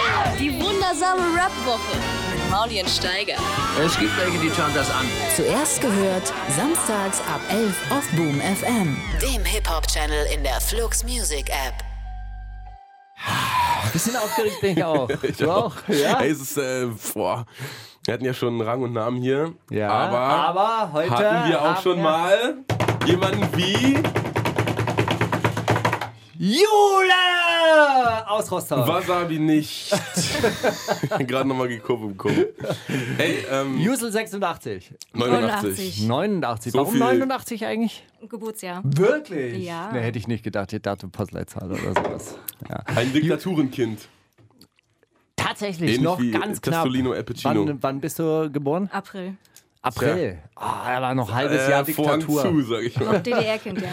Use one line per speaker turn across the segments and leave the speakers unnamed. Aha.
Die wundersame Rap-Woche mit Mauli und Steiger.
Es gibt welche, die schauen das an.
Zuerst gehört, samstags ab 11 auf Boom FM.
dem Hip-Hop-Channel in der Flux Music App.
Bisschen aufgeregt bin ich auch.
Ich
du auch? Ja?
Ey, es ist, äh, boah. Wir hatten ja schon Rang und Namen hier.
ja.
aber,
aber heute
hatten wir auch
haben
schon mal jemanden wie.
Jule aus Rostock.
Wasabi nicht. Gerade nochmal geguckt im Kopf. Hey, ähm,
Jusel 86.
89.
89.
So
Warum
viel-
89 eigentlich?
Geburtsjahr.
Wirklich?
Ja.
Ne, hätte ich nicht gedacht, die Datum Postleitzahl oder sowas. Ja.
Ein Diktaturenkind.
Tatsächlich,
Ähnlich
noch
wie e
ganz knapp.
Testolino Epicino.
Wann, wann bist du geboren?
April.
April. Ah, da war noch ein halbes Jahr
Vorhang
Diktatur.
Äh, zu, sag ich mal.
DDR-Kind, ja.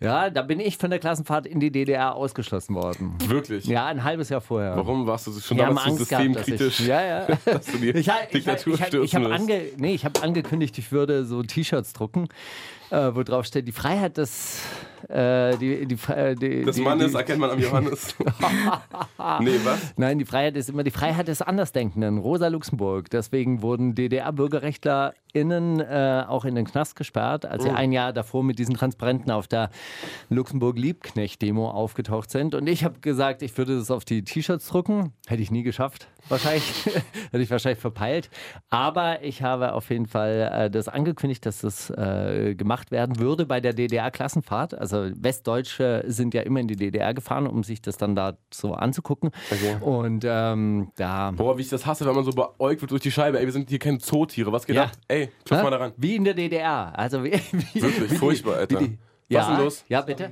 Ja, da bin ich von der Klassenfahrt in die DDR ausgeschlossen worden.
Wirklich.
Ja, ein halbes Jahr vorher.
Warum warst du schon
Wir haben
damals so
Angst gehabt, dass
systemkritisch?
Ich, ja, ja.
dass du die
Ich, ha- ich, ha-
Diktatur
ich, ha- ich
stürzen
habe
lässt.
ange, nee, ich hab angekündigt, ich würde so T-Shirts drucken, äh, wo drauf steht, die Freiheit des... Äh, die, die, Fre- äh, die,
Des
die,
Mannes
die,
erkennt man am Johannes. nee, was?
Nein, die Freiheit ist immer die Freiheit des Andersdenkenden. Rosa Luxemburg. Deswegen wurden DDR-BürgerrechtlerInnen äh, auch in den Knast gesperrt, als sie
Oh.
ein Jahr davor mit diesen Transparenten auf der Luxemburg-Liebknecht-Demo aufgetaucht sind. Und ich habe gesagt, ich würde das auf die T-Shirts drucken. Hätte ich nie geschafft. Wahrscheinlich. Hätte ich wahrscheinlich verpeilt. Aber ich habe auf jeden Fall äh, das angekündigt, dass das äh, gemacht werden würde bei der DDR-Klassenfahrt. Also Westdeutsche sind ja immer in die DDR gefahren, um sich das dann da so anzugucken. Und ähm, da.
Boah, wie ich das hasse, wenn man so beäugt wird durch die Scheibe. Ey, wir sind hier keine Zootiere. Was geht
Ja.
ab? Ey, klopf mal da ran.
Ne? Wie in der DDR. Also wie, wie,
Wirklich,
wie
furchtbar, Alter.
wie die-
Was
ja,
ist denn los?
Ja, bitte.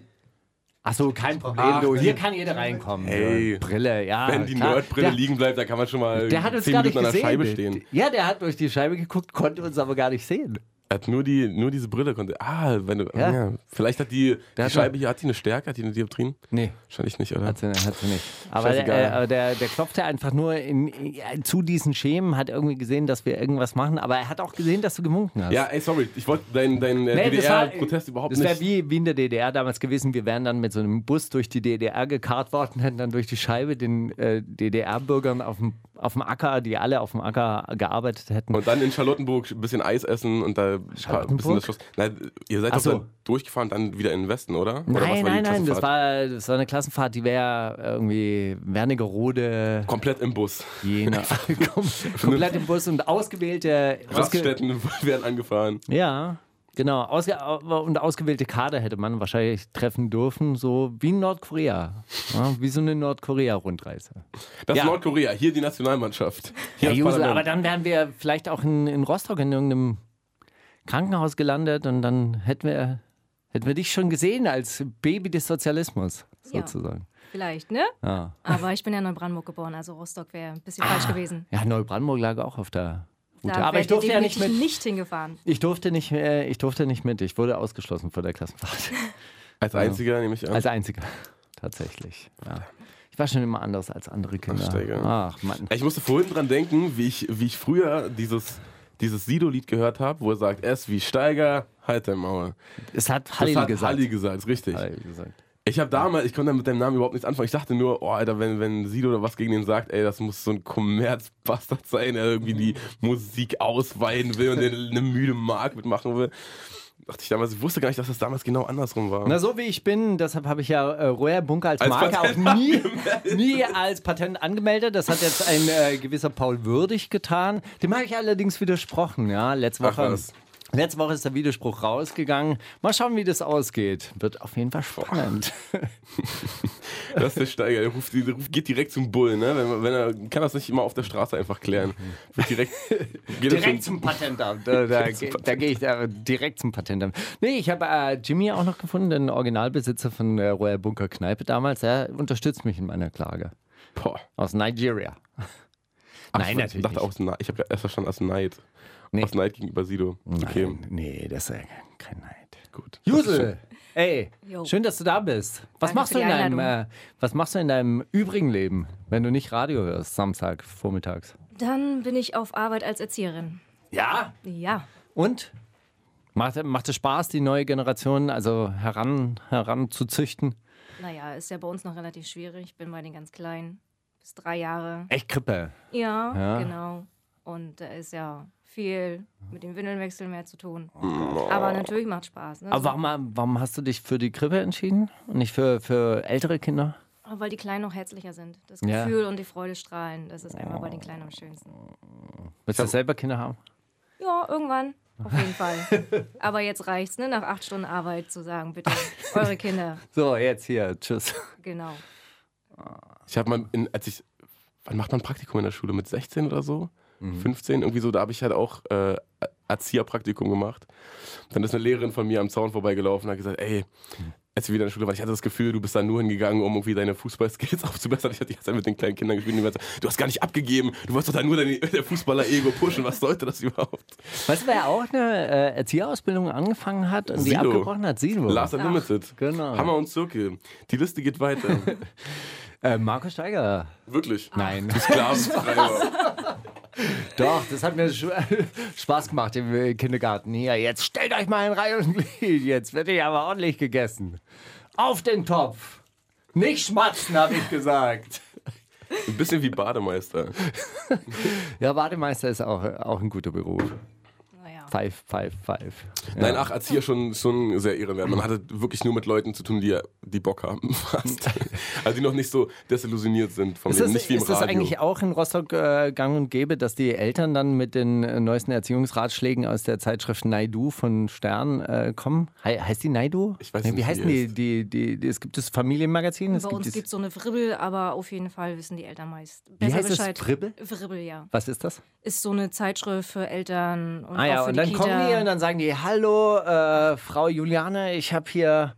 Achso, kein Problem, du. Hier kann jeder reinkommen.
Ey.
Brille, ja.
Wenn die
klar.
Nerdbrille
Der-
liegen bleibt, da kann man schon mal
Der hat uns
10
gar nicht
Minuten an der
gesehen.
Scheibe stehen.
Ja, der hat durch die Scheibe geguckt, konnte uns aber gar nicht sehen.
Er hat nur, die, nur diese Brille konnte. Ah, wenn du.
Ja.
Ja. vielleicht hat die, die
hat
Scheibe hier, hat die eine Stärke, hat die eine Dioptrien?
Nee.
Wahrscheinlich nicht, oder?
Hat sie, hat sie nicht. Aber, der,
Scheißegal.
äh, aber der, der klopfte einfach nur in, äh, zu diesen Schemen, hat irgendwie gesehen, dass wir irgendwas machen, aber er hat auch gesehen, dass du gewunken hast.
Ja, ey, sorry, ich wollte deinen dein,
Nee,
äh,
das
DDR-Protest
war-
überhaupt
Das wäre
nicht.
wie, wie in der DDR damals gewesen. Wir wären dann mit so einem Bus durch die DDR gekarrt worden, hätten dann durch die Scheibe den äh, DDR-Bürgern auf dem, auf dem Acker, die alle auf dem Acker gearbeitet hätten.
Und dann in Charlottenburg ein bisschen Eis essen und da ein paar- ein bisschen
Charlottenburg?
das Schuss. Nein, ihr seid
Ach
doch
so.
dann durchgefahren, dann wieder in den Westen, oder? oder
nein,
war die
nein, nein, das
Klassenfahrt?
war, das war eine Klassenfahrt, die wäre irgendwie Wernigerode,
Komplett im Bus.
Jena. Kom komplett im Bus und ausgewählte. ausge-
Raststätten werden angefahren.
Ja, genau. Ausge au- und ausgewählte Kader hätte man wahrscheinlich treffen dürfen, so wie in Nordkorea. Ja, wie so eine Nordkorea-Rundreise.
Das
Ja.
ist Nordkorea, hier die Nationalmannschaft.
Ja,
Hier das
Jusel, aber
Parlament.
dann wären wir vielleicht auch in, in Rostock in irgendeinem Krankenhaus gelandet und dann hätten wir, hätten wir dich schon gesehen als Baby des Sozialismus,
Ja.
sozusagen.
Vielleicht, ne?
Ja,
Aber ich bin ja in Neubrandenburg geboren, also Rostock wäre ein bisschen falsch gewesen.
ja. Neubrandenburg lag auch auf der Route.
Da
aber ich
wärt ihr
durfte ja nicht
definitiv
mit.
nicht hingefahren.
Ich durfte nicht, äh, ich durfte nicht mit. Ich wurde ausgeschlossen von der Klassenfahrt.
Als einziger nehme ich an.
Als einziger. Tatsächlich. Ja. Ich war schon immer anders als andere Kinder.
Steiger.
Ach, Mann.
Ich musste vorhin dran denken, wie ich, wie ich früher dieses, dieses Sido-Lied gehört habe, wo er sagt, es wie Steiger, halt dein Maul.
Es hat
Das
Halli
hat
gesagt.
Halli gesagt, ist richtig.
Halli gesagt.
Ich habe damals, ich konnte mit dem Namen überhaupt nichts anfangen. Ich dachte nur, oh Alter, wenn, wenn Sido oder was gegen den sagt, ey, das muss so ein Kommerzbastard sein, der irgendwie die Musik ausweiden will und den eine müde Mark mitmachen will. Dachte ich damals, ich wusste gar nicht, dass das damals genau andersrum war.
Na, so wie ich bin, deshalb habe ich ja äh, Royer Bunker als,
Als
Marke auch
Patent
nie, nie als Patent angemeldet. Das hat jetzt ein äh, gewisser Paul Würdig getan. Dem habe ich allerdings widersprochen, ja, letzte
Ach
Woche.
was.
Letzte Woche ist der Widerspruch rausgegangen. Mal schauen, wie das ausgeht. Wird auf jeden Fall spannend.
Das ist der Steiger, der ruft, der ruft geht direkt zum Bullen, ne? Wenn, wenn er kann das nicht immer auf der Straße einfach klären. Wird direkt geht er
Direkt
schon-
zum Patentamt. Da, da, ge- da gehe ich da direkt zum Patentamt. Nee, ich habe äh, Jimmy auch noch gefunden, den Originalbesitzer von äh, Royal Bunker Kneipe damals. Er unterstützt mich in meiner Klage.
Boah.
Aus Nigeria. Nein,
ich
natürlich
dachte
nicht.
aus Neid. Ich habe erst verstanden aus Neid.
Nee.
Aus Neid gegenüber Sido. Okay,
Nein, nee, das ist ja kein Neid.
gut.
Jusel, ey,
Jo.
schön, dass du da bist. Was
Danke
machst
für
du in
die
deinem, äh,
Einladung.
was machst du in deinem übrigen Leben, wenn du nicht Radio hörst, Samstag vormittags?
Dann bin ich auf Arbeit als Erzieherin.
Ja.
Ja,
Und macht, macht es Spaß, die neue Generation also heran, heran zu züchten?
Naja, ist ja bei uns noch relativ schwierig. Ich bin bei den ganz Kleinen. Bis drei Jahre.
Echt Krippe.
Ja,
Ja.
genau. Und da ist ja viel mit dem Windelwechsel mehr zu tun. Aber natürlich macht Spaß. Ne?
Aber warum, warum hast du dich für die Krippe entschieden und nicht für, für ältere Kinder?
Aber Oh, Weil die Kleinen noch herzlicher sind. Das
Ja. Oh.
Gefühl und die Freude strahlen. Das ist einmal bei den Kleinen am schönsten.
Willst du selber Kinder haben?
Ja, irgendwann. Auf jeden Fall. Aber jetzt reicht's, ne? Nach acht Stunden Arbeit zu sagen, bitte, eure Kinder.
So, jetzt hier, tschüss.
Genau.
Ich habe mal, in, als ich, wann macht man Praktikum in der Schule? Mit 16 oder so? 15? Irgendwie so, da habe ich halt auch äh, Erzieherpraktikum gemacht. Dann ist eine Lehrerin von mir am Zaun vorbeigelaufen und hat gesagt, ey, als wir wieder in der Schule waren, ich hatte das Gefühl, du bist da nur hingegangen, um irgendwie deine Fußballskills aufzubessern. Ich hatte die ganze Zeit mit den kleinen Kindern gespielt. Und die waren so, du hast gar nicht abgegeben. Du wolltest doch da nur dein dein Fußballer-Ego pushen. Was sollte das überhaupt?
Weißt du, wer auch eine äh, Erzieherausbildung angefangen hat und die
Sido.
abgebrochen hat? Silo.
Last Unlimited.
genau.
Hammer und Zirkel. Die Liste geht weiter.
Äh, Markus Steiger.
Wirklich.
Nein.
Du Sklavenfreier.
Doch, das hat mir sch- Spaß gemacht im äh, Kindergarten. Hier, jetzt stellt euch mal in Reihe und Glied. Jetzt wird ich aber ordentlich gegessen. Auf den Topf. Nicht schmatzen, habe ich gesagt.
Ein bisschen wie Bademeister.
Ja, Bademeister ist auch, auch ein guter Beruf.
Naja.
Pfeif, pfeif, pfeif.
Nein, ach, Erzieher schon, schon sehr ehrenwert. Man hatte wirklich nur mit Leuten zu tun, die, die Bock haben. Fast. Also die noch nicht so desillusioniert sind vom
Ist
Leben.
das,
nicht wie im
ist das
Radio.
eigentlich auch in Rostock äh, gang und gäbe, dass die Eltern dann mit den äh, neuesten Erziehungsratschlägen aus der Zeitschrift Naidu von Stern äh, kommen? He heißt die Naidu?
Ich weiß
Nee,
nicht,
Wie
wie
heißen
die
die?
heißt.
Die, die, die? Es gibt das Familienmagazin. Es
Bei uns
das-
gibt es so eine Fribbel, aber auf jeden Fall wissen die Eltern meist besser
heißt das?
Bescheid.
Fribbel?
Fribbel, ja.
was ist das?
Ist so eine Zeitschrift für Eltern und
Ah
auch
ja,
für
und
die
dann
Kita.
kommen die und dann sagen die, hallo, äh, Frau Juliane, ich habe hier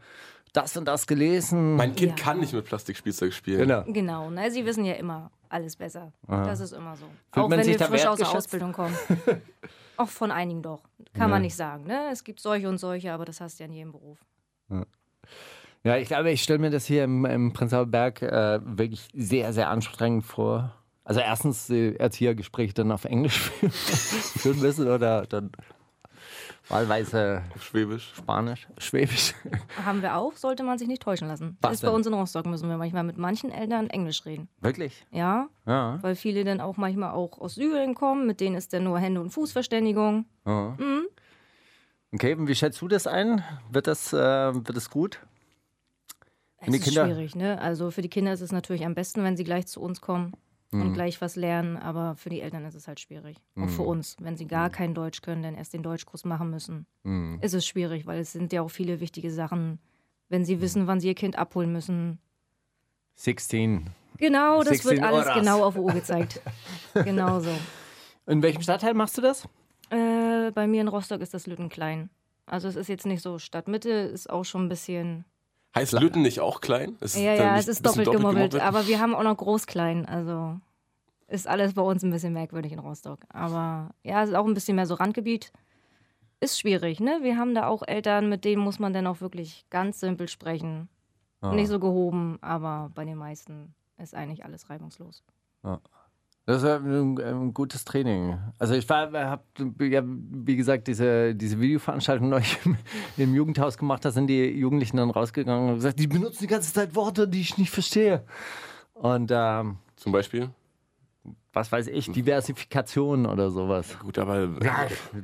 das und das gelesen.
mein Kind
Ja.
kann nicht mit Plastikspielzeug spielen.
genau.
Genau, ne? sie wissen ja immer alles besser. Das ist immer so. auch
Ah. man
wenn
sich
wir
da
frisch aus der
wertgeschätzt?
Ausbildung kommen. auch von einigen doch. Kann man nicht sagen. Ne? Es gibt solche und solche, aber das hast du ja in jedem Beruf.
Ja, ich glaube, ich stelle mir das hier im, im Prenzlauer Berg äh, wirklich sehr, sehr anstrengend vor. Also erstens die Erziehergespräche dann auf Englisch führen führen müssen oder dann wahlweise
Auf Schwäbisch.
Spanisch, Schwäbisch.
Haben wir auch, sollte man sich nicht täuschen lassen.
Was
ist
denn?
bei uns in Rostock, müssen wir manchmal mit manchen Eltern Englisch reden.
Wirklich?
Ja,
Ja.
weil viele dann auch manchmal auch aus Syrien kommen, mit denen ist dann nur Hände- und Fußverständigung.
Okay, und wie schätzt du das ein? Wird das, äh, wird das gut?
Es
Wenn die
ist
Kinder-
schwierig, ne? Also für die Kinder ist es natürlich am besten, wenn sie gleich zu uns kommen und
Mhm.
gleich was lernen, aber für die Eltern ist es halt schwierig. Auch für uns, wenn sie
Mhm.
gar kein Deutsch können, dann erst den Deutschkurs machen müssen, ist es schwierig, weil es sind ja auch viele wichtige Sachen, wenn sie
Mhm.
wissen, wann sie ihr Kind abholen müssen.
16.
Genau, das
16
wird alles
Horas.
genau auf die Uhr gezeigt. genau so.
In welchem Stadtteil machst du das?
Äh, bei mir in Rostock ist das Lütten klein. Also es ist jetzt nicht so Stadtmitte, ist auch schon ein bisschen.
Heißt Lütten nicht auch klein? Es
Ja,
dann
ja,
nicht
es
ein
ist
bisschen
doppelt gemobbelt, aber wir haben auch noch Groß-Klein, also ist alles bei uns ein bisschen merkwürdig in Rostock. Aber ja, es ist auch ein bisschen mehr so Randgebiet. Ist schwierig, ne? Wir haben da auch Eltern, mit denen muss man dann auch wirklich ganz simpel sprechen.
Ah.
Nicht so gehoben, aber bei den meisten ist eigentlich alles reibungslos.
Das ist ein, ein gutes Training. Also ich war, hab, ja, wie gesagt, diese, diese Videoveranstaltung neulich im, im Jugendhaus gemacht, da sind die Jugendlichen dann rausgegangen und gesagt, die benutzen die ganze Zeit Worte, die ich nicht verstehe. Und ähm,
Zum Beispiel?
was weiß ich, Diversifikation oder sowas.
Gut, aber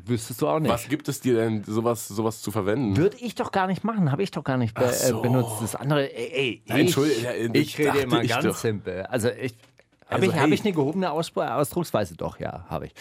Wüsstest du auch nicht.
was gibt es dir denn, sowas, sowas zu verwenden?
Würde ich doch gar nicht machen, habe ich doch gar nicht be
Ach so.
äh, benutzt. Das andere, ey, ey
Nein, Entschuldigung, ja, das
ich rede
dachte
immer
ich
ganz
doch.
simpel. Also ich, habe
Also,
ich, hab
hey.
ich eine gehobene Ausspr Ausdrucksweise? Doch, ja, habe ich.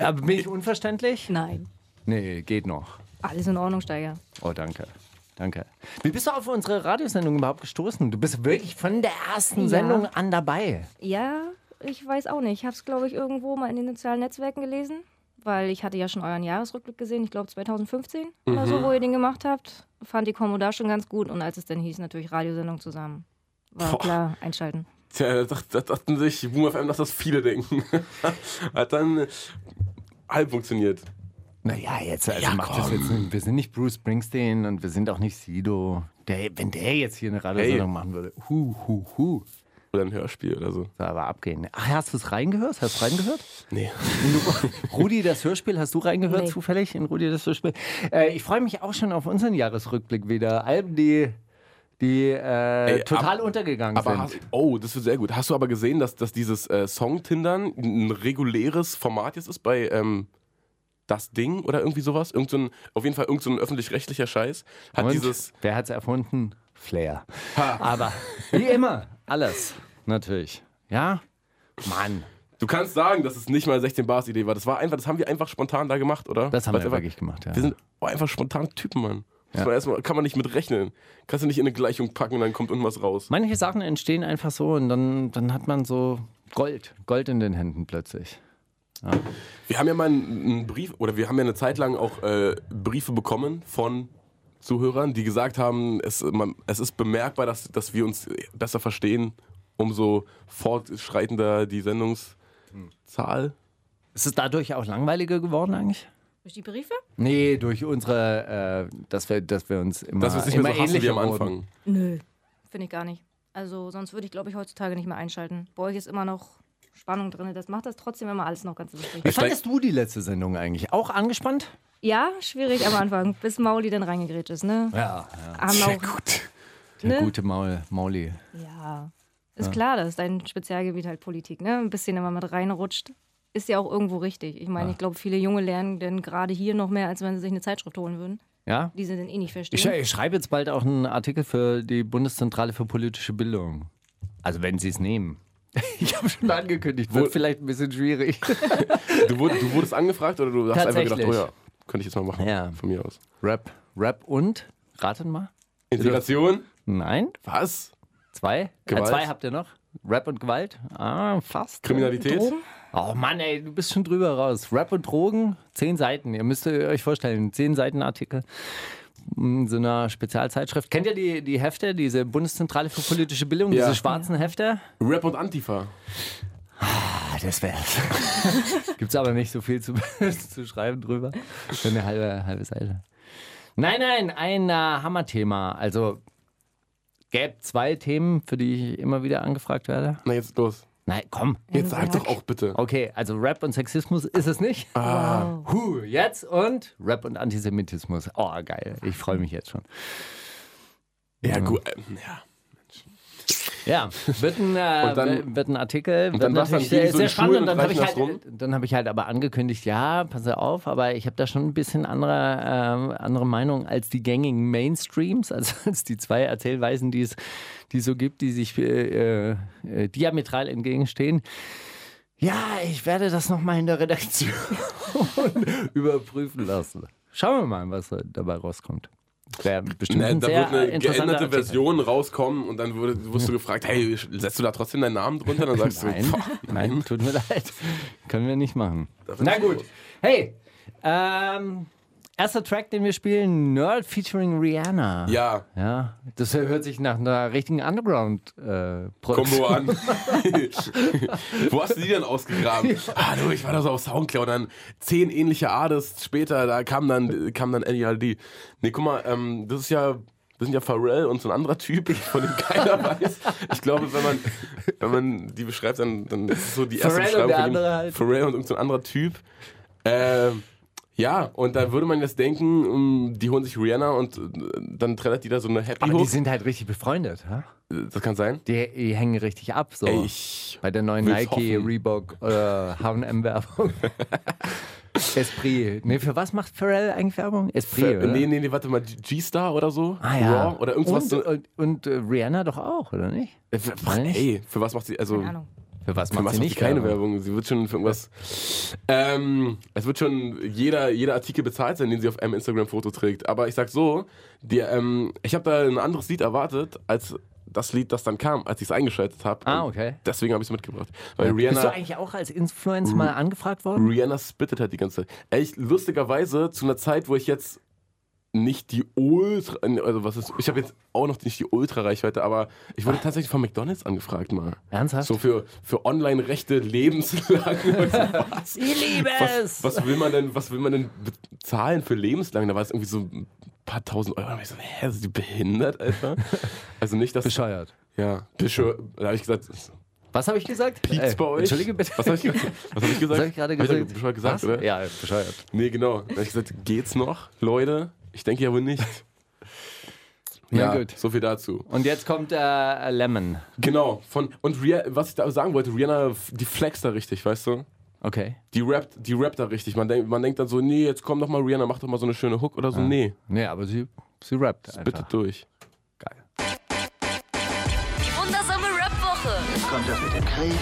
Aber Äh, bin ich unverständlich?
Nein.
Nee, geht noch.
Alles in Ordnung, Steiger.
Oh, danke. Danke. Wie bist du auf unsere Radiosendung überhaupt gestoßen? Du bist wirklich von der ersten Sendung an dabei.
Ja, ich weiß auch nicht. Ich habe es, glaube ich, irgendwo mal in den sozialen Netzwerken gelesen, weil ich hatte ja schon euren Jahresrückblick gesehen, ich glaube 2015 oder so, wo ihr den gemacht habt. Fand die Kommo da schon ganz gut und als es dann hieß, natürlich Radiosendung zusammen. War
Boah.
klar, einschalten.
Tja, da dacht- da dachten sich Boom FM, dass das viele denken. Hat dann äh, halb funktioniert.
Naja, jetzt also macht das jetzt nicht. Wir sind nicht Bruce Springsteen und wir sind auch nicht Sido. Der, wenn der jetzt hier eine Radiosendung machen würde. Hu, hu, hu.
Oder ein Hörspiel oder so.
Soll aber abgehen. Ach, hast du es reingehört? Hast du reingehört?
Nee.
Rudi, das Hörspiel, hast du reingehört
Nee.
zufällig in Rudi, das Hörspiel? Äh, ich freue mich auch schon auf unseren Jahresrückblick wieder. Alben, die, die äh,
Ey,
total
ab-
untergegangen
Aber hast,
sind.
oh, das wird sehr gut. Hast du aber gesehen, dass, dass dieses äh, Song-Tindern ein reguläres Format jetzt ist bei ähm, Das Ding oder irgendwie sowas? Irgend so ein, auf jeden Fall irgendein so ein öffentlich-rechtlicher Scheiß. Hat
Und
dieses.
wer hat es erfunden? Flair. Aber wie immer, alles. Natürlich. Ja? Mann.
Du kannst sagen, dass es nicht mal 16 Bars Idee war. Das war einfach, das haben wir einfach spontan da gemacht, oder?
Das haben
Weil's
wir
einfach,
wirklich gemacht, ja.
Wir sind oh, einfach spontan Typen, Mann. Das
Ja.
war erstmal, kann man nicht mit rechnen. Kannst du nicht in eine Gleichung packen und dann kommt irgendwas raus.
Manche Sachen entstehen einfach so und dann, dann hat man so Gold. Gold in den Händen plötzlich.
Wir haben ja mal einen, einen Brief, oder wir haben ja eine Zeit lang auch äh, Briefe bekommen von Zuhörern, die gesagt haben, es, man, es ist bemerkbar, dass, dass wir uns besser verstehen, umso fortschreitender die Sendungszahl.
Ist es dadurch auch langweiliger geworden eigentlich?
Durch die Briefe?
Nee, durch unsere, äh, dass, wir, dass wir uns immer,
Dass wir es nicht
immer
mehr so hassen wie
ähnlicher
am
wurden.
Anfang.
Nö. Finde ich gar nicht. Also sonst würde ich, glaube ich, heutzutage nicht mehr einschalten. Bei euch ist immer noch Spannung drin. Das macht das trotzdem immer alles noch ganz
Wie
lustig.
fandest du die letzte Sendung eigentlich? Auch angespannt?
Ja, schwierig am Anfang, bis Mauli dann reingegrätscht ist, ne?
Ja.
Haben
Sehr
auch,
gut.
Der
Ne?
gute Maul, Mauli.
ja. Ist klar, dass dein Spezialgebiet halt Politik, ne? Ein bisschen immer mit reinrutscht. Ist ja auch irgendwo richtig. Ich meine, ich glaube, viele Junge lernen denn gerade hier noch mehr, als wenn sie sich eine Zeitschrift holen würden,
Ja?
die sie dann eh nicht verstehen.
Ich, ich schreibe jetzt bald auch einen Artikel für die Bundeszentrale für politische Bildung. Also wenn sie es nehmen. Ich habe schon angekündigt,
Wo-
wird vielleicht ein bisschen schwierig.
Du, wurd, du wurdest angefragt oder du hast einfach gedacht, oh
Tatsächlich.
ja, könnte ich jetzt mal machen.
Ja.
Von mir aus.
Rap, Rap und? Ratet mal.
Integration?
Nein?
Was?
Zwei? Äh,
Gewalt.
zwei habt ihr noch? Rap und Gewalt? Ah, fast.
Kriminalität?
Drogen?
Oh Mann, ey, du bist schon drüber raus. Rap und Drogen, zehn Seiten. Ihr müsst euch vorstellen, zehn Seiten Artikel in so einer Spezialzeitschrift. Kennt ihr die, die Hefte, diese Bundeszentrale für politische Bildung,
Ja.
diese schwarzen Hefte?
Rap und Antifa.
Ah, das wär's. Gibt's aber nicht so viel zu, zu schreiben drüber. Nur eine halbe, halbe Seite. Nein, nein, ein äh, Hammerthema. Also gäbe zwei Themen, für die ich immer wieder angefragt werde.
Na, jetzt los.
Nein, komm.
Jetzt sag doch auch bitte.
Okay, also Rap und Sexismus ist es nicht.
Wow.
Huh, jetzt und Rap und Antisemitismus. Oh, geil. Ich freue mich jetzt schon.
Ja, gut. ähm, Ja.
Ja, wird ein, äh,
Und dann-
wird ein Artikel. Wird
dann warst du
natürlich
dann
sehr,
wie so
sehr
ein
spannend.
Stuhl
Und dann
und
habe ich, halt,
reichen das
dann hab ich halt aber angekündigt, ja, pass auf, aber ich habe da schon ein bisschen andere, äh, andere Meinung als die gängigen Mainstreams, also als die zwei Erzählweisen, die es die es so gibt, die sich äh, äh, diametral entgegenstehen. Ja, ich werde das nochmal in der Redaktion überprüfen lassen. Schauen wir mal, was dabei rauskommt. Wäre bestimmt
Na,
ein
Ne, da
sehr
wird eine
interessanter
geänderte
Artikel.
Version rauskommen und dann würde, wirst du gefragt, hey, setzt du da trotzdem deinen Namen drunter? Dann sagst
Nein,
du, "Boah,
nein, tut mir leid. Können wir nicht machen.
das ist
Na
los."
gut. Hey, ähm, erster Track, den wir spielen, Nerd featuring Rihanna.
Ja,
Ja, das hört sich nach einer richtigen Underground-Produktion
Kombo an. Wo hast du die denn ausgegraben? Ah, du, ich war da so auf Soundcloud. Dann zehn ähnliche Artists später, da kam dann, kam dann NELD. Nee, guck mal, ähm, das ist ja. Das sind ja Pharrell und so ein anderer Typ, von dem keiner weiß. Ich glaube, wenn man, wenn man die beschreibt, dann, dann ist es so die erste
Pharrell und
Beschreibung
der
von dem-
andere halt.
Pharrell und irgendein so ein anderer Typ. Ähm, ja, und da würde man jetzt denken, ähm, die holen sich Rihanna und äh, dann trällert die da so eine Happy
Aber die
Hook.
sind halt richtig befreundet, ha?
Das kann sein.
Die, die hängen richtig ab, so.
Ey, ich
Bei der neuen
will's
Nike,
hoffen.
Reebok äh, oder H&M-Werbung. Esprit. Nee, für was macht Pharrell eigentlich Werbung? Esprit,
Für,
oder?
nee, nee, nee, warte mal, G- G-Star oder so?
Ah ja.
Raw oder irgendwas.
Und,
so,
und, und äh, Rihanna doch auch, oder nicht?
Äh, für- ach,
Nicht?
ey, für was macht sie, also,
Keine Ahnung.
Für was
für
macht
was
sie
macht sie
nicht
keine Werbung? Sie wird schon für irgendwas, ähm, es wird schon jeder, jeder Artikel bezahlt sein, den sie auf einem Instagram-Foto trägt. Aber ich sag so, die, ähm, ich habe da ein anderes Lied erwartet, als das Lied, das dann kam, als ich es eingeschaltet habe.
Ah,
Und
okay.
Deswegen habe ich es mitgebracht.
Bist
Weil
du
Rihanna, Hm.
eigentlich auch als Influencer mal angefragt worden?
Rihanna spittet halt die ganze Zeit. Echt, lustigerweise, zu einer Zeit, wo ich jetzt nicht die Ultra, also was ist, ich habe jetzt auch noch nicht die Ultra-Reichweite, aber ich wurde tatsächlich von McDonalds angefragt mal.
Ernsthaft?
So für, für Online-Rechte lebenslang. Und so, was,
ich liebe
was, was will man denn, was will man denn bezahlen für lebenslang? Da war es irgendwie so ein paar tausend Euro. Und ich so, hä, sind die behindert, Alter? Also nicht, dass.
Bescheuert.
Ja, Bischof, da habe ich gesagt,
Was habe ich gesagt?
Pieks
Äh,
bei euch.
Entschuldige bitte.
Was habe ich, ge- was hab ich gesagt?
Was habe ich gerade
Hab
gesagt?
ich doch bescheuert gesagt,
Was?
oder?
Ja, bescheuert.
Nee, genau. Da habe ich gesagt, geht's noch, Leute? Ich denke ja wohl nicht.
Na
Ja,
gut.
so viel dazu.
Und jetzt kommt äh, Lemon.
Genau. Von, und Ria, was ich da sagen wollte, Rihanna, die flext da richtig, weißt du?
Okay.
Die rappt, die rappt da richtig. Man, denk, man denkt dann so, nee, jetzt komm doch mal Rihanna, mach doch mal so eine schöne Hook oder so. Nee,
Nee, aber sie, sie rappt einfach.
bitte durch.
Geil.
Die wundersame Rap-Woche
kommt das mit dem Krieg,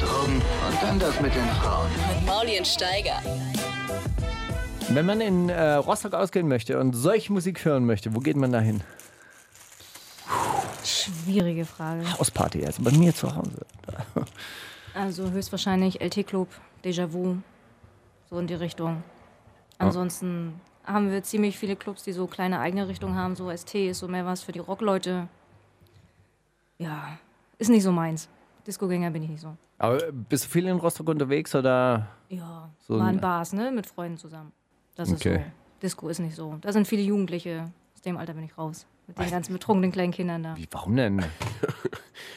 Drogen und dann das mit den Frauen.
mit Mauli und Steiger.
Wenn man in äh, Rostock ausgehen möchte und solche Musik hören möchte, wo geht man da hin?
Schwierige Frage.
Hausparty, also bei mir zu Hause.
Also höchstwahrscheinlich LT Club, Déjà-vu, so in die Richtung. Ansonsten haben wir ziemlich viele Clubs, die so kleine eigene Richtung haben. So ST ist so mehr was für die Rockleute. Ja, ist nicht so meins. Discogänger bin ich nicht so.
Aber äh, bist du viel in Rostock unterwegs oder?
Ja,
So
mal in
ein-
Bars, ne? Mit Freunden zusammen. Das ist
Okay.
so. Disco ist nicht so. Da sind viele Jugendliche. Aus dem Alter bin ich raus. Mit den ganzen betrunkenen kleinen Kindern da.
Wie, warum denn?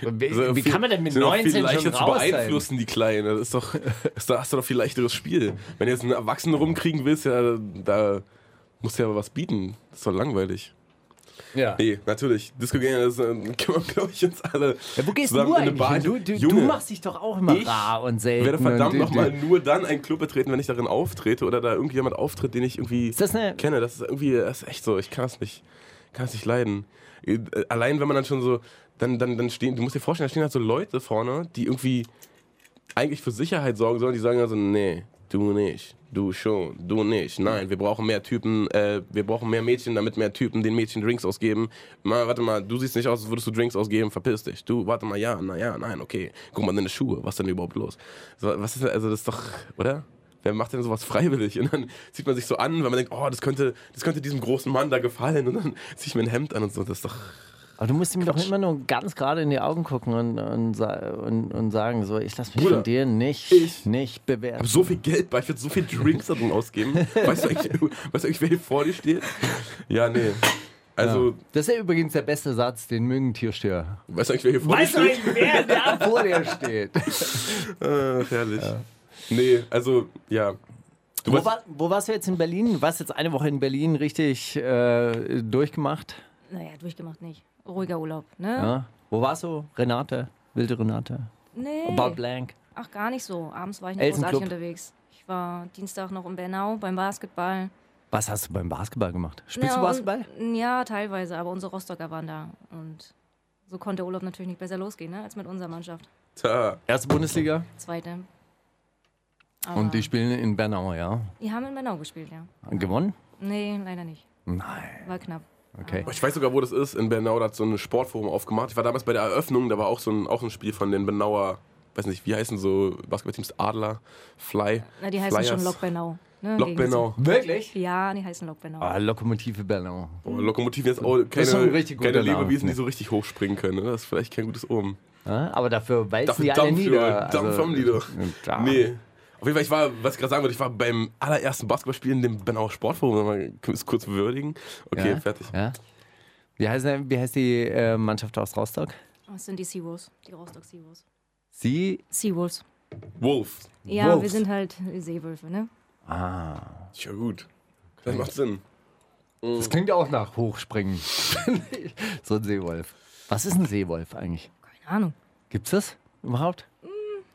Wie,
Also
wie
viel-
kann man denn mit
sind doch viel
19 schon
leichter zu
raus
beeinflussen,
sein?
die Kleinen. Das ist doch, das, da hast du doch viel leichteres Spiel. Wenn du jetzt einen Erwachsenen rumkriegen willst, ja, da musst du ja was bieten. Das ist doch langweilig.
Ja.
Nee, natürlich. Disco Gang, das äh, können wir, glaube ich, uns alle.
Ja, wo gehst
zusammen
du
in eine
eigentlich?
Bar.
hin? Du, du, du
Junge,
machst dich doch auch immer
Ich
rar und
Ich
selten.
werde verdammt
und,
nochmal nur dann einen Club betreten, wenn ich darin auftrete oder da irgendjemand auftritt, den ich irgendwie
Ist das eine-
kenne. Das ist irgendwie, das ist echt so, ich kann es nicht, kann es nicht leiden. Äh, Allein wenn man dann schon so, dann, dann, dann stehen, du musst dir vorstellen, da stehen halt so Leute vorne, die irgendwie eigentlich für Sicherheit sorgen sollen, die sagen also, nee, du nicht, du schon, du nicht, nein, wir brauchen mehr Typen, äh, wir brauchen mehr Mädchen, damit mehr Typen den Mädchen Drinks ausgeben. Mal, warte mal, du siehst nicht aus, als würdest du Drinks ausgeben, verpiss dich. Du, warte mal, ja, na ja, nein, okay. Guck mal deine Schuhe, was ist denn überhaupt los? So, was ist denn, also das ist doch, oder? Wer macht denn sowas freiwillig? Und dann zieht man sich so an, weil man denkt, oh, das könnte, das könnte diesem großen Mann da gefallen. Und dann ziehe ich mir ein Hemd an und so. Das ist doch.
Aber du musst ihm doch immer nur ganz gerade in die Augen gucken und, und, sa- und, und sagen, so, ich lasse mich
Bruder,
von dir nicht,
ich
nicht bewerten.
hab so viel Geld bei, ich würde so viel Drinks da drin ausgeben. Weißt du eigentlich, weißt du eigentlich, wer hier vor dir steht? Ja, nee. Also,
Das ist ja übrigens der beste Satz, den mögen Tiersteher.
weißt du eigentlich, wer hier vor dir steht?
wer da vor dir steht?
Ach, Äh, herrlich. Nee, also, ja. Du
Wo,
warst-
war, wo warst du jetzt in Berlin? Du warst jetzt eine Woche in Berlin richtig äh, durchgemacht.
Naja, durchgemacht nicht. Ruhiger Urlaub, ne?
Ja. Wo warst du? Renate? Wilde Renate?
Nee.
Bob Blank?
Ach, gar nicht so. Abends war ich nicht
Elsenclub.
großartig unterwegs. Ich war Dienstag noch in Bernau beim Basketball.
Was hast du beim Basketball gemacht? Spielst
ja,
du Basketball?
Und, ja, teilweise, aber unsere Rostocker waren da. Und so konnte der Urlaub natürlich nicht besser losgehen, ne, als mit unserer Mannschaft.
Tja,
Erste Bundesliga.
Zweite. Aber
Und die spielen in Bernau, ja.
die haben in Bernau gespielt, ja.
Gewonnen?
Nee, leider nicht.
Nein.
War knapp.
Okay.
ich weiß sogar, wo das ist. In Bernau, da hat so ein Sportforum aufgemacht. Ich war damals bei der Eröffnung, da war auch so ein, auch ein Spiel von den Bernauer, weiß nicht, wie heißen so Basketballteams? Adler, Fly.
Na, die heißen schon Lok Bernau. Ne,
Lok
gegen-
Bernau.
Wirklich?
Ja, die heißen Lok Bernau.
Ah, Lokomotive Bernau.
Oh, Lokomotiven jetzt auch
ist schon
keine,
ein richtig guter
keine
Name,
Lebewesen,
ne?
die so richtig hochspringen können. Ne? Das ist vielleicht kein gutes Omen.
Ja, aber dafür walzen
Dafür
die alle
Dampf,
nieder. Also, äh,
Junge, Dampf vom Lido.
Ja.
Nee. Auf jeden Fall, ich war, was ich gerade sagen wollte, ich war beim allerersten Basketballspiel in dem Bernauer Sportforum. Sollen wir es kurz würdigen? Okay,
ja?
fertig.
Ja. Wie, heißt, der- wie heißt die äh, Mannschaft aus Rostock?
Das Oh, sind die Seawolves, die Rostock Seawolves.
Sie.
Seawolves.
Wolf.
Ja, wir
Wolves.
sind halt Seewölfe, ne?
Ah.
Ja, gut. Das macht Sinn.
Das klingt auch nach Hochspringen. finde ich. so ein Seewolf. Was ist ein Seewolf eigentlich?
Keine Ahnung.
Gibt's das überhaupt?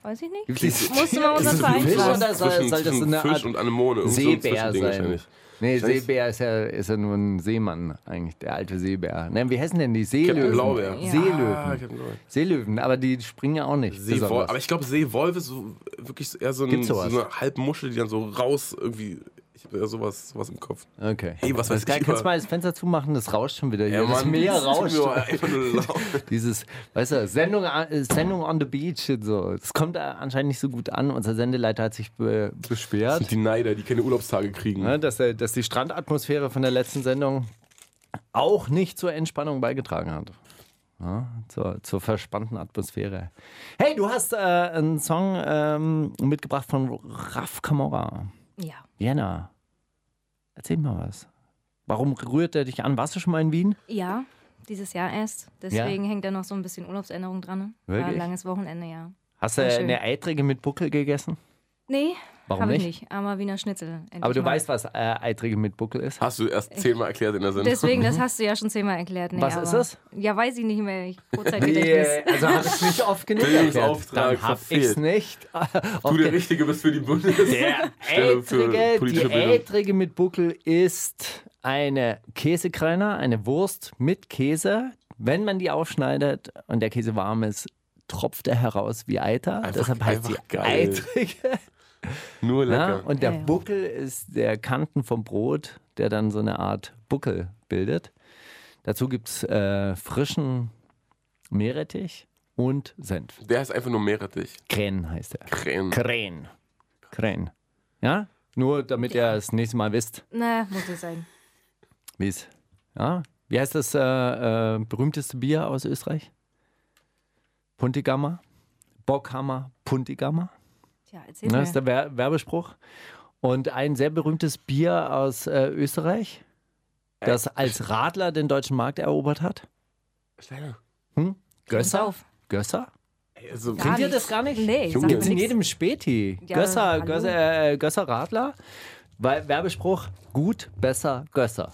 Weiß ich nicht.
Gibt's dieses-
Musste man unseren
Ist
Verein
Fisch
fragen.
oder soll,
Zwischen-
soll das so
zwischen
eine
Fisch
Art
und Anemone. Irgend so
Seebär
ein
sein?
Zwischending wahrscheinlich.
Nee,
Wahrscheinlich-
Seebär ist ja, ist ja nur ein Seemann eigentlich, der alte Seebär. Nein, wie heißen denn die Seelöwen?
Blaubeer. Ja. Ah, ich
Seelöwen.
hab einen Blaubeer.
Seelöwen, aber die springen ja auch nicht.
Seewolf,
besonders.
aber ich glaube, Seewolf ist so, wirklich eher so, ein,
Gibt's
so
sowas?
eine Halbmuschel, die dann so raus irgendwie. Ich habe ja sowas, sowas im Kopf.
Okay.
Hey, was weiß
das geil,
ich
Kannst du
über-
mal das Fenster zumachen? Das rauscht schon wieder hier. das
Mann,
Meer
das tut
rauscht.
mir einfach nur leid.
Dieses, weißt du, Sendung, an- äh, Sendung on the Beach und so. Das kommt äh, anscheinend nicht so gut an. Unser Sendeleiter hat sich be
Das
beschwert,
sind die Neider, die keine Urlaubstage kriegen.
ne, dass, er, dass die Strandatmosphäre von der letzten Sendung auch nicht zur Entspannung beigetragen hat. Ja, zur, zur verspannten Atmosphäre. Hey, du hast äh, einen Song ähm, mitgebracht von Raf Camora.
Ja.
Vienna. Erzähl mal was. Warum rührt er dich an? Warst du schon mal in Wien?
Ja, Dieses Jahr erst. Deswegen hängt da noch so ein bisschen Urlaubsänderung dran. War
Wirklich?
ein langes Wochenende, ja.
Hast du
War schön.
eine Eitrige mit Buckel gegessen?
Nee,
Warum
habe ich
nicht?
nicht. Aber Wiener Schnitzel. endlich
Aber du
mal.
weißt, was äh, Eitrige mit Buckel ist?
Hast du erst zehnmal erklärt in der Sendung.
Deswegen, das hast du ja schon zehnmal erklärt. Nee,
Mhm. Was
aber,
ist das?
Ja, weiß ich nicht mehr. Ich Kurzzeitgedächtnis.
Nee, also habe ich nicht oft genug
Bildungsauftrag
erklärt. Dann hab
verfehlt.
ich's nicht. äh,
du der Richtige bist für die Bundes.
Der
Stelle für
Ätrige, die
politische Bildung.
Ätrige mit Buckel ist eine Käsekreiner, eine Wurst mit Käse. Wenn man die aufschneidet und der Käse warm ist, tropft er heraus wie Eiter.
Einfach-
Deshalb heißt sie
einfach geil.
Eitrige.
Nur
Ja,
lecker.
und der
Ja, ja.
Buckel ist der Kanten vom Brot, der dann so eine Art Buckel bildet. Dazu gibt es äh, frischen Meerrettich und Senf.
der ist einfach nur Meerrettich.
Krähen heißt er.
Krähen.
Krähen. Krähen. Ja? Nur damit ihr das nächste Mal wisst,
Na, muss es sein.
wie es. Ja? Wie heißt das äh, äh, berühmteste Bier aus Österreich? Puntigammer. Bockhammer, Puntigammer.
Tja, erzähl
Ne,
mir.
ist der Wer Werbespruch. Und ein sehr berühmtes Bier aus äh, Österreich, das als Radler den deutschen Markt erobert hat.
Steiner.
Hm? Gösser?
auf.
Gösser?
Ey, Also,
Gar
Kennt ihr
nicht.
das gar nicht?
Nee,
Junge,
sag
Gibt
mir
es in
nichts.
jedem Späti.
Ja,
Gösser,
hallo.
Gösser, äh, Gösser Radler. Weil- Werbespruch, gut, besser, Gösser.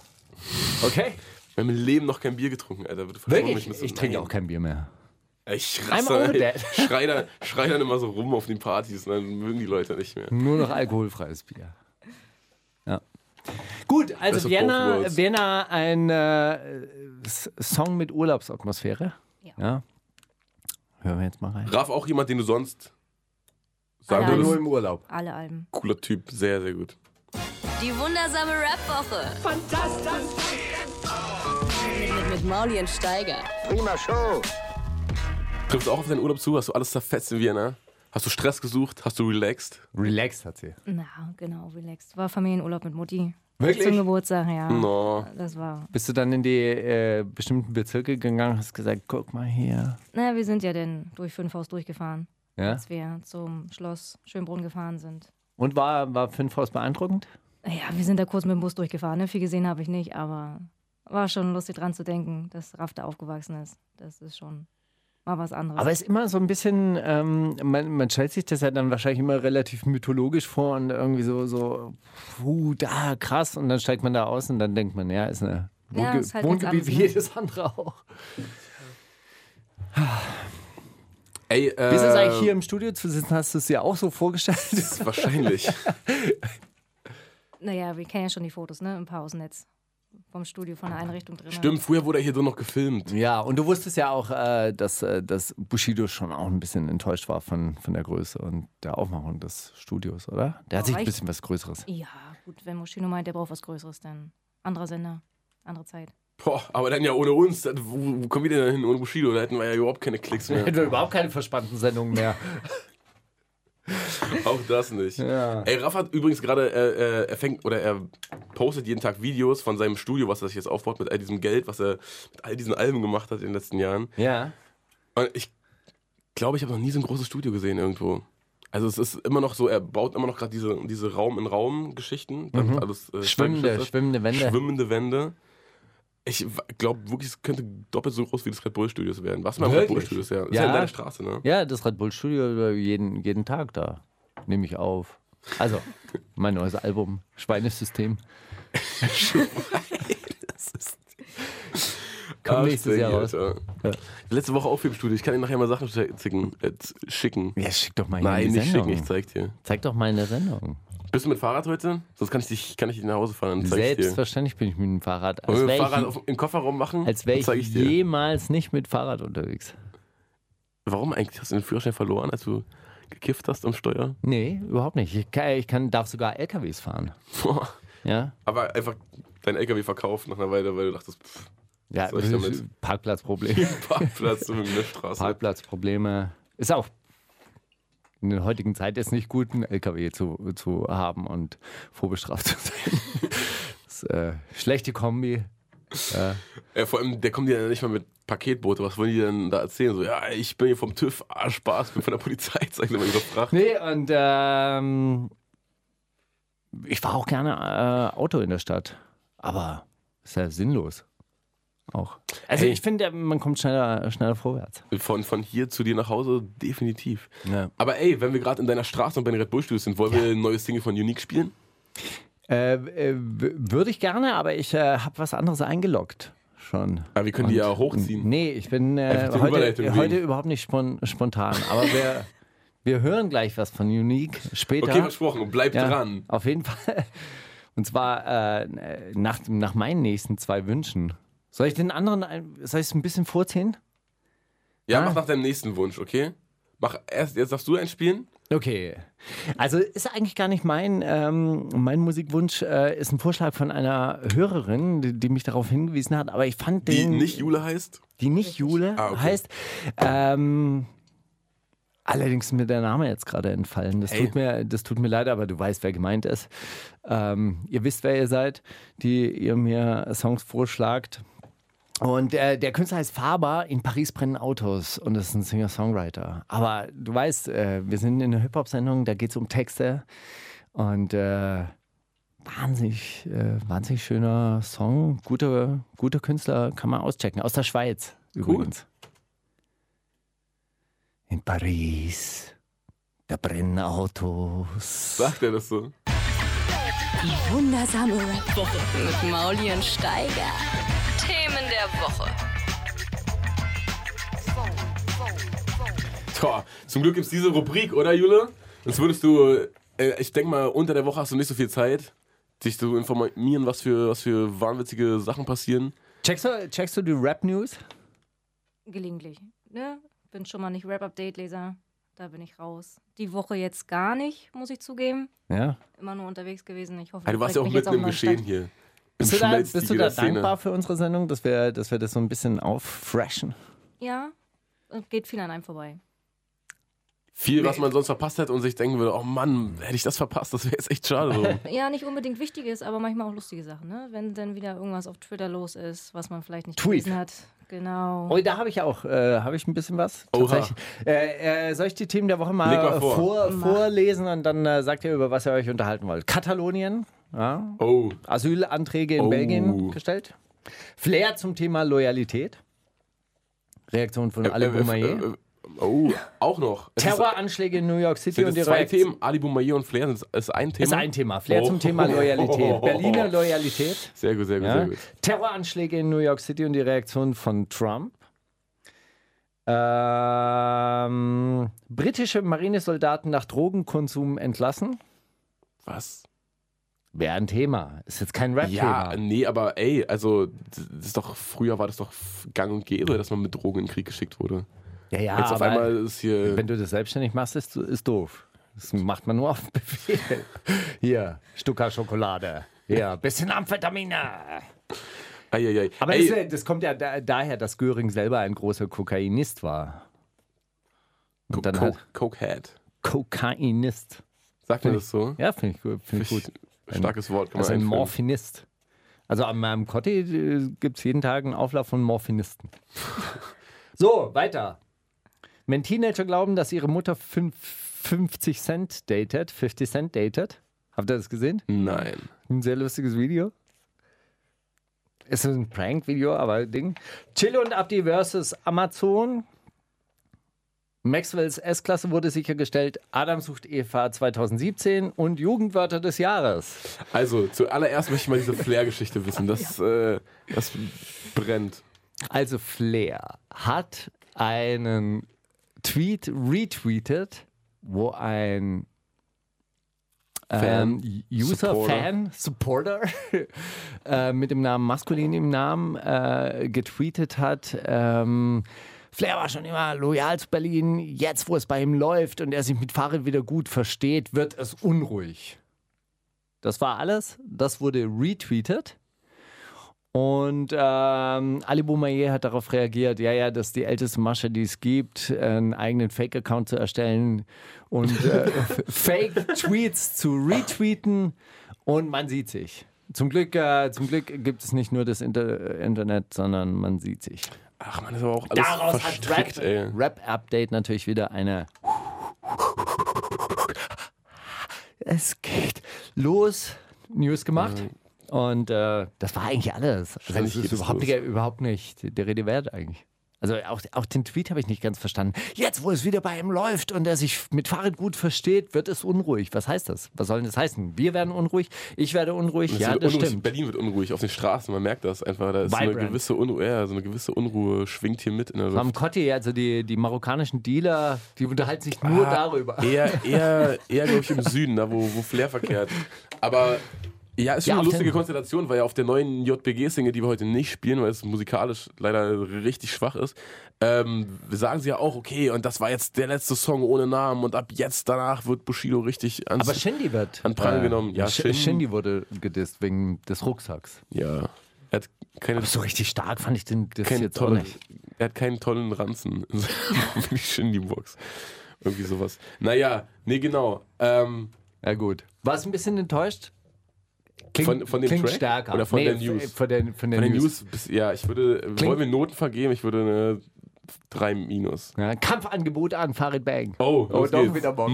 Okay?
wir haben im Leben noch kein Bier getrunken, Alter. Du verstehst
Wirklich?
mich mit
Ich,
so-
trinke
Nein.
auch kein Bier mehr.
Ich
I'm
rasse.
over
ey.
that.
Schrei dann, schrei dann immer so rum auf den Partys und dann mögen die Leute nicht mehr.
Nur noch alkoholfreies Bier. Ja. Gut, also
Beste
Vienna,
Kochwurst.
Vienna ein äh, S- Song mit Urlaubsatmosphäre. Ja. Hören wir jetzt mal rein.
Raff auch jemand, den du sonst sagen
Allein.
würdest.
im Urlaub.
Alle Alben.
Cooler Typ, sehr, sehr gut.
Die wundersame Rap-Woche. Fantastisch. Mit, mit Mauli und Steiger.
Prima Show.
Triffst du auch auf deinen Urlaub zu? Hast du alles zerfetzt in Vienna? Hast du Stress gesucht? Hast du relaxed?
Relaxed hat sie.
Na, genau, relaxed. War Familienurlaub mit Mutti.
Wirklich?
Zum Geburtstag, ja.
No.
Das war.
Bist du dann in die äh, bestimmten Bezirke gegangen, hast gesagt, guck mal hier.
Na, wir sind ja denn durch Fünfhaus durchgefahren,
Ja?
als wir zum Schloss Schönbrunn gefahren sind.
Und war, war Fünfhaus beeindruckend?
Naja, wir sind da kurz mit dem Bus durchgefahren. Ne? Viel gesehen habe ich nicht, aber war schon lustig dran zu denken, dass Raff da aufgewachsen ist. Das ist schon mal was anderes.
Aber es ist immer so ein bisschen, ähm, man, man stellt sich das ja dann wahrscheinlich immer relativ mythologisch vor und irgendwie so, so, puh, da, krass. Und dann steigt man da aus und dann denkt man, ja, ist eine
Ja,
Wohnge
ist halt ganz
Wohngebiet
anders,
wie
ne?
jedes andere auch.
Ey, äh,
Wie ist es eigentlich hier im Studio zu sitzen? Hast du es dir auch so vorgestellt?
Wahrscheinlich.
naja, wir kennen ja schon die Fotos, ne? Im Pausennetz. Vom Studio, von der Einrichtung drin.
Stimmt, früher wurde er hier drin noch gefilmt.
Ja, und du wusstest ja auch, äh, dass, äh, dass Bushido schon auch ein bisschen enttäuscht war von, von der Größe und der Aufmachung des Studios, oder? Der hat
Oh,
sich ein
echt?
bisschen was Größeres.
Ja, gut, wenn Moschino meint, der braucht was Größeres, dann anderer Sender, andere Zeit.
Boah, aber dann ja ohne uns. Das- Wo, wo kommen wir denn hin ohne Bushido? Da hätten wir ja überhaupt keine Klicks mehr.
wir überhaupt keine verspannten Sendungen mehr.
Auch das nicht. Ey, Raff hat übrigens gerade, äh, äh, er fängt oder er postet jeden Tag Videos von seinem Studio, was er sich jetzt aufbaut mit all diesem Geld, was er mit all diesen Alben gemacht hat in den letzten Jahren.
ja.
Und ich glaube, ich habe noch nie so ein großes Studio gesehen irgendwo. Also es ist immer noch so, er baut immer noch gerade diese, diese Raum-in-Raum-Geschichten. damit alles, äh,
Mhm. Schwimmende,
schwimmende,
schwimmende Wände.
schwimmende Wände. Ich glaube wirklich, es könnte doppelt so groß wie das Red Bull Studios werden. Was mal Red
Wirklich?
Bull Studios, ja. Ist ja,
Ja.
in deiner Straße, ne?
Ja, das Red Bull Studio äh, jeden, jeden Tag da. Nehme ich auf. Also, mein neues Album, Schweinesystem. Kommt
Arsch
nächstes
drin,
Jahr raus.
Alter. Letzte Woche auch viel im Studio. Ich kann dir nachher mal Sachen schicken. Äh, schicken.
Ja, schick doch mal hier
Nein,
in die
nicht
Sendung.
schicken, ich zeig dir.
Zeig doch mal eine Sendung.
Bist du mit Fahrrad heute? Sonst kann ich dich, kann ich dich nach Hause fahren. Dann zeig ich dir.
Selbstverständlich bin ich mit dem Fahrrad. Als
Wollen
wär
wir ein
ich-
Fahrrad auf, im Kofferraum machen?
Als wäre
Dann
ich,
zeig ich dir.
jemals nicht mit Fahrrad unterwegs.
Warum eigentlich? Hast du den Führerschein verloren, als du gekifft hast am Steuer?
Nee, überhaupt nicht. Ich, kann, ich kann, darf sogar LKWs fahren.
Boah.
Ja,
Aber einfach deinen LKW verkauft nach einer Weile, weil du dachtest, pff,
ja
soll ich damit?
Parkplatzprobleme.
Parkplatz in der Straße.
Parkplatzprobleme. Ist auch in der heutigen Zeit ist nicht gut, einen LKW zu, zu haben und vorbestraft zu sein. das ist, äh, schlechte Kombi.
Ja, vor allem, der kommt ja nicht mal mit Paketboote. Was wollen die denn da erzählen? So, ja, ich bin hier vom TÜV, ah, Spaß, bin von der Polizei, zeig dir mal ihre Fracht.
Nee, und ähm, ich war auch gerne äh, Auto in der Stadt. Aber ist ja sinnlos. Auch. Also
Hey.
ich finde, man kommt schneller, schneller vorwärts.
Von, von hier zu dir nach Hause, definitiv.
Ja.
Aber ey, wenn wir gerade in deiner Straße und bei den Red Bull Studios sind, wollen wir ein neues Single von Unique spielen?
Äh, äh, w- Würde ich gerne, aber ich äh, habe was anderes eingeloggt schon.
Aber wir können die ja hochziehen.
Nee, ich bin äh,
Einfach die Überleitung
heute,
wegen.
heute überhaupt nicht spon spontan. Aber wir, wir hören gleich was von Unique später.
Okay, versprochen. Und bleib
Ja,
dran.
Auf jeden Fall. Und zwar äh, nach, nach meinen nächsten zwei Wünschen. Soll ich den anderen, ein- soll ich es ein bisschen vorziehen?
Ja,
Ah.
mach nach deinem nächsten Wunsch, okay? Mach erst, jetzt darfst du eins spielen.
Okay. Also ist eigentlich gar nicht mein, ähm, mein Musikwunsch, äh, ist ein Vorschlag von einer Hörerin, die, die mich darauf hingewiesen hat, aber ich fand
Die
den.
nicht Jule heißt.
die nicht Jule
Ah, okay.
heißt. Ähm, allerdings ist mir der Name jetzt gerade entfallen. Das,
Hey.
tut mir, das tut mir leid, aber du weißt, wer gemeint ist. Ähm, ihr wisst, wer ihr seid, die ihr mir Songs vorschlagt. Und äh, der Künstler heißt Faber, in Paris brennen Autos und ist ein Singer-Songwriter. Aber du weißt, äh, wir sind in einer Hip-Hop-Sendung, da geht es um Texte und äh, wahnsinnig, äh, wahnsinnig schöner Song. Gute, gute Künstler kann man auschecken. Aus der Schweiz übrigens. In Paris, da brennen Autos.
Sagt er das so?
Die wundersame Rap
Woche mit Mauli und Steiger. Themen der Woche.
Tja, zum Glück gibt es diese Rubrik, oder Jule? Sonst würdest du, äh, ich denke mal, unter der Woche hast du nicht so viel Zeit, dich zu informieren, was für, was für wahnwitzige Sachen passieren.
Checkst du, checkst du die Rap-News?
Gelegentlich. Ne? Bin schon mal nicht Rap-Update-Leser. Da bin ich raus. Die Woche jetzt gar nicht, muss ich zugeben.
Ja.
Immer nur unterwegs gewesen. Ich hoffe,
Ja, Ah, du
das
warst ja auch
bringt mich jetzt
mitten
auf
im
einen
Geschehen
Stand.
hier.
Bist
Im
du da,
Schmelztiegel
bist du da
der Szene.
dankbar für unsere Sendung, dass wir, dass wir das so ein bisschen auffreshen?
Ja, und geht viel an einem vorbei.
Viel, was man sonst verpasst hätte und sich denken würde, oh Mann, hätte ich das verpasst, das wäre jetzt echt schade. drum.
Ja, nicht unbedingt Wichtiges, aber manchmal auch lustige Sachen. Ne? Wenn dann wieder irgendwas auf Twitter los ist, was man vielleicht nicht
Tweet.
gelesen hat. Genau.
Oh, da habe ich auch, äh, habe ich ein bisschen was.
Oha.
Tatsächlich. Äh, äh, soll ich die Themen der Woche mal,
Leg mal
äh,
vor.
vorlesen und dann äh, sagt ihr, über was ihr euch unterhalten wollt? Katalonien, ja,
Oh,
Asylanträge in
Oh.
Belgien gestellt. Flair zum Thema Loyalität. Reaktion
Äh,
von Ali Boumaier.
oh, auch noch. Es ist-
Terroranschläge in New York City
Sind
und die
es zwei
Reaktion.
Themen? Ali Boumaier und Flair sind, ist ein Thema?
Ist ein Thema. Flair
Oh.
zum Thema Loyalität. Berliner Loyalität.
Sehr gut, sehr gut,
Ja?
sehr gut.
Terroranschläge in New York City und die Reaktion von Trump. Ähm, britische Marinesoldaten nach Drogenkonsum entlassen.
Was?
Wäre ein Thema. Ist jetzt kein Rap-Thema.
Ja, nee, aber ey, also das ist doch, früher war das doch gang und gäbe, dass man mit Drogen in den Krieg geschickt wurde.
ja, ja,
Jetzt auf
aber
einmal äh, ist hier.
wenn du das selbstständig machst, ist, ist doof. Das macht man nur auf Befehl. Hier, Stucker Schokolade. Ja, bisschen Amphetamine.
Eieiei.
Aber
ey,
das, äh, das kommt ja da, daher, dass Göring selber ein großer Kokainist war.
Co-
dann
Co-
halt-
Cokehead.
Kokainist.
Sagt man das so?
Ja, finde ich, gut- find ich gut.
Starkes Wort. Kann
Also ein
man einführen.
Morphinist. Also an meinem Kotti gibt es jeden Tag einen Auflauf von Morphinisten. so, weiter. Wenn Teenager glauben, dass ihre Mutter fünf- 50 Cent datet, 50 Cent datet, habt ihr das gesehen?
Nein.
Ein sehr lustiges Video. Es ist ein Prank-Video, aber Ding. Chill und Abdi versus Amazon. Maxwells S-Klasse wurde sichergestellt. Adam sucht Eva 2017 und Jugendwörter des Jahres.
Also, zuallererst möchte ich mal diese Flair-Geschichte wissen. Das, äh, das brennt.
Also Flair hat einen Tweet retweetet, wo ein
Fan,
ähm, User,
Supporter.
Fan, Supporter äh, mit dem Namen Maskulin im Namen äh, getweetet hat. Ähm, Flair war schon immer loyal zu Berlin. Jetzt, wo es bei ihm läuft und er sich mit Fahrrad wieder gut versteht, wird es unruhig. Das war alles. Das wurde retweetet. Und ähm, Ali Boumaier hat darauf reagiert, ja, ja, das ist die älteste Masche, die es gibt, einen eigenen Fake-Account zu erstellen und äh, Fake-Tweets zu retweeten und man sieht sich. Zum Glück, äh, zum Glück gibt es nicht nur das Inter Internet, sondern man sieht sich.
Ach man, das ist aber auch alles verstrickt, ey.
Rap-Update natürlich wieder eine. Es geht los. News gemacht. Und äh, das war eigentlich alles. Also
Ständig
das ist
geht es
überhaupt,
los.
nicht- überhaupt nicht der Rede wert eigentlich. Also auch, auch den Tweet habe ich nicht ganz verstanden. Jetzt, wo es wieder bei ihm läuft und er sich mit Fahrrad gut versteht, wird es unruhig. Was heißt das? Was soll denn das heißen? Wir werden unruhig, ich werde unruhig.
Es
ja,
wird
das
unruhig.
stimmt.
Berlin wird unruhig auf den Straßen, man merkt das einfach. Da ist so eine
Vibrant.
gewisse Unruhe, ja, so eine gewisse Unruhe schwingt hier mit in der Luft.
Am Kotti, also die, die marokkanischen Dealer, die unterhalten sich nur
Ah,
darüber.
Eher, eher, eher glaube ich, im Süden, da wo, wo Flair verkehrt. Aber ja, ist schon
Ja,
eine
auf
lustige
den-
Konstellation, weil ja auf der neuen JBG-Single, die wir heute nicht spielen, weil es musikalisch leider richtig schwach ist, ähm, sagen sie ja auch, okay, und das war jetzt der letzte Song ohne Namen und ab jetzt danach wird Bushido richtig ans...
Aber Shindy wird. äh,
An Prangel genommen. Ja,
Sh-
Shin-
Shindy wurde gedisst wegen des Rucksacks.
ja. Er hat keine,
Aber so richtig stark fand ich den das
keine
jetzt auch
tolle,
nicht.
er hat keinen tollen Ranzen in seiner Shindy-Box. Irgendwie sowas. Naja, nee, genau. Ähm,
Ja gut. Warst du ein bisschen enttäuscht? Klingt,
Von- von dem
klingt
Track?
stärker.
Oder von
nee,
der News?
f- Von der, von der
Bei den
News.
News, bis- ja, ich würde, wollen wir Noten vergeben? Ich würde eine 3 minus.
Ja, Kampfangebot an Farid Bang.
Oh,
Oh,
los
doch
geht's.
wieder Bock.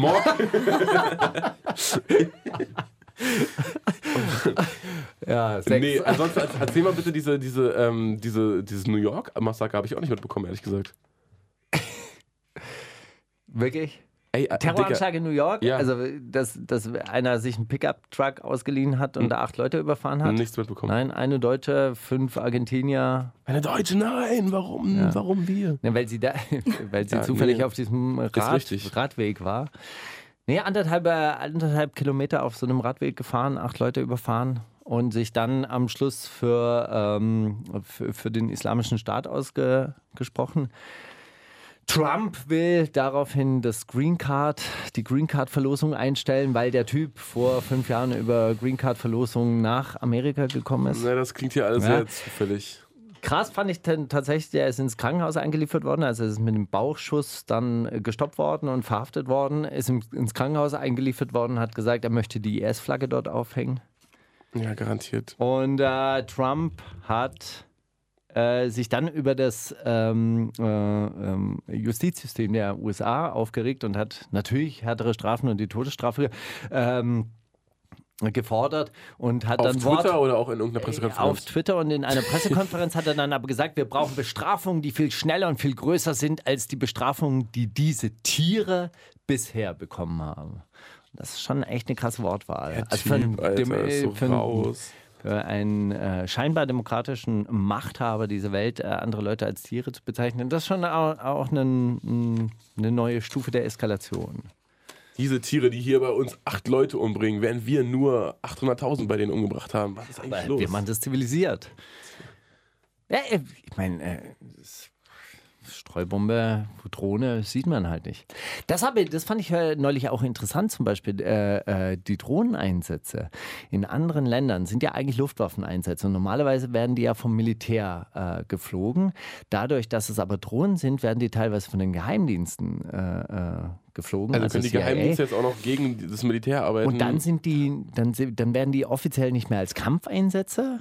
Ja, sechs.
Nee, ansonsten erz- erzähl mal bitte diese, diese, ähm, diese, dieses New York-Massaker habe ich auch nicht mitbekommen, ehrlich gesagt.
Wirklich?
Ey, äh,
Terroranschlag in New York?
Ja.
Also, dass, dass einer sich einen Pickup-Truck ausgeliehen hat und da acht Leute überfahren
Dicker,
hat?
nichts mitbekommen.
Nein, eine Deutsche, fünf Argentinier.
Eine Deutsche, nein, warum, warum wir?
Ne, weil sie, da, weil sie
Ja,
zufällig
nee.
auf diesem
richtig.
Rad, Radweg war. Nee, anderthalb, äh, anderthalb Kilometer auf so einem Radweg gefahren, acht Leute überfahren und sich dann am Schluss für, ähm, für, für den Islamischen Staat ausgesprochen. Trump will daraufhin das Green Card, die Green Card Verlosung einstellen, weil der Typ vor fünf Jahren über Green Card Verlosung nach Amerika gekommen ist.
Na, das klingt hier alles
Ja.
sehr zufällig.
Krass fand ich denn tatsächlich, der ist ins Krankenhaus eingeliefert worden, also ist mit dem Bauchschuss dann äh, gestoppt worden und verhaftet worden, ist im, ins Krankenhaus eingeliefert worden, hat gesagt, er möchte die IS-Flagge dort aufhängen.
Ja, garantiert.
Und äh, Trump hat äh, sich dann über das ähm, äh, ähm, Justizsystem der USA aufgeregt und hat natürlich härtere Strafen und die Todesstrafe ähm, gefordert und hat
Auf
dann Wort,
Twitter oder auch in irgendeiner
auf
Pressekonferenz?
Twitter und in einer Pressekonferenz hat er dann aber gesagt, wir brauchen Bestrafungen, die viel schneller und viel größer sind als die Bestrafungen, die diese Tiere bisher bekommen haben. Das ist schon echt eine krasse Wortwahl. also für, einen-
Typ, Alter,
dem,
ist
äh,
so
für, einen-
raus.
für einen äh, scheinbar demokratischen Machthaber dieser Welt, äh, andere Leute als Tiere zu bezeichnen, das ist schon auch, auch einen, mh, eine neue Stufe der Eskalation.
Diese Tiere, die hier bei uns acht Leute umbringen, während wir nur 800.000 bei denen umgebracht haben. Was ist eigentlich
Weil
los?
Äh, wir machen das zivilisiert. Ja, äh, ich meine, äh, das- Streubombe, Drohne sieht man halt nicht. Das, habe, das fand ich äh, neulich auch interessant, zum Beispiel äh, äh, die Drohneneinsätze. In anderen Ländern sind ja eigentlich Luftwaffeneinsätze und normalerweise werden die ja vom Militär äh, geflogen. Dadurch, dass es aber Drohnen sind, werden die teilweise von den Geheimdiensten äh, äh, geflogen.
Also können die
CIA.
Geheimdienste jetzt auch noch gegen das Militär arbeiten?
Und dann sind die, dann, se- dann werden die offiziell nicht mehr als Kampfeinsätze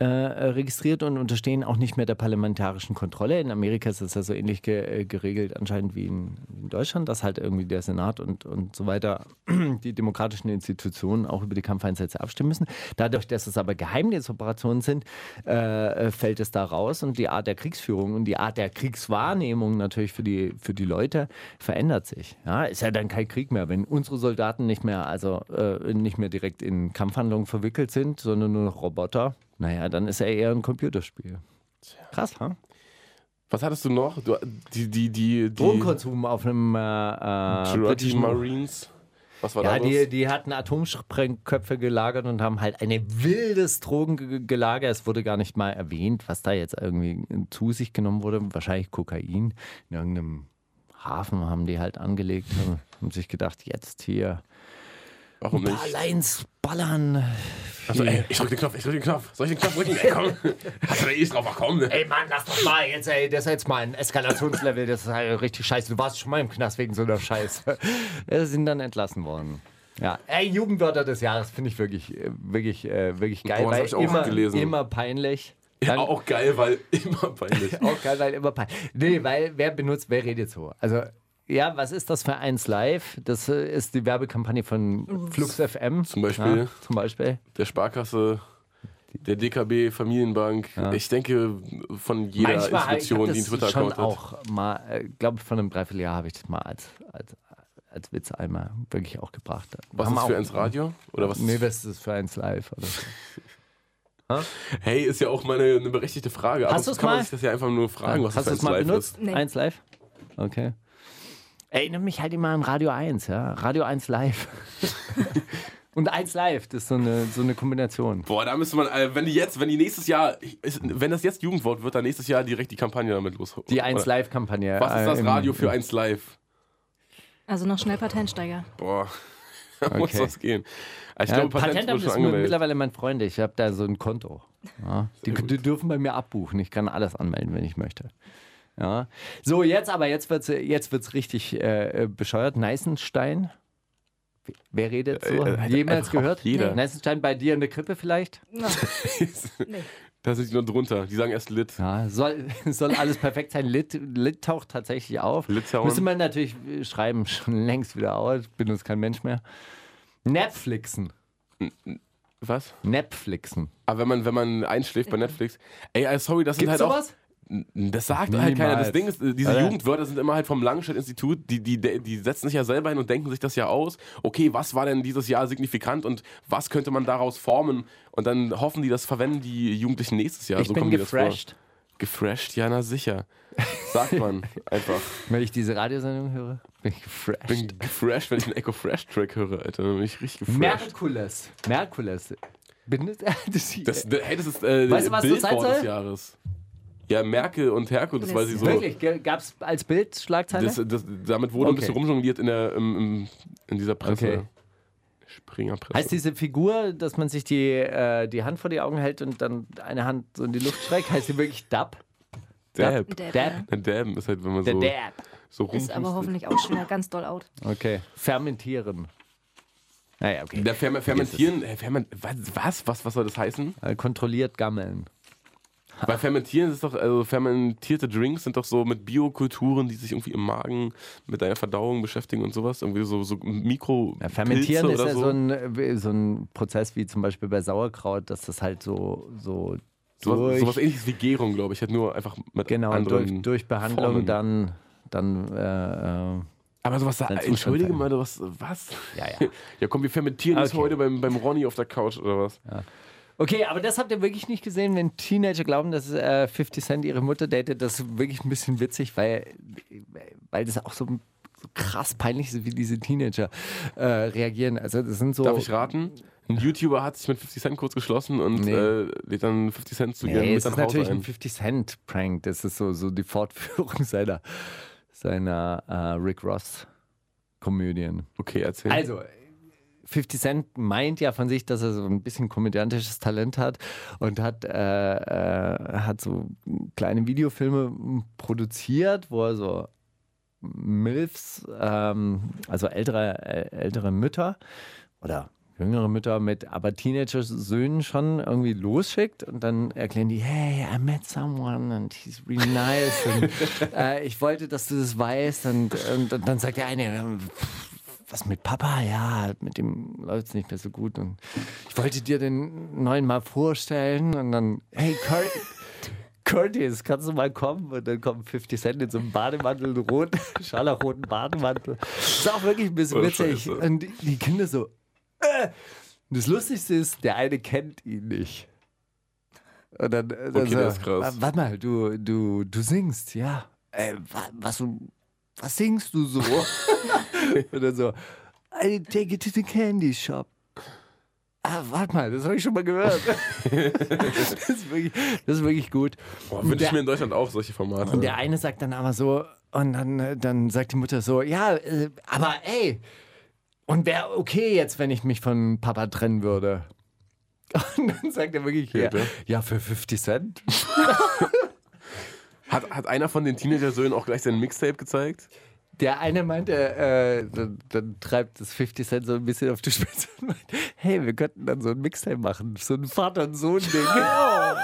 äh, äh, registriert und unterstehen auch nicht mehr der parlamentarischen Kontrolle. In Amerika ist das ja so ähnlich ge äh, geregelt anscheinend wie in, wie in Deutschland, dass halt irgendwie der Senat und, und so weiter die demokratischen Institutionen auch über die Kampfeinsätze abstimmen müssen. Dadurch, dass es aber Geheimdienstoperationen sind, äh, äh, fällt es da raus und die Art der Kriegsführung und die Art der Kriegswahrnehmung natürlich für die, für die Leute verändert sich. Ja, ist ja dann kein Krieg mehr, wenn unsere Soldaten nicht mehr, also äh, nicht mehr direkt in Kampfhandlungen verwickelt sind, sondern nur noch Roboter. Naja, dann ist er eher ein Computerspiel. Krass, ha?
Was hattest du noch? Du, die, die, die, die
Drogenkonsum auf einem äh, äh,
Dirty
britischen
Marines. Was war
Ja,
da los?
die, die hatten Atomsprengköpfe gelagert und haben halt ein wildes Drogengelager. Es wurde gar nicht mal erwähnt, was da jetzt irgendwie zu sich genommen wurde. Wahrscheinlich Kokain. In irgendeinem Hafen haben die halt angelegt, haben, haben sich gedacht, jetzt hier
Warum
paar
nicht?
Lines ballern.
Also, ey, ich drück den Knopf, ich drück den Knopf. Soll ich den Knopf drücken? Ey, komm. Hast du da eh drauf? Ach, komm. Ne?
Ey Mann, lass doch mal, jetzt, ey, das ist jetzt mal ein Eskalationslevel, das ist halt richtig scheiße. Du warst schon mal im Knast wegen so einer Scheiße. Ja, sind dann entlassen worden. Ja, ey, Jugendwörter des Jahres finde ich wirklich, äh, wirklich, äh, wirklich geil.
Boah, Oh, das
weil
hab ich auch
immer,
gelesen.
immer peinlich.
Ja,
Dann-
auch geil, weil immer peinlich.
auch geil, weil immer peinlich. Nee, weil wer benutzt, wer redet so? Also, ja, was ist das für eins live? Das äh, ist die Werbekampagne von Flux FM.
Zum Beispiel.
Ja, zum Beispiel.
Der Sparkasse Der DKB, Familienbank, ich denke, von jeder
Manchmal, halt, ich hab
Institution, die einen
das schon
Twitter-Account hat.
auch mal, ich glaube, von einem Dreivierteljahr habe ich das mal als, als, als Witz einmal wirklich auch gebracht.
Was
Haben
ist für
auch-
eins Radio? Oder was
Nee, was ist das für eins live? Oder so.
Hey, ist ja auch mal eine, eine berechtigte Frage. Ab
Hast
und zu
du's
kann man
mal?
sich das ja einfach nur fragen, was
Hast du
das
es
für
mal
eins live
benutzt?
ist.
Nee.
Eins live? Okay. Erinnert mich halt immer an Radio 1, ja. Radio 1 live. Und 1 live, das ist so eine, so eine Kombination.
Boah, da müsste man, äh, wenn die jetzt, wenn die nächstes Jahr, ist, wenn das jetzt Jugendwort wird, dann nächstes Jahr direkt die Kampagne damit los.
Die 1
Oder-
live Kampagne.
Was ist
äh,
das
im-
Radio für 1 Live?
Also noch schnell Patentsteiger.
Boah, da muss
Okay.
was gehen. Ich
Ja,
glaube, Patent
Patentamt
wurde schon
ist mir
angemeldet.
mittlerweile mein Freund. Ich habe da so ein Konto. Ja, die, die dürfen bei mir abbuchen. Ich kann alles anmelden, wenn ich möchte. Ja. So, jetzt aber, jetzt wird es jetzt wird's richtig äh, äh, bescheuert. Neißenstein. Wer redet so?
Äh, äh,
Jemals
einfach
gehört?
jeder.
Neißenstein bei dir in der Krippe vielleicht?
Ja. nee.
Da sind die nur drunter. Die sagen erst Lit.
Ja, soll, soll alles perfekt sein. Lit, Lit taucht tatsächlich auf.
Litauen.
Müsste man natürlich äh, schreiben, schon längst wieder aus. Benutzt kein Mensch mehr. Netflixen.
Was?
Netflixen.
Aber wenn man, wenn man einschläft bei Netflix. Ey, äh, sorry, das sind
Gibt's
halt auch.
sowas?
Das sagt halt keiner. Das
Niemals.
Ding ist, äh, diese
Alter.
Jugendwörter sind immer halt vom Langenstadt-Institut, die, die, die setzen sich ja selber hin und denken sich das ja aus. Okay, was war denn dieses Jahr signifikant und was könnte man daraus formen? Und dann hoffen die, das verwenden die Jugendlichen nächstes Jahr.
ich bin
Also die das vor.
gefresht,
Gefresht? Ja, na sicher. Sagt man einfach.
wenn ich diese Radiosendung höre. Bin ich gefresht.
Ich bin gefresht, wenn ich einen Echo Fresh Track höre, Alter. Dann bin ich richtig gefresht.
Merkules. Merkules. Bin das, das,
Das, das, hey, das ist äh,
Weißt du, was das
Bildwort
sein soll?
des Jahres. Ja, Merkel und Herkules, weil sie so.
wirklich, gab es als Bild Schlagzeile?
Das, das, damit wurde ein
Okay.
bisschen rumjongliert in, der, im, im, in dieser Presse.
Okay.
Springerpresse.
heißt diese Figur, dass man sich die, äh, die Hand vor die Augen hält und dann eine Hand so in die Luft schreckt, heißt sie wirklich Dab?
Dab.
Dab,
Dab?
Ein Dab ist halt, wenn man
Der
so,
Dab.
so
Ist aber
rum.
hoffentlich auch schon wieder ganz doll out.
Okay. Fermentieren. Naja, okay.
Der Ferme- Fermentieren, äh, Ferment, was, was, was, was soll das heißen?
Äh, kontrolliert gammeln.
Weil Fermentieren ist doch, also fermentierte Drinks sind doch so mit Biokulturen, die sich irgendwie im Magen mit deiner Verdauung beschäftigen und sowas. Irgendwie so, so Mikro.
Ja, fermentieren
Pilze
ist ja
oder
so ein, äh, so ein Prozess wie zum Beispiel bei Sauerkraut, dass das halt so, so
Sowas,
durch
sowas ähnliches wie Gärung, glaube ich. Halt nur einfach mit
Genau,
anderen
durch, durch Behandlung
Formen.
dann, dann äh, äh,
Aber sowas, äh,
Dann Zustand
entschuldige
sein.
mal, was, was?
Ja, ja.
Ja, komm, wir fermentieren das
Okay.
heute beim, beim Ronny auf der Couch oder was?
Okay, aber das habt ihr wirklich nicht gesehen, wenn Teenager glauben, dass äh, 50 Cent ihre Mutter datet. Das ist wirklich ein bisschen witzig, weil, weil das auch so, so krass peinlich ist, wie diese Teenager äh, reagieren. Also das sind so...
Darf ich raten? Ein YouTuber hat sich mit 50 Cent kurz geschlossen und
Nee.
äh, lädt dann 50 Cent zu ihren
Nee, es
Müttern
ist
nach Hause
natürlich ein
ein.
50 Cent Prank. Das ist so, so die Fortführung seiner, seiner äh, Rick Ross Komödien.
Okay, erzähl.
Also, 50 Cent meint ja von sich, dass er so ein bisschen komödiantisches Talent hat und hat, äh, äh, hat so kleine Videofilme produziert, wo er so MILFs, ähm, also ältere, äl- ältere Mütter oder jüngere Mütter mit aber Teenager-Söhnen schon irgendwie losschickt und dann erklären die, hey, I met someone and he's really nice und äh, ich wollte, dass du das weißt und, und, und dann sagt der eine, ähm, was mit Papa? Ja, mit dem läuft es nicht mehr so gut. Und ich wollte dir den neuen mal vorstellen und dann, hey, Cur Curtis, kannst du mal kommen? Und dann kommt 50 Cent in so einem Bademantel, einen roten, scharlachroten Bademantel. Ist auch wirklich ein bisschen
Oh,
witzig.
Scheiße.
Und die- die Kinder so, äh. Und das Lustigste ist, der eine kennt ihn nicht. Und dann, äh, dann
Okay,
so,
das ist krass.
"Wa- Warte mal, du, du, du singst, ja. Äh, wa- was, du- was singst du so? Und dann so, I take it to the candy shop. Ah, warte mal, das habe ich schon mal gehört. das, ist wirklich, das ist wirklich gut.
Boah, wünsche ich
der-
mir in Deutschland auch solche Formate.
Und der eine sagt dann aber so, und dann, äh, dann sagt die Mutter so, ja, äh, aber ey, und wäre okay jetzt, wenn ich mich von Papa trennen würde. Und dann sagt er wirklich, ja,
Bitte?
ja für 50 Cent.
Hat, hat einer von den Teenager-Söhnen auch gleich sein Mixtape gezeigt?
Der eine meinte, äh, dann, dann treibt das 50 Cent so ein bisschen auf die Spitze und meint, hey, wir könnten dann so ein Mixtape machen, so ein Vater- und Sohn-Ding.
Genau.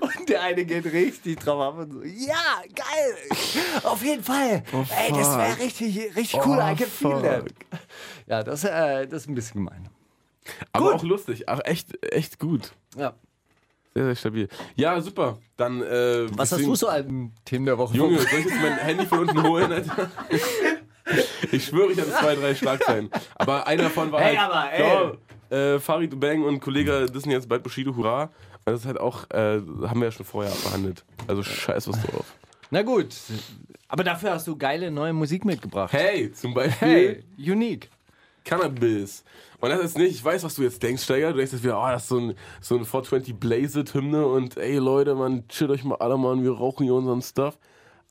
und der eine geht richtig drauf ab und so, ja, geil, auf jeden Fall.
Oh,
Ey, das wäre richtig, richtig cool, I can feel that. Ja, das, äh, das ist ein bisschen gemein.
Aber auch lustig. Ach, echt, echt gut.
Ja.
Sehr, sehr stabil. Ja, super. Dann, äh,
Was hast
deswegen-
du so an Themen der Woche?
Junge, soll ich jetzt mein Handy von unten holen, Alter? Ich schwöre, ich hatte zwei, drei Schlagzeilen. Aber einer davon war
Hey,
halt,
aber, ey.
Ja, äh, Farid Bang und Kollege Disney jetzt bald Bushido, hurra. Das ist halt auch, äh, haben wir ja schon vorher behandelt. Also scheiß was drauf.
Na gut. Aber dafür hast du geile neue Musik mitgebracht.
Hey, zum Beispiel
Hey, unique.
Cannabis. Und das ist nicht, ich weiß, was du jetzt denkst, Steiger. Du denkst jetzt wieder, oh, das ist so ein, so ein 420 Blazed-Hymne und ey Leute, man, chillt euch mal alle, Mann, wir rauchen hier unseren Stuff.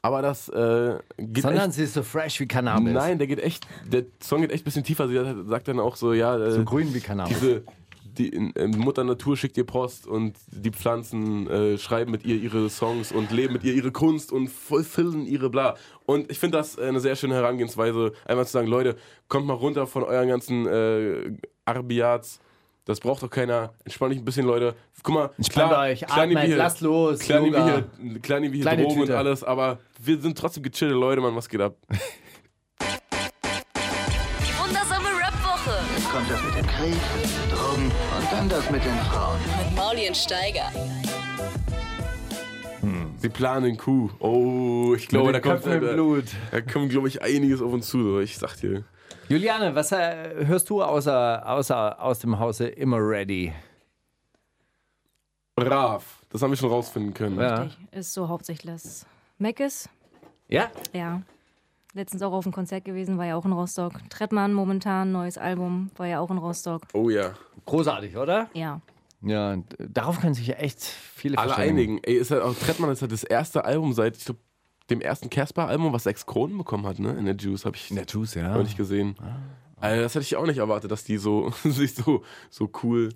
Aber das äh, geht echt
Sondern sie ist so fresh wie Cannabis.
Nein, der geht echt, der Song geht echt ein bisschen tiefer. Sie sagt dann auch so, ja, äh,
So grün wie Cannabis.
diese die, äh, Mutter Natur schickt ihr Post und die Pflanzen äh, schreiben mit ihr ihre Songs und leben mit ihr ihre Kunst und fulfillen ihre bla. Und ich finde das äh, eine sehr schöne Herangehensweise, einmal zu sagen, Leute, kommt mal runter von euren ganzen äh, Arbiats. Das braucht doch keiner. Entspannt euch ein bisschen, Leute. Guck mal,
Entspannt
klar,
euch,
kleine
atmet,
Bier-
lasst los.
Kleine wie
Yoga.
hier, kleine wie hier
Kleine
Drogen
Tüte.
und alles, aber wir sind trotzdem gechillte Leute, Mann, was geht ab?
Die wundersame Rap-Woche
Kommt das mit dem Krieg, Drogen und dann das mit den Frauen.
mit Mauli und Steiger.
Sie planen einen Coup. Oh, ich glaube, da kommt da, da kommt, glaube ich, einiges auf uns zu. so. Ich sag dir.
Juliane, was äh, hörst du außer, außer aus dem Hause immer ready?
Brav. Das haben wir schon rausfinden können.
Ja.
Ist so hauptsächlich das Meckes.
ja?
Ja. Letztens auch auf dem Konzert gewesen, war ja auch in Rostock. Trettmann momentan, neues Album, war ja auch in Rostock.
Oh ja.
Großartig, oder?
Ja.
Ja, und, äh, darauf können sich ja echt viele
Alle
verständigen.
einigen. Ey, ist halt auch, Trettmann ist halt das erste Album seit, ich glaube, dem ersten Casper-Album, was sechs Kronen bekommen hat, ne? In der Juice, habe ich
In der Juice, ja. Ah.
neulich gesehen. Also, das hätte ich auch nicht erwartet, dass die so, sich so, so cool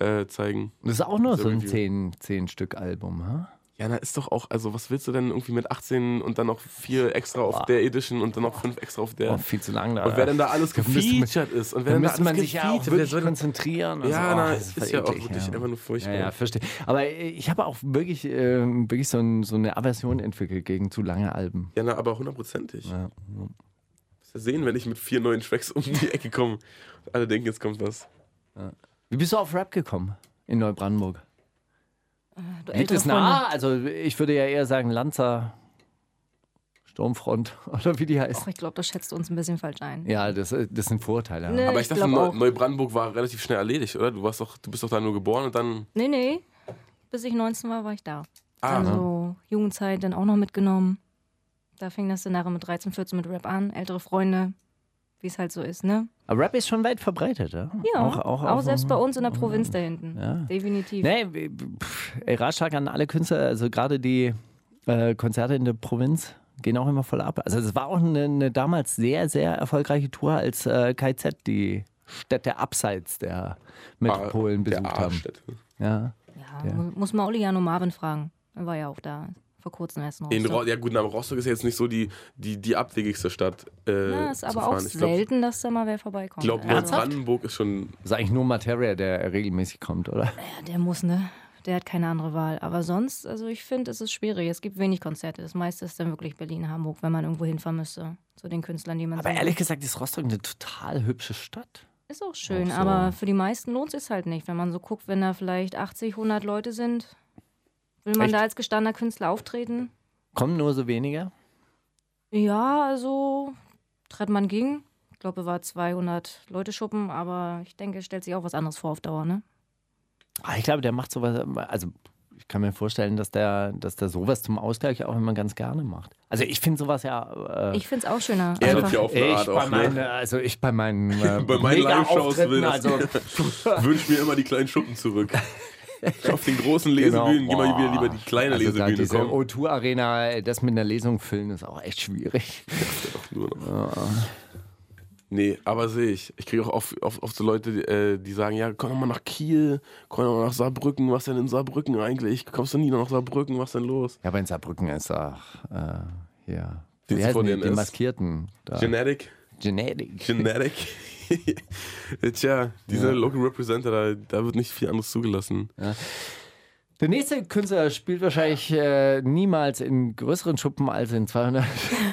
äh, zeigen.
Das ist auch nur so ein
Review.
10 10-Stück-Album, ha?
Ja, na ist doch auch, also was willst du denn irgendwie mit 18 und dann noch vier extra auf
Boah.
der Edition und dann noch fünf extra auf der.
Oh, viel zu lang da.
Und wer denn da alles
Da müsste man-
gefeatured ist und
Da
wer denn da
müsste
alles
man sich ja auch
gefeatured wer
wirklich
soll denn-
konzentrieren.
Ja,
oh,
na,
das
ist
voll
ja auch wirklich einfach nur furchtbar.
Ja, ja, verstehe. Aber äh, ich habe auch wirklich, ähm, wirklich so, ein, so eine Aversion entwickelt gegen zu lange Alben.
Ja, na, aber hundertprozentig.
Ja.
Wirst ja sehen, wenn ich mit vier neuen Tracks um die Ecke komme. Und alle denken, jetzt kommt was.
Wie bist du auf Rap gekommen in Neubrandenburg?
Äh, Du
Liegt
ältere
es
Freunde.
nah? Also ich würde ja eher sagen Lanzer, Sturmfront oder wie die heißt.
Och, ich glaube, das schätzt du uns ein bisschen falsch ein.
Ja, das, äh, das sind Vorurteile.
Nee.
Aber ich,
Ich
dachte,
glaub
Neu
auch.
Neubrandenburg war relativ schnell erledigt, oder? Du, warst doch, du bist doch da nur geboren und dann.
Nee, nee. Bis ich 19 war, war ich da.
Ah,
dann so Jugendzeit dann auch noch mitgenommen. Da fing das dann nachher mit 13, 14 mit Rap an. Ältere Freunde, wie es halt so ist, ne?
Aber Rap ist schon weit verbreitet, ja?
Ja, auch,
auf-
selbst bei uns in der Provinz da hinten.
Ja.
Definitiv.
Nee, pff, ey, Ratschlag an alle Künstler, also gerade die äh, Konzerte in der Provinz gehen auch immer voll ab. Also es war auch eine, eine damals sehr, sehr erfolgreiche Tour, als äh, KZ die Städte abseits der Metropolen
der
besucht haben.
Arschstätte.
Ja.
Ja, mu- Muss man Oliano Marvin fragen. Er war ja auch da. Vor kurzem erst noch.
In Ro ja, gut, aber Rostock ist ja jetzt nicht so die, die, die abwegigste Stadt. Äh,
ja, ne, ist
zu
aber auch
fahren. Ich glaube,
selten, dass da mal wer vorbeikommt.
glaub,
also,
Neubrandenburg ist schon.
Das ist eigentlich nur Materia, der regelmäßig kommt, oder?
ja, der muss, ne? Der hat keine andere Wahl. Aber sonst, also ich finde, es ist schwierig. Es gibt wenig Konzerte. Das meiste ist dann wirklich Berlin, Hamburg, wenn man irgendwo hinfahren müsste. Zu den Künstlern, die man
Aber
so-
ehrlich gesagt ist Rostock eine total hübsche Stadt.
Ist auch schön,
Auch so.
aber für die meisten lohnt es sich halt nicht. Wenn man so guckt, wenn da vielleicht 80, 100 Leute sind, will man
Echt?
da als gestandener Künstler auftreten?
Kommen nur so wenige?
Ja, also Trettmann ging. Ich glaube, er war 200 Leute Schuppen, aber ich denke, er stellt sich auch was anderes vor auf Dauer, ne?
Ah, Ich glaube, der macht sowas, also ich kann mir vorstellen, dass der, dass der sowas zum Ausgleich auch immer ganz gerne macht. Also ich finde sowas ja... Äh, also,
Ich finde es auch schöner.
Er
einfach.
hat ja auf eine
Ich
Art
bei,
auch. Ne?
meinen, also ich bei meinen, äh,
Bei meinen Live-Shows will
Mega-Auftritten,
das-
also
Wünsch mir immer die kleinen Schuppen zurück. Auf den großen
genau.
Lesebühnen, geh mal
Boah.
wieder lieber die kleine
also da
Lesebühne.
Diese
Komm.
O2-Arena, das mit einer Lesung füllen, ist auch echt schwierig.
Nur noch. Nee, aber sehe ich. Ich kriege auch oft, oft, oft so Leute, die, äh, die sagen, ja, komm doch mal nach Kiel, komm doch mal nach Saarbrücken, was denn in Saarbrücken eigentlich? Kommst du nie nach Saarbrücken, was denn los?
Ja, aber in Saarbrücken ist auch äh, hier.
Die
Wie
sind
heißen
von
die,
DNS.
die Maskierten. Da.
Genetic.
Genetic.
Genetic. Äh, Tja, diese Local Representer, da, da wird nicht viel anderes zugelassen.
Der nächste Künstler spielt wahrscheinlich äh, niemals in größeren Schuppen als in 200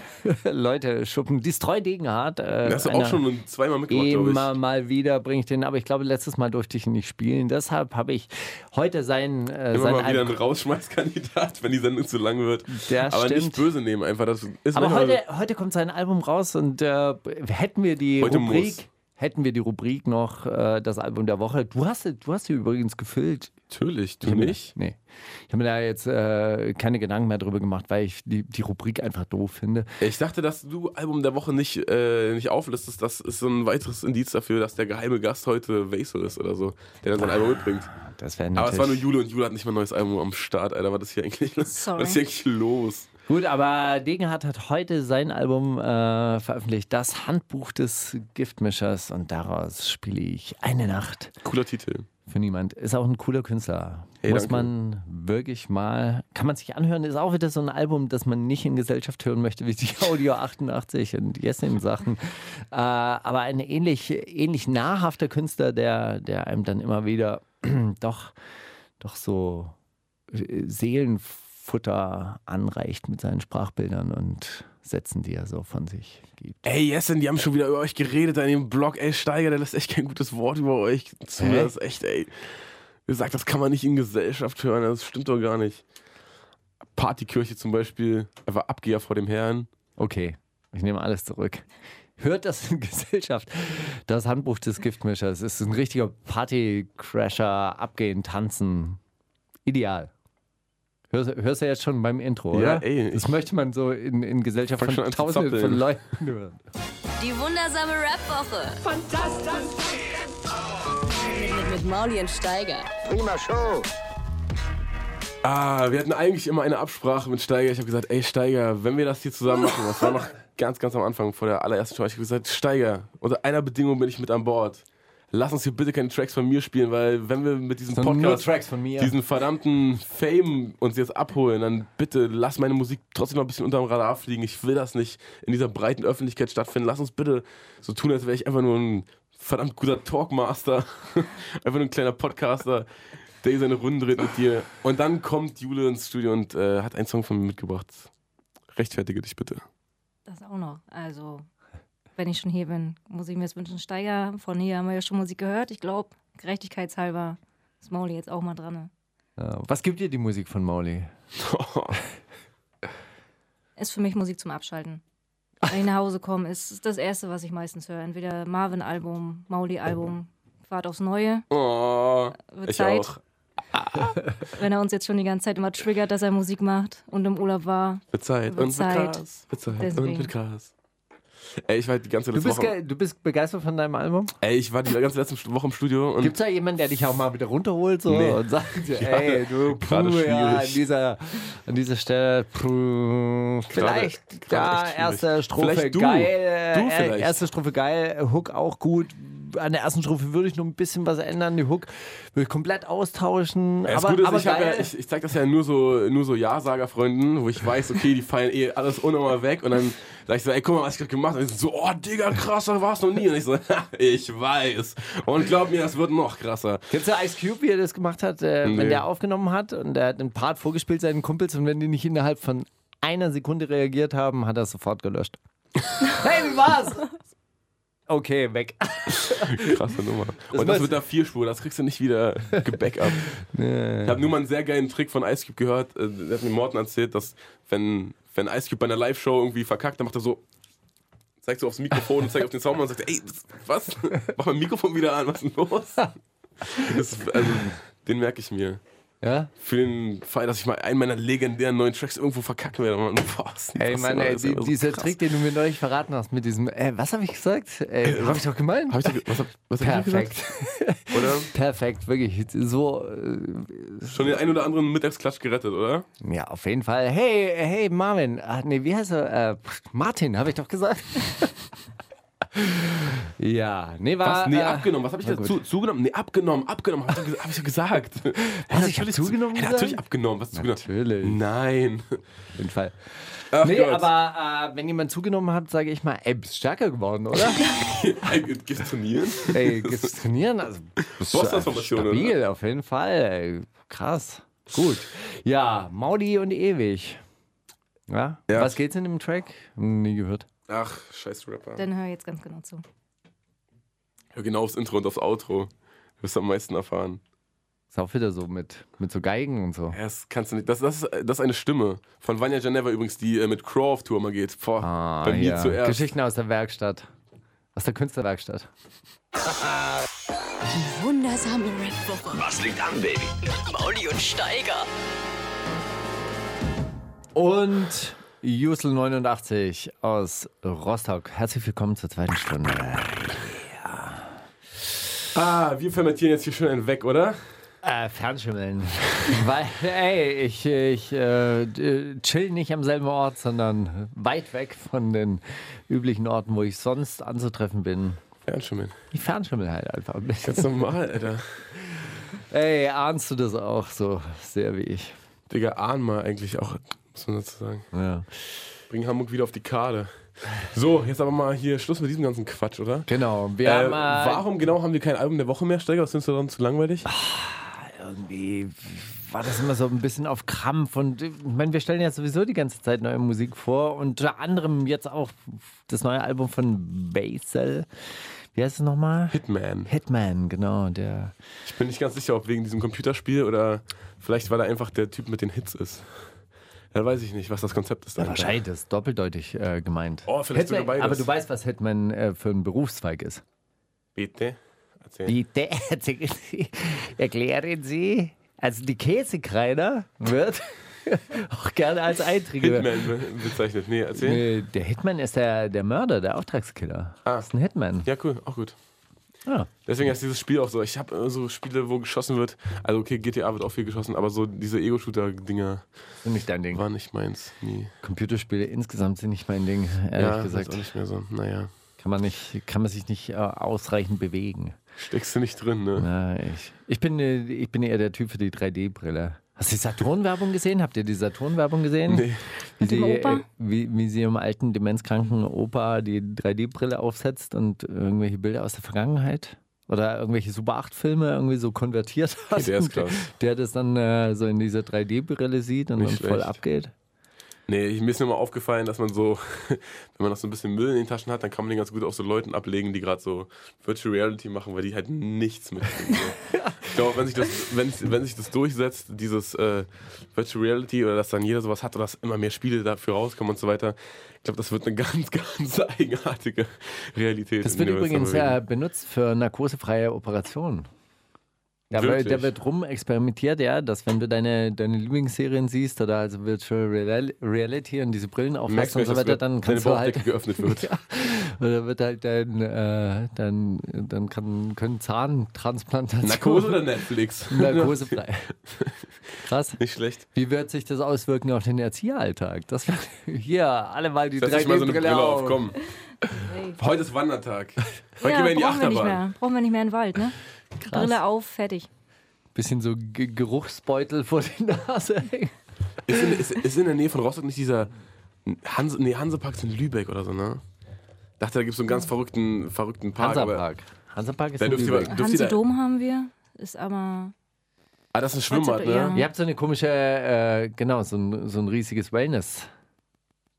Leute Schuppen. Destroy Degenhardt. Äh,
Das hast du
einer-
auch schon zweimal mitgemacht, glaube ich.
Immer mal wieder bringe ich den, aber ich glaube, letztes Mal durfte ich ihn nicht spielen. Deshalb habe ich heute seinen, äh,
Immer
seinen
mal wieder ein
Album-
Rausschmeißkandidat, wenn die Sendung zu lang wird.
Ja,
Aber nicht
stimmt.
böse nehmen, einfach. Das ist
Aber
manchmal-
heute, heute kommt sein Album raus und äh, hätten wir die
Heute
Rubrik,
muss.
hätten wir die Rubrik noch äh, das Album der Woche. Du hast, du hast sie übrigens gefüllt.
Natürlich,
Ich
du
hab mir-
nicht.
Nee. Ich habe mir da jetzt äh, keine Gedanken mehr drüber gemacht, weil ich die, die Rubrik einfach doof finde.
Ich dachte, dass du Album der Woche nicht, äh, nicht auflistest. Das ist so ein weiteres Indiz dafür, dass der geheime Gast heute Vaso ist oder so, der dann sein
Ah,
Album mitbringt.
Das wäre
Aber es war nur Jule und Jule hat nicht mal ein neues Album am Start, Alter. Was ist hier eigentlich,
Sorry.
was ist hier eigentlich los?
Gut, aber Degenhardt hat heute sein Album äh, veröffentlicht, das Handbuch des Giftmischers und daraus spiele ich eine Nacht
Cooler Titel.
für niemand. Ist auch ein cooler Künstler.
Hey,
Muss
danke.
man wirklich mal, kann man sich anhören, ist auch wieder so ein Album, das man nicht in Gesellschaft hören möchte, wie die Audio 88 und Jessin Sachen. Äh, aber ein ähnlich, ähnlich nahrhafter Künstler, der, der einem dann immer wieder doch, doch so äh, Seelenfutter anreicht mit seinen Sprachbildern und Sätzen, die er so von sich gibt.
Ey, Jessen, die haben schon wieder über euch geredet da in dem Blog. Ey, Steiger, der lässt echt kein gutes Wort über euch zu.
Hä?
Das ist echt, ey. Ihr sagt, das kann man nicht in Gesellschaft hören. Das stimmt doch gar nicht. Partykirche zum Beispiel. Einfach Abgeher vor dem Herrn.
Okay, ich nehme alles zurück. Hört das in Gesellschaft. Das Handbuch des Giftmischers ist ein richtiger Partycrasher, abgehen, tanzen. Ideal. Hörst, hörst du jetzt schon beim Intro,
Ja,
oder?
ey,
Das
ich-
möchte man so in, in Gesellschaft
Fang
von
schon an zu
tausenden von
zappeln.
Leuten hören.
Die wundersame Rap-Woche. Fantastisch. Mit, mit Maulien Steiger.
Prima Show.
Ah, wir hatten eigentlich immer eine Absprache mit Steiger. Ich habe gesagt, ey Steiger, wenn wir das hier zusammen machen, das war noch ganz, ganz am Anfang vor der allerersten Show. Ich habe gesagt, Steiger, unter einer Bedingung bin ich mit an Bord. Lass uns hier bitte keine Tracks von mir spielen, weil wenn wir mit diesem
Sondern nur
Podcast
Tracks von mir.
diesen verdammten Fame uns jetzt abholen, dann bitte lass meine Musik trotzdem noch ein bisschen unterm Radar fliegen. Ich will das nicht in dieser breiten Öffentlichkeit stattfinden. Lass uns bitte so tun, als wäre ich einfach nur ein verdammt guter Talkmaster, einfach nur ein kleiner Podcaster, der hier seine Runden dreht mit dir. Und dann kommt Jule ins Studio und äh, hat einen Song von mir mitgebracht. Rechtfertige dich bitte.
Das auch noch. Also, wenn ich schon hier bin, muss ich mir das wünschen. Steiger, von hier haben wir ja schon Musik gehört. Ich glaube, gerechtigkeitshalber ist Mauli jetzt auch mal dran. ne?
Ja, Was gibt dir die Musik von Mauli?
Ist für mich Musik zum Abschalten. Wenn ich nach Hause komme, ist das Erste, was ich meistens höre. Entweder Marvin-Album, Mauli-Album, Fahrt aufs Neue.
Oh,
Wird
ich
Zeit.
auch.
Wenn er uns jetzt schon die ganze Zeit immer triggert, dass er Musik macht und im Urlaub war.
Wird Zeit.
Wird
Und wird
Zeit.
krass. Wird Zeit. Und
Deswegen.
wird krass. Ey, ich war halt die ganze
Du
letzte
bist,
Woche.
ge- du bist begeistert von deinem Album?
Ey, ich war die ganze letzte Woche im Studio und
Gibt es da jemanden, der dich auch mal wieder runterholt so
Nee.
und sagt, ey, du, puh,
gerade
ja, an
schwierig.
dieser, an dieser Stelle, puh, vielleicht,
gerade echt
ja,
schwierig.
erste Strophe
Vielleicht du.
geil,
Du
äh,
vielleicht.
erste Strophe geil, Hook auch gut. An der ersten Strophe würde ich noch ein bisschen was ändern, die Hook würde ich komplett austauschen,
Ja, das
aber,
Gute ist,
aber
ich, hab
geil.
ja, ich, ich zeig das ja nur so, nur so Ja-Sager-Freunden, wo ich weiß, okay, die fallen eh alles unnormal weg und dann sag ich so, ey, guck mal, was ich gerade gemacht habe. Und die so, oh, Digga, krasser war's noch nie. Und ich so, ich weiß. Und glaub mir, das wird noch krasser.
Kennst du Ice Cube, wie er das gemacht hat, äh,
Nee.
wenn der aufgenommen hat und er hat einen Part vorgespielt seinen Kumpels und wenn die nicht innerhalb von einer Sekunde reagiert haben, hat er es sofort gelöscht. hey, wie war's? Okay, weg.
Krasse Nummer. Und das
meinst-
wird da vier Spur, das kriegst du nicht wieder gebackup. Ich habe nur mal einen sehr geilen Trick von Ice Cube gehört. äh, Der hat mir Morten erzählt, dass wenn, wenn Ice Cube bei einer Live-Show irgendwie verkackt, dann macht er so. Zeigt so aufs Mikrofon und zeigt auf den Soundmann und sagt, ey, was? Mach mein Mikrofon wieder an, was ist denn los? Das, ist- also, den merke ich mir.
Ja?
Für den Fall, dass ich mal einen meiner legendären neuen Tracks irgendwo verkacken werde. Mann, boah, ist
Ey,
das
Mann,
immer-
ey,
ist ja
die,
so
dieser
oh, krass.
Trick, den du mir neulich verraten hast mit diesem, äh, was habe ich gesagt? Äh, habe ich doch gemeint?
Hab ich, da ge- was hab, was hab ich da gesagt?
Perfekt.
Oder?
Perfekt, wirklich. So, äh,
Schon den einen oder anderen Mittagsklatsch gerettet, oder?
ja, auf jeden Fall. Hey, hey, Marvin. Ach, nee, wie heißt er? Äh, Martin, habe ich doch gesagt. ja, nee, war.
Was? Nee,
äh,
abgenommen. Was habe ich
na
da
gut.
zu, zugenommen? Nee, abgenommen, abgenommen. Habe ich, doch ge- hab ich doch gesagt.
Hast du ich zugenommen?
Hey,
gesagt?
natürlich abgenommen. Was ist zugenommen?
Natürlich.
Nein.
Auf jeden Fall.
Ach
Nee,
Gott.
aber äh, wenn jemand zugenommen hat, sage ich mal, ey, bist stärker geworden, oder?
Ey, Gehst du trainieren?
Ey, gehst du trainieren? Also, bist du, äh,
Boss-Transformation,
stabil, auf jeden Fall. Ey, krass. Gut. Ja, Mauli und ewig. Ja?
Ja.
Was geht's in dem Track? Hm, Nie gehört.
Ach, scheiß Rapper.
Dann hör jetzt ganz genau zu.
Hör genau aufs Intro und aufs Outro. Du wirst am meisten erfahren.
Ist auch wieder so mit, mit so Geigen und so.
Ja, das kannst du nicht. Das, das, ist, das ist eine Stimme. Von Vanya Geneva übrigens, die äh, mit Crow auf Tour mal geht. Boah,
Ah,
bei mir
ja.
zuerst.
Geschichten aus der Werkstatt. Aus der Künstlerwerkstatt.
Wundersame Red Woche. Was liegt an, Baby? Mauli und Steiger.
Und Jusel 89 aus Rostock. Herzlich willkommen zur zweiten Stunde.
Ah, wir fermentieren jetzt hier schön einen weg, oder?
Äh, Fernschimmeln. Weil, ey, ich, ich äh, d- chill nicht am selben Ort, sondern weit weg von den üblichen Orten, wo ich sonst anzutreffen bin.
Fernschimmeln.
Ich fernschimmel halt einfach ein bisschen.
Ganz normal, Alter.
Ey, ahnst du das auch so sehr wie ich?
Digga, ahn mal eigentlich auch, muss man dazu sagen.
Ja.
Bring Hamburg wieder auf die Karte. So, jetzt aber mal hier Schluss mit diesem ganzen Quatsch, oder?
Genau. Wir
Äh,
haben äh,
warum genau haben wir kein Album der Woche mehr, Steiger? Was findest du daran zu langweilig?
irgendwie war das immer so ein bisschen auf Krampf und äh, ich meine, wir stellen ja sowieso die ganze Zeit neue Musik vor und unter anderem jetzt auch das neue Album von Basel. Wie heißt es nochmal?
Hitman.
Hitman, genau, der
Ich bin nicht ganz sicher, ob wegen diesem Computerspiel oder vielleicht, weil er einfach der Typ mit den Hits ist. Da weiß ich nicht, was das Konzept ist. dahinter.
wahrscheinlich das ist doppeldeutig äh, gemeint.
Oh, vielleicht sogar
Hitman,
beides.
aber du weißt, was Hitman äh, für ein Berufszweig ist.
Bitte? Erzähl.
Bitte erzählen Sie, erklären Sie. Also die Käsekreiner wird auch gerne als Eintrigger
Hitman be- bezeichnet. Nee, erzähl.
Nee, der Hitman ist der, der Mörder, der Auftragskiller.
Ah.
Das ist ein Hitman. Ah,
Ja, cool, auch gut.
Ja.
Deswegen ist dieses Spiel auch so. Ich habe äh, so Spiele, wo geschossen wird. Also, okay, GTA wird auch viel geschossen, aber so diese Ego-Shooter-Dinger
Ist nicht dein Ding.
waren nicht meins. Nie.
Computerspiele insgesamt sind nicht mein Ding, ehrlich
ja,
gesagt.
Ist auch nicht mehr so. Naja,
Kann man, nicht, kann man sich nicht äh, ausreichend bewegen.
steckst du nicht drin, ne?
Ja, ich, ich, bin, äh, ich bin eher der Typ für die 3D-Brille. Hast du die Saturn-Werbung gesehen? Habt ihr die Saturn-Werbung gesehen? Wie
Nee.
dem
sie,
Opa?
äh, wie, wie sie im alten, demenzkranken Opa die 3D-Brille aufsetzt und irgendwelche Bilder aus der Vergangenheit oder irgendwelche Super-8-Filme irgendwie so konvertiert hat.
der ist
und
krass.
Der das dann äh, so in dieser 3D-Brille sieht und
Nicht
dann voll
schlecht.
abgeht.
Nee, ich- mir ist nur mal aufgefallen, dass man so, wenn man noch so ein bisschen Müll in den Taschen hat, dann kann man den ganz gut auf so Leuten ablegen, die gerade so Virtual Reality machen, weil die halt nichts mitkriegen. so. ich glaube, wenn sich das, wenn, wenn sich das durchsetzt, dieses äh, Virtual Reality oder dass dann jeder sowas hat oder dass immer mehr Spiele dafür rauskommen und so weiter, ich glaube, das wird eine ganz, ganz eigenartige Realität.
Das
in
wird
der wir uns
übrigens
da bewegen.
äh, benutzt für narkosefreie Operationen. Da, wird- da
Wirklich?
wird rum experimentiert, ja, dass wenn du deine, deine Lieblingsserien siehst oder also Virtual Real Reality und diese Brillen
merkst
aufmachst
du,
und so weiter,
dass
dann
deine
kannst du halt.
Bauchdecke geöffnet wird.
ja, oder wird halt dein, äh, dann, dann kann, können Zahntransplantationen.
Narkose oder Netflix?
Narkosefrei. Krass.
Nicht schlecht.
Wie wird sich das auswirken auf den Erzieheralltag? Das wär- hier, alle mal die
Setz dich mal so eine
3D-Brille
Brille auf,
auf.
komm. Heute ist Wandertag.
Ja,
Heute gehen wir in die
brauchen wir nicht
Achterbahn.
mehr. Brauchen wir nicht mehr in den Wald, ne? Brille auf, fertig.
Bisschen so Ge Geruchsbeutel vor die Nase.
Ist in, ist, ist in der Nähe von Rostock nicht dieser Hanse, nee, Hansepark ist in Lübeck oder so, ne? Dachte, da gibt es so einen ganz verrückten, verrückten Park. Aber,
Hansapark. Hansapark ist
da
in
dürft ihr,
Lübeck.
aber- dürft ihr
Hanse
da,
Dom haben wir. Ist aber.
ah, das ist ein Schwimmbad,
Hanse- ja.
ne?
Ihr habt so eine komische, äh, genau, so ein, so ein riesiges Wellness.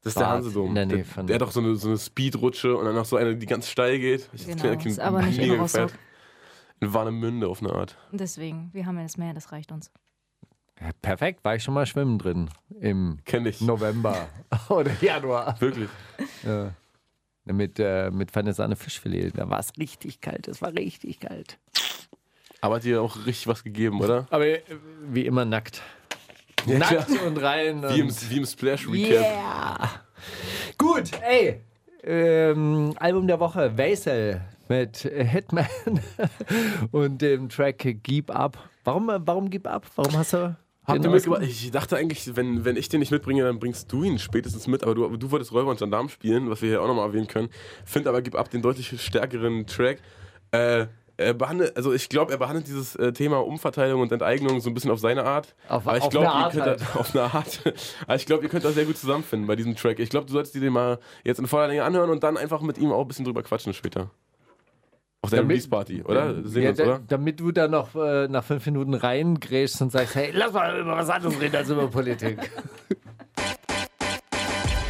Das ist der
Bad
Hansedom.
in der Nähe
der,
von-
der hat doch so eine, so eine Speedrutsche und dann noch so eine, die ganz steil geht. Ich
Genau, ist aber nicht in Rostock.
In Warnemünde auf eine Art.
Und Deswegen, wir haben ja das Meer, das reicht uns.
Ja, perfekt, war ich schon mal schwimmen drin im
Kenn ich.
November oder Januar.
Wirklich.
Ja. Mit, äh, mit Pfanne Sahne Fischfilet. Da war es richtig kalt, es war richtig kalt.
Aber hat dir auch richtig was gegeben, oder?
Aber äh, wie immer nackt.
Ja,
nackt und rein.
Wie im,
und
wie im Splash Recap.
yeah. Gut, ey. Ähm, Album der Woche, Vaisel mit äh, Hitman und dem Track Keep Up. Warum, äh, warum Keep Up? Warum hast du...
Habt
den
ihr
aus-
mitgebracht? Ich dachte eigentlich, wenn, wenn ich den nicht mitbringe, dann bringst du ihn spätestens mit. Aber du, du wolltest Räuber und Gendarm spielen, was wir hier auch nochmal erwähnen können. Find aber, gib ab den deutlich stärkeren Track. Äh, er behandelt, also ich glaube, er behandelt dieses äh, Thema Umverteilung und Enteignung so ein bisschen auf seine Art.
Auf-
aber ich
auf
glaub,
eine
ihr
Art
könnt
halt.
da, auf eine Art. aber ich glaube, ihr könnt das sehr gut zusammenfinden bei diesem Track. Ich glaube, du solltest dir den mal jetzt in voller Länge anhören und dann einfach mit ihm auch ein bisschen drüber quatschen später. Auf der Release-Party, oder? Sehen
ja,
uns,
da-
oder?
Damit du da noch äh, nach fünf Minuten reingrätschst und sagst, hey, lass mal über was anderes reden als über Politik.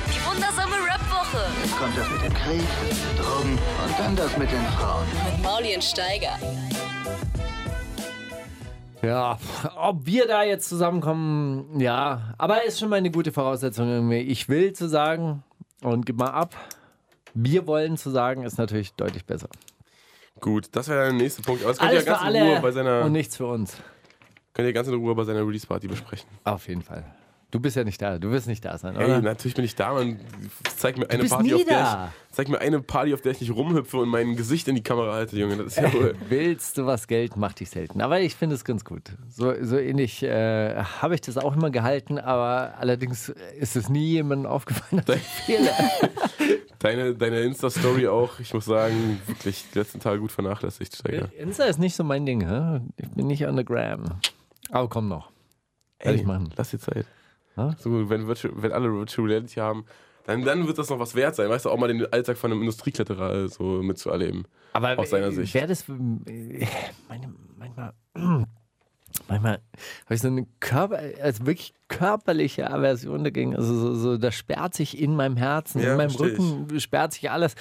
Die wundersame Rap-Woche
Kommt das mit dem Krieg, Drogen und dann das mit den Frauen.
mit Mauli und Steiger.
Ja, ob wir da jetzt zusammenkommen, ja. Aber ist schon mal eine gute Voraussetzung irgendwie. Ich will zu sagen und gib mal ab. Wir wollen zu sagen, ist natürlich deutlich besser.
Gut, das wäre der nächste Punkt. Aber das könnt ihr
Alles
ja ganz
für
in Ruhe
alle
bei seiner,
und nichts für uns.
könnt ihr ganz in Ruhe bei seiner Release-Party besprechen.
Auf jeden Fall. Du bist ja nicht da, du wirst nicht da sein,
Ey,
oder?
natürlich bin ich da, man. Zeig mir eine
bist
Party,
nie
auf der
da.
ich, zeig mir eine Party, auf der ich nicht rumhüpfe und mein Gesicht in die Kamera halte, Junge. Das ist ja wohl.
Willst du was Geld, mach dich selten. Aber ich finde es ganz gut. So, so ähnlich äh, habe ich das auch immer gehalten, aber allerdings ist es nie jemandem aufgefallen. dass ich fehle.
Deine, deine Insta-Story auch, ich muss sagen, wirklich die letzten Tage gut vernachlässigt, Steiger.
Insta ist nicht so mein Ding, hä? ich bin nicht on the gram. Aber komm noch. Werde ich machen.
Lass dir Zeit.
Ja?
So, wenn, Virtual, wenn alle Virtual Reality haben, dann, dann wird das noch was wert sein. Weißt du, auch mal den Alltag von einem Industriekletterer äh, so mitzuerleben.
Aber
Aus seiner
äh,
Sicht.
Wäre das. äh, Meine, manchmal. Manchmal habe ich so eine Körper, also wirklich körperliche Aversion dagegen. Also so, so, das sperrt sich in meinem Herzen,
Ja,
in meinem
versteh ich.
Rücken sperrt sich alles.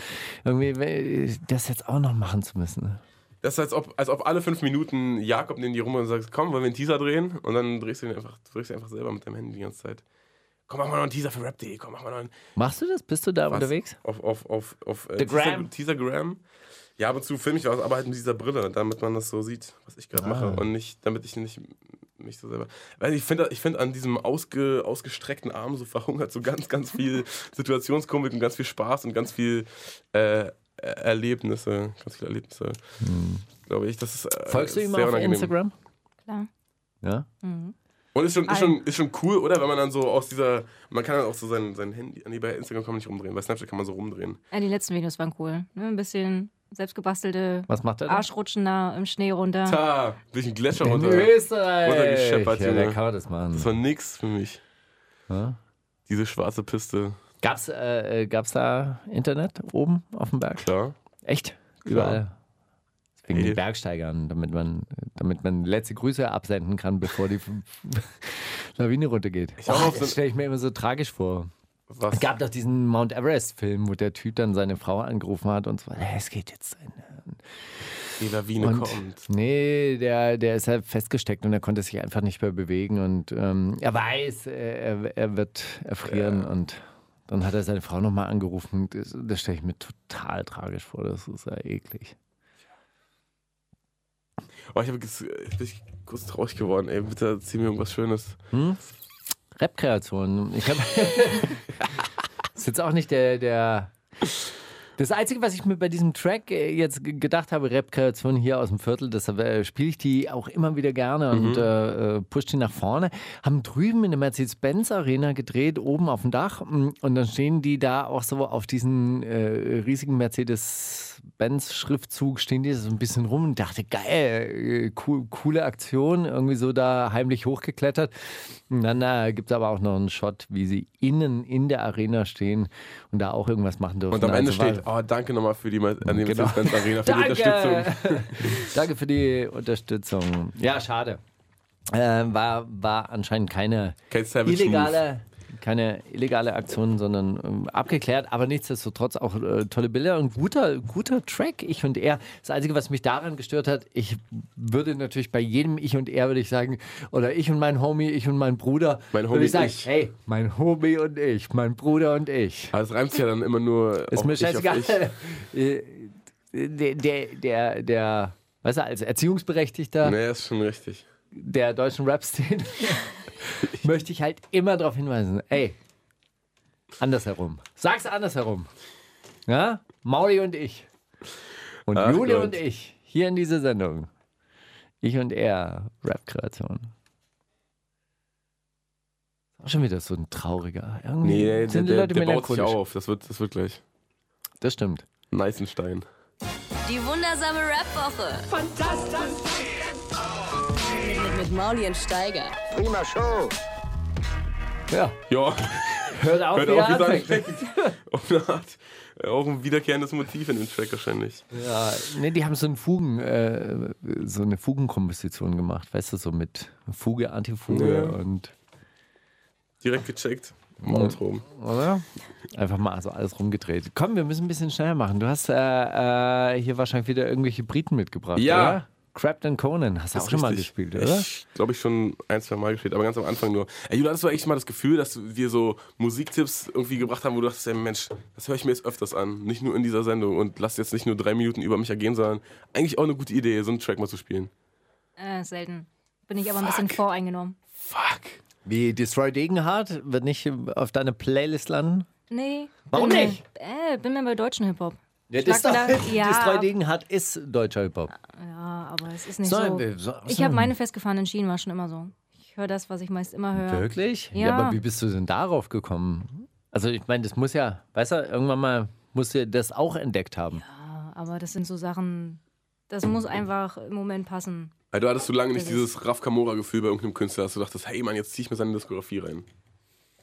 Irgendwie äh, das jetzt auch noch machen zu müssen. ne?
Das ist, als ob, als ob alle fünf Minuten Jakob neben dir rum und sagst, komm, wollen wir einen Teaser drehen? Und dann drehst du den einfach, du drehst ihn einfach selber mit deinem Handy die ganze Zeit. Komm, mach mal noch einen Teaser für Rap.de, komm, mach mal noch einen.
Machst du das? Bist du da
Was?
unterwegs?
Auf, auf, auf, auf äh,
The Gram.
Teaser- Teasergram. Ja, ab und zu filme ich was, aber halt mit dieser Brille, damit man das so sieht, was ich gerade mache.
Ah.
Und nicht, damit ich nicht mich so selber. Weil ich finde ich find an diesem ausge, ausgestreckten Arm so verhungert so ganz, ganz viel Situationskomik und ganz viel Spaß und ganz viel äh, Erlebnisse. Ganz viele Erlebnisse. Glaube ich. Das ist, äh,
Hm. Folgst du ihm
sehr
auf
unangenehm.
Instagram?
Klar.
Ja.
Und ist schon, ist, schon, ist schon cool, oder? Wenn man dann so aus dieser. Man kann dann auch so sein, sein Handy. Nee, bei Instagram kann man nicht rumdrehen. Bei Snapchat kann man so rumdrehen.
Ja, die letzten Videos waren cool. Ne? Ein bisschen selbstgebastelte
Was macht er da?
Arschrutschen da im Schnee runter.
Ah.
Ta, durch den Gletscher
In
runter.
Österreich.
runtergescheppert, ne?
Ja,
Junge.
da kann man das machen. ne?
Das war nix für mich.
Ja.
Diese schwarze Piste.
Gab's, äh, äh, gab's da Internet oben auf dem Berg?
Klar.
Echt?
Überall.
Überall. Wegen
Ey.
den Bergsteigern, damit man, damit man letzte Grüße absenden kann, bevor die Lawine runtergeht.
hab
Oh,
auf so-
das stelle ich mir immer so tragisch vor.
Was?
Es gab doch diesen Mount Everest-Film, wo der Typ dann seine Frau angerufen hat und so, "Hey, es geht jetzt ein.
Die Lawine
Und
kommt.
nee, der, der ist halt festgesteckt und er konnte sich einfach nicht mehr bewegen und ähm, er weiß, er, er- er wird erfrieren und dann hat er seine Frau nochmal angerufen. Das, das stelle ich mir total tragisch vor, das ist ja eklig.
Oh, ich, hab, jetzt- ich bin kurz traurig geworden. Ey, bitte erzähl mir irgendwas Schönes.
Rap-Kreation. Ich habe. ist jetzt auch nicht der, der. Das Einzige, was ich mir bei diesem Track äh, jetzt ge- gedacht habe, Rap-Kreation hier aus dem Viertel, deshalb äh, spiele ich die auch immer wieder gerne und
Mhm.
äh, äh, push die nach vorne. Haben drüben in der Mercedes-Benz-Arena gedreht, oben auf dem Dach. mm, Und dann stehen die da auch so auf diesen äh, riesigen Mercedes-Benz-Schriftzug, stehen die so ein bisschen rum und dachte, geil, äh, cool, coole Aktion, irgendwie so da heimlich hochgeklettert. Und dann äh, gibt es aber auch noch einen Shot, wie sie innen in der Arena stehen und da auch irgendwas machen dürfen.
Und am Ende
Also war-
steht, oh, danke nochmal für die, Ma- an die
Genau.
Mercedes-Benz Arena, für die Unterstützung.
Danke. Danke für die Unterstützung. Ja, schade. Ähm, war, war anscheinend keine
Kein Savage Move.
illegale, keine illegale Aktion, sondern ähm, abgeklärt. Aber nichtsdestotrotz auch äh, tolle Bilder und guter, guter Track, ich und er. Das Einzige, was mich daran gestört hat, ich würde natürlich bei jedem Ich und er würde ich sagen, oder ich und mein Homie, ich und mein Bruder,
Mein Homie
würde ich sagen,
und ich.
hey, mein Homie und ich, mein Bruder und ich.
Aber es reimt sich ja dann immer nur.
Ist
auf
mir
ich, auf
scheißegal.
ich.
Äh, Der, der, der, der, weißt du, als Erziehungsberechtigter
Nee, ist schon richtig.
der deutschen Rap-Szene möchte ich halt immer darauf hinweisen. Ey, andersherum. Sag's andersherum. Ja? Mauli und ich. Und
Ach
Jule
Gott.
und ich. Hier in dieser Sendung. Ich und er. Rap-Kreation. Ist Auch schon wieder so ein trauriger. Irgendwie
Nee, der, der,
sind die
der,
Leute
der baut sich
melancholisch.
auf. Das wird, das wird gleich.
Das stimmt.
Neißenstein.
Die wundersame Rap-Woche. Fantastisch. Mit, mit Mauli und Steiger.
Prima Show.
Ja.
Ja,
Hört auf,
Hört
wie er
auf, wie sagen
anfängt.
Auf eine Art äh, auch ein wiederkehrendes Motiv in dem Track wahrscheinlich.
Ja, nee, die haben so, einen Fugen, äh, so eine Fugenkomposition gemacht, weißt du, so mit Fuge, Antifuge
Ja.
und
Direkt gecheckt. Outro.
oder? Einfach mal so alles rumgedreht. Komm, wir müssen ein bisschen schneller machen. Du hast äh, äh, hier wahrscheinlich wieder irgendwelche Briten mitgebracht,
Ja.
oder? Crabtree Conan hast du auch schon mal
Richtig.
gespielt, oder?
Ich glaube, ich schon ein, zwei Mal gespielt, aber ganz am Anfang nur. Ey, Julian, das war echt mal das Gefühl, dass wir so Musiktipps irgendwie gebracht haben, wo du dachtest, ey, Mensch, das höre ich mir jetzt öfters an. Nicht nur in dieser Sendung und lass jetzt nicht nur drei Minuten über mich ergehen, sondern eigentlich auch eine gute Idee, so einen Track mal zu spielen.
Äh, selten. Bin ich aber ein bisschen voreingenommen.
Fuck.
Wie Destroy Degenhardt wird nicht auf deine Playlist landen?
Nee.
Warum
bin mir-
nicht?
Äh, bin mir bei deutschen Hip-Hop.
Ja,
das Schlag- doch- Schlag- ja.
Destroy Degenhardt ist deutscher Hip-Hop.
Ja, aber es ist nicht
Sollen
so.
wir- so-
ich
so-
habe meine festgefahrenen Schienen, war schon immer so. Ich höre das, was ich meist immer höre.
Wirklich?
Ja.
aber wie bist du denn darauf gekommen? Also ich meine, das muss ja, weißt du, irgendwann mal musst du das auch entdeckt haben.
Aber das sind so Sachen, das muss einfach im Moment passen.
Weil du hattest so lange nicht
Das
dieses Raf Kamora-Gefühl bei irgendeinem Künstler, dass du dachtest, hey Mann, jetzt ziehe ich mir seine Diskografie rein.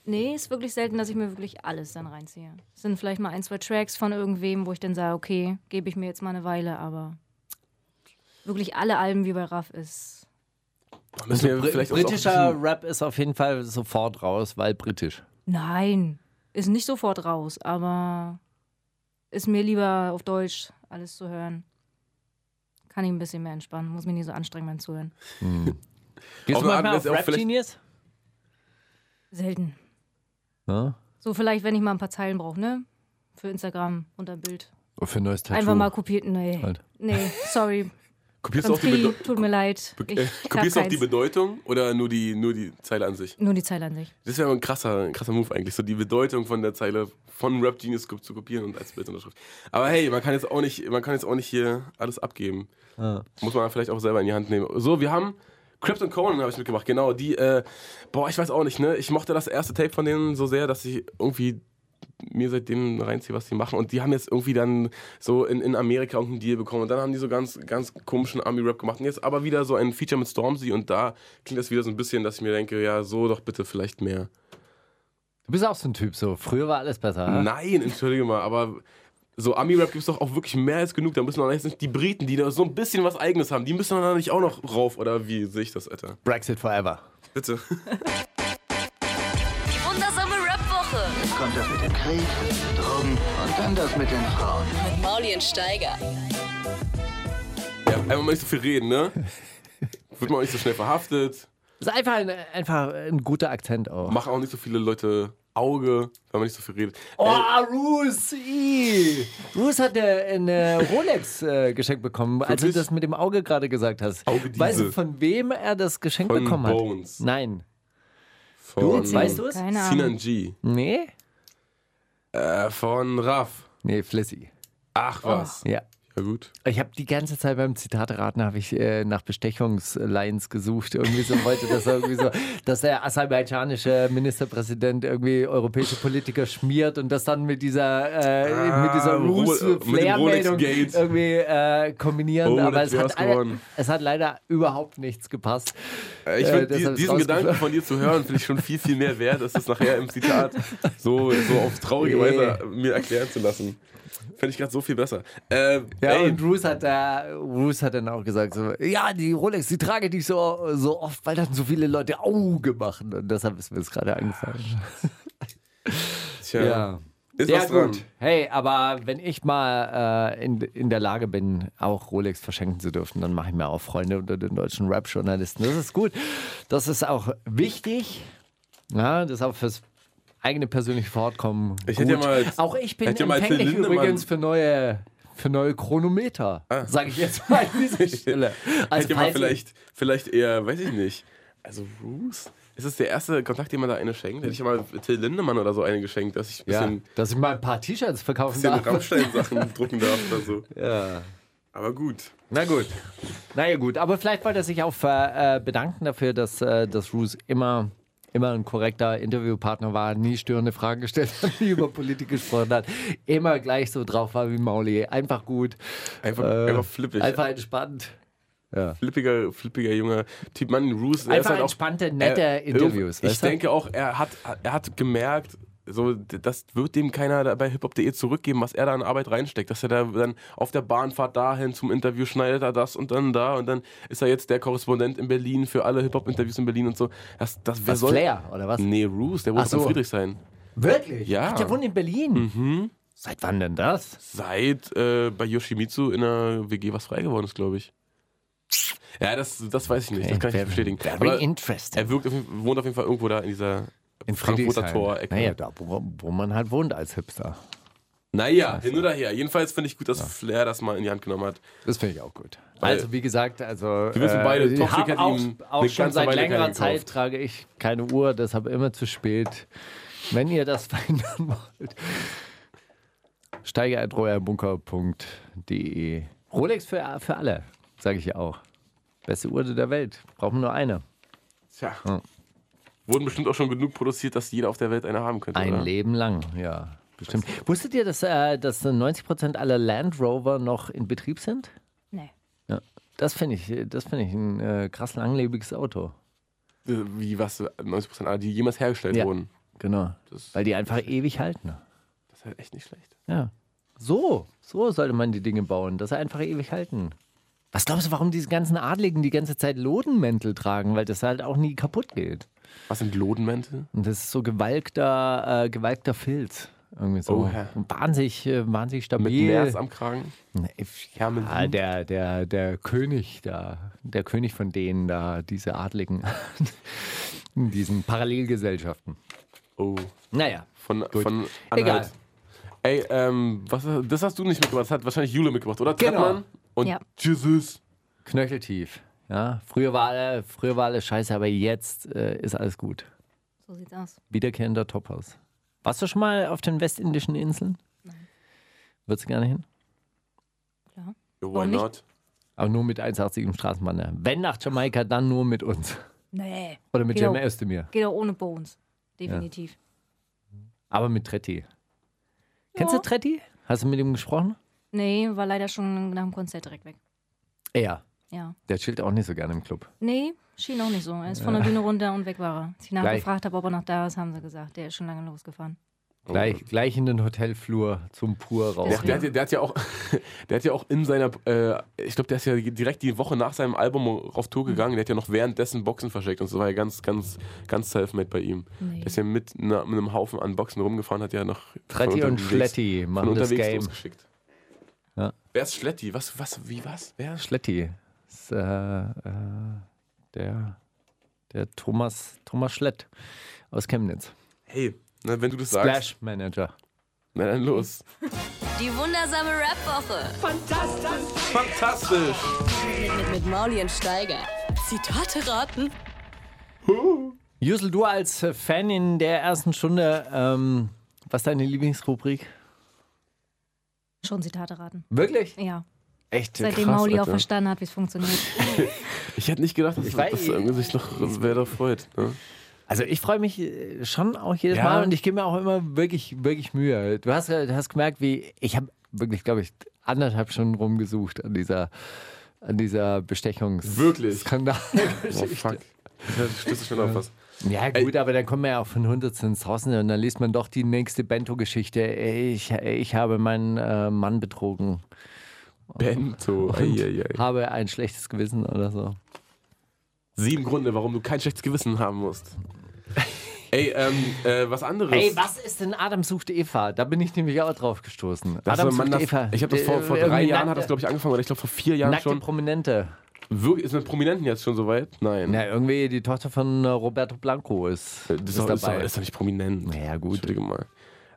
Nee, ist wirklich selten, dass ich mir wirklich alles dann reinziehe. Es sind vielleicht mal ein, zwei Tracks von irgendwem, wo ich dann sage, okay, gebe ich mir jetzt mal eine Weile, aber wirklich alle Alben wie bei Raff ist.
Da müssen wir
Br-
vielleicht uns auch ein
Also Britischer Rap ist auf jeden Fall sofort raus, weil britisch.
Nein, ist nicht sofort raus, aber ist mir lieber auf Deutsch alles zu hören. Kann ich ein bisschen mehr entspannen, muss mich nicht so anstrengen beim Zuhören.
Gehst
Auf
du
eine
manchmal
Art
auf
ist auch
Rap
vielleicht-
Genius?
Selten.
Ja.
So vielleicht, wenn ich mal ein paar Zeilen brauche, ne? Für Instagram unter Bild.
Für ein neues Tattoo.
Einfach mal kopiert. Nee.
Halt.
Nee, sorry.
Kopierst du auch die,
Country,
Bedeu
tut mir leid. Ich
äh,
hab
kopierst du auch die
keins.
Bedeutung oder nur die, nur die Zeile an sich?
Nur die Zeile an sich.
Das wäre ein krasser, ein krasser Move eigentlich, so die Bedeutung von der Zeile von Rap Genius zu kopieren und als Bildunterschrift. Aber hey, man kann jetzt auch nicht, man kann jetzt auch nicht hier alles abgeben. Muss man vielleicht auch selber in die Hand nehmen. So, wir haben Crypt und Conan habe ich mitgemacht, genau. Die, äh, boah, ich weiß auch nicht, ne? Ich mochte das erste Tape von denen so sehr, dass ich irgendwie mir seitdem reinziehe, was die machen. Und die haben jetzt irgendwie dann so in, in Amerika irgendeinen Deal bekommen. Und dann haben die so ganz, ganz komischen Army-Rap gemacht. Und jetzt aber wieder so ein Feature mit Stormzy. Und da klingt das wieder so ein bisschen, dass ich mir denke, ja, so doch bitte vielleicht mehr.
Du bist auch so ein Typ, so früher war alles besser. ne?
Nein, entschuldige mal, aber so Ami-Rap gibt es doch auch wirklich mehr als genug. Da müssen doch jetzt nicht die Briten, die da so ein bisschen was Eigenes haben, die müssen doch da nicht auch noch rauf. Oder wie sehe ich das, Alter?
Brexit forever.
Bitte.
Wundersame Rap-Woche.
Jetzt kommt das mit dem Krieg, Drogen und dann das mit den Frauen.
Mit Mauli und Steiger.
Ja, einfach mal nicht so viel reden, ne? Wird man auch nicht so schnell verhaftet.
Ist einfach ein, einfach ein guter Akzent auch.
Machen auch nicht so viele Leute Auge, wenn man nicht so viel redet.
Oh, Roos! ih. Roos hat eine, eine Rolex äh, geschenkt bekommen, als du
Wirklich?
das mit dem Auge gerade gesagt hast.
Auge diese.
Weißt du, von wem er das Geschenk
Von
bekommen
Bones.
hat? Nein.
Von
weißt du es?
Keine
Sinan
Ahnung.
G.
Nee?
Äh, von Raff.
Nee, Flissy.
Ach was.
Ja.
Ja gut.
Ich habe die ganze Zeit beim Zitate-Raten habe ich äh, nach Bestechungslines gesucht. Irgendwie so wollte das irgendwie so, dass der aserbaidschanische Ministerpräsident irgendwie europäische Politiker schmiert und das dann mit dieser äh,
Ah,
mit dieser
Ru-
Ruth
mit dem
Flair-Meldung
Rolex-Gate.
irgendwie äh, kombinieren.
Oh,
Aber
das
es
wär's
hat, alle,
geworden.
es hat leider überhaupt nichts gepasst.
Äh, Ich
Äh,
finde
das
die,
hab ich
diesen Gedanken
rausgefl-
von dir zu hören, finde ich schon viel, viel mehr wert, als das nachher im Zitat so, so auf traurige
Nee.
Weise mir erklären zu lassen. Finde ich gerade so viel besser. Äh,
Ja,
ey,
und Bruce hat, da, Bruce hat dann auch gesagt, so, ja, die Rolex, die trage die so, so oft, weil dann so viele Leute Auge machen. Und deshalb ist mir das gerade angefallen.
tja, ist
Ja,
was dran.
gut. Hey, aber wenn ich mal äh, in, in der Lage bin, auch Rolex verschenken zu dürfen, dann mache ich mir auch Freunde unter den deutschen Rap-Journalisten. Das ist gut. Das ist auch wichtig. Ja, das ist auch fürs eigene persönliche Fortkommen.
Ich
gut.
hätte ja mal-
auch ich bin
hätte ja mal Till
empfänglich
Lindemann- Ah.
übrigens für neue, für neue Chronometer, sage ich jetzt mal an dieser Stelle.
Hätte man
also falls ihr-
vielleicht, vielleicht eher, weiß ich nicht. Also Bruce, ist es der erste Kontakt, den man da eine schenkt? Hätte ich ja mal Till Lindemann oder so eine geschenkt, dass ich ein
Ja,
bisschen,
dass ich mal ein paar T-Shirts verkaufen
bisschen
darf.
Rammstein-Sachen drucken darf oder so.
Ja.
Aber gut.
Na gut. Na ja, gut. Aber vielleicht wollte er sich auch äh, bedanken dafür, dass, äh, dass Roos immer, immer ein korrekter Interviewpartner war, nie störende Fragen gestellt hat, nie über Politik gesprochen hat, immer gleich so drauf war wie Mauli. Einfach gut.
Einfach,
äh,
einfach flippig.
Einfach entspannt.
flippiger, flippiger junger Typ. Mann, Roos, er
Einfach
ist halt auch,
entspannte, nette
er-
Interviews,
Ich
weißt du?
denke auch, er hat, er hat gemerkt, so, d- das wird dem keiner da bei hiphop.de zurückgeben, was er da an Arbeit reinsteckt. Dass er da dann auf der Bahnfahrt dahin zum Interview schneidet er das und dann da und dann ist er jetzt der Korrespondent in Berlin für alle Hip-Hop-Interviews in Berlin und so. Das, das, wer
Was,
soll.
Flair, oder was?
Nee, Roos, der wohnt
Ach so.
in Friedrich sein.
Wirklich?
Ja. Mhm.
Ach, der wohnt in Berlin. Seit wann denn das?
Seit äh, bei Yoshimitsu in der WG was frei geworden ist, glaube ich. Ja, das, das weiß ich nicht, das kann ich nicht bestätigen.
Very
Aber
interesting.
er wirkt auf jeden, wohnt auf jeden Fall irgendwo da in dieser
in
Frankfurter
Friedrichshain.
Tor-Ecke.
Naja, da, wo, wo man halt wohnt als Hipster.
Naja, hin oder her. Jedenfalls finde ich gut, dass Flair das mal in die Hand genommen hat.
Das finde ich auch gut.
Weil-
also, wie gesagt, also. Wir
wissen beide,
äh,
Toxic
hab
hat
auch,
ihm
auch
eine
schon
ganze
seit
Weile
längerer
keine
Zeit
gekauft.
trage ich keine Uhr, deshalb immer zu spät. Wenn ihr das verändern wollt, steigeadroerbunker.de. Rolex für, für alle, sage ich ja auch. Beste Uhr der Welt. Brauchen nur eine.
Tja. Wurden bestimmt auch schon genug produziert, dass jeder auf der Welt eine haben könnte.
Ein
oder?
Leben lang, ja. Bestimmt. Wusstet ihr, dass, äh, dass 90% aller Land Rover noch in Betrieb sind?
Nee.
Ja. Das finde ich, das finde ich ein äh, krass langlebiges Auto.
Äh, Wie was, 90% aller, die jemals hergestellt
Ja.
wurden.
Genau.
Das-
Weil die einfach ewig halten.
Das ist halt echt nicht schlecht.
Ja. So, so sollte man die Dinge bauen, dass sie einfach ewig halten. Was glaubst du, warum diese ganzen Adligen die ganze Zeit Lodenmäntel tragen? Weil das halt auch nie kaputt geht.
Was sind Lodenmäntel?
Und das ist so gewalkter, äh, gewalkter Filz. Irgendwie so.
Oha.
wahnsinnig, äh, wahnsinnig
Mit
stabil.
Nerz am Kragen? Hermelin?
Ja, ah, der, der, der König da, der König von denen da, diese Adligen, in diesen Parallelgesellschaften.
Oh,
Naja,
von,
Gut.
von
Egal.
Anhalt. Ey, ähm, was, das hast du nicht mitgebracht. Das hat wahrscheinlich Jule mitgebracht, oder?
Genau.
Trettmann und
Ja.
Jesus.
knöcheltief. Ja, früher war, alle- früher war alles scheiße, aber jetzt äh, ist alles gut.
So sieht's aus.
Wiederkehrender Tophaus. Warst du schon mal auf den westindischen Inseln? Nein. Würdest du gerne hin?
Why
Warum nicht?
not?
Aber nur mit 1,80 im Straßenbahn. Wenn nach Jamaika, dann nur mit uns.
Nee.
Oder mit
Geht
Jam
auch-
Özdemir.
Geht auch ohne Bones. Definitiv.
Aber mit Tretti. Kennst du Tretti? Hast du mit ihm gesprochen?
Nee, war leider schon nach dem Konzert direkt weg.
Ja.
Ja.
Der chillt auch nicht so gerne im Club.
Nee, schien auch nicht so. Er ist von der Bühne runter und weg war er. Als ich nachgefragt habe, ob er noch da ist, haben sie gesagt, der ist schon lange losgefahren.
Oh
Gleich, gleich in den Hotelflur zum Pur raus.
Der, der, hat, ja- der, hat ja auch, der hat ja auch in seiner, äh, ich glaube, der ist ja direkt die Woche nach seinem Album auf
Mhm.
Tour gegangen. Der hat ja noch währenddessen Boxen versteckt und so war ja ganz, ganz, ganz self-made bei ihm.
Nee.
Der ist ja mit, na, mit einem Haufen an Boxen rumgefahren, hat ja noch. von
Tretti und
unterwegs-
Schletti
Von
machen das
unterwegs
Game.
losgeschickt.
Ja.
Wer ist Schletti? Was, was, wie, was? Wer ist
Schletti ist äh, äh, der, der Thomas, Thomas Schlett aus Chemnitz.
Hey, na, wenn du das sagst,
Splash Manager.
na dann los.
Die wundersame Rap-Woche
Fantastisch!
mit, mit Mauli und Steiger. Zitate raten?
Jusel, du als äh, Fan in der ersten Stunde, ähm, was ist deine Lieblingsrubrik?
Schon Zitate raten.
Wirklich?
Ja.
Echt?
Seitdem
krass,
Mauli auch
Alter.
verstanden hat, wie es funktioniert.
Ich hätte nicht gedacht, dass,
Ich weiß-
dass irgendwie sich noch wer da freut. Ne?
Also ich freue mich äh, schon auch jedes
Ja.
Mal und ich gebe mir auch immer wirklich, wirklich Mühe. Du hast, äh, du hast gemerkt, wie ich habe wirklich, glaube ich, anderthalb Stunden rumgesucht an dieser, an dieser Bestechungs
Wirklich?
Skandal.
Oh, fuck. Da stößt du schon auf was.
Ja gut, aber dann kommen wir ja auch von Hundertsten ins Tausende und dann liest man doch die nächste Bento-Geschichte. Ey, Ich, ich habe meinen äh, Mann betrogen,
Bento. Eieiei.
habe ein schlechtes Gewissen oder so.
Sieben Gründe, warum du kein schlechtes Gewissen haben musst. Ey, ähm, äh, was anderes.
Ey, was ist denn Adam sucht Eva? Da bin ich nämlich auch drauf gestoßen.
Das
Adam
war- Mann,
sucht
das,
Eva.
Ich habe das vor, vor
Äh,
drei
irgendwie
Jahren, hat
nackte-
das glaube ich angefangen, oder ich glaube vor vier Jahren
Nackte
schon.
Prominente.
Wirklich, ist mit Prominenten jetzt schon soweit? Nein.
Na, irgendwie die Tochter von äh, Roberto Blanco ist,
Äh, das ist,
ist
doch, ist, doch,
dabei.
ist doch nicht prominent.
Naja, gut.
Entschuldige mal.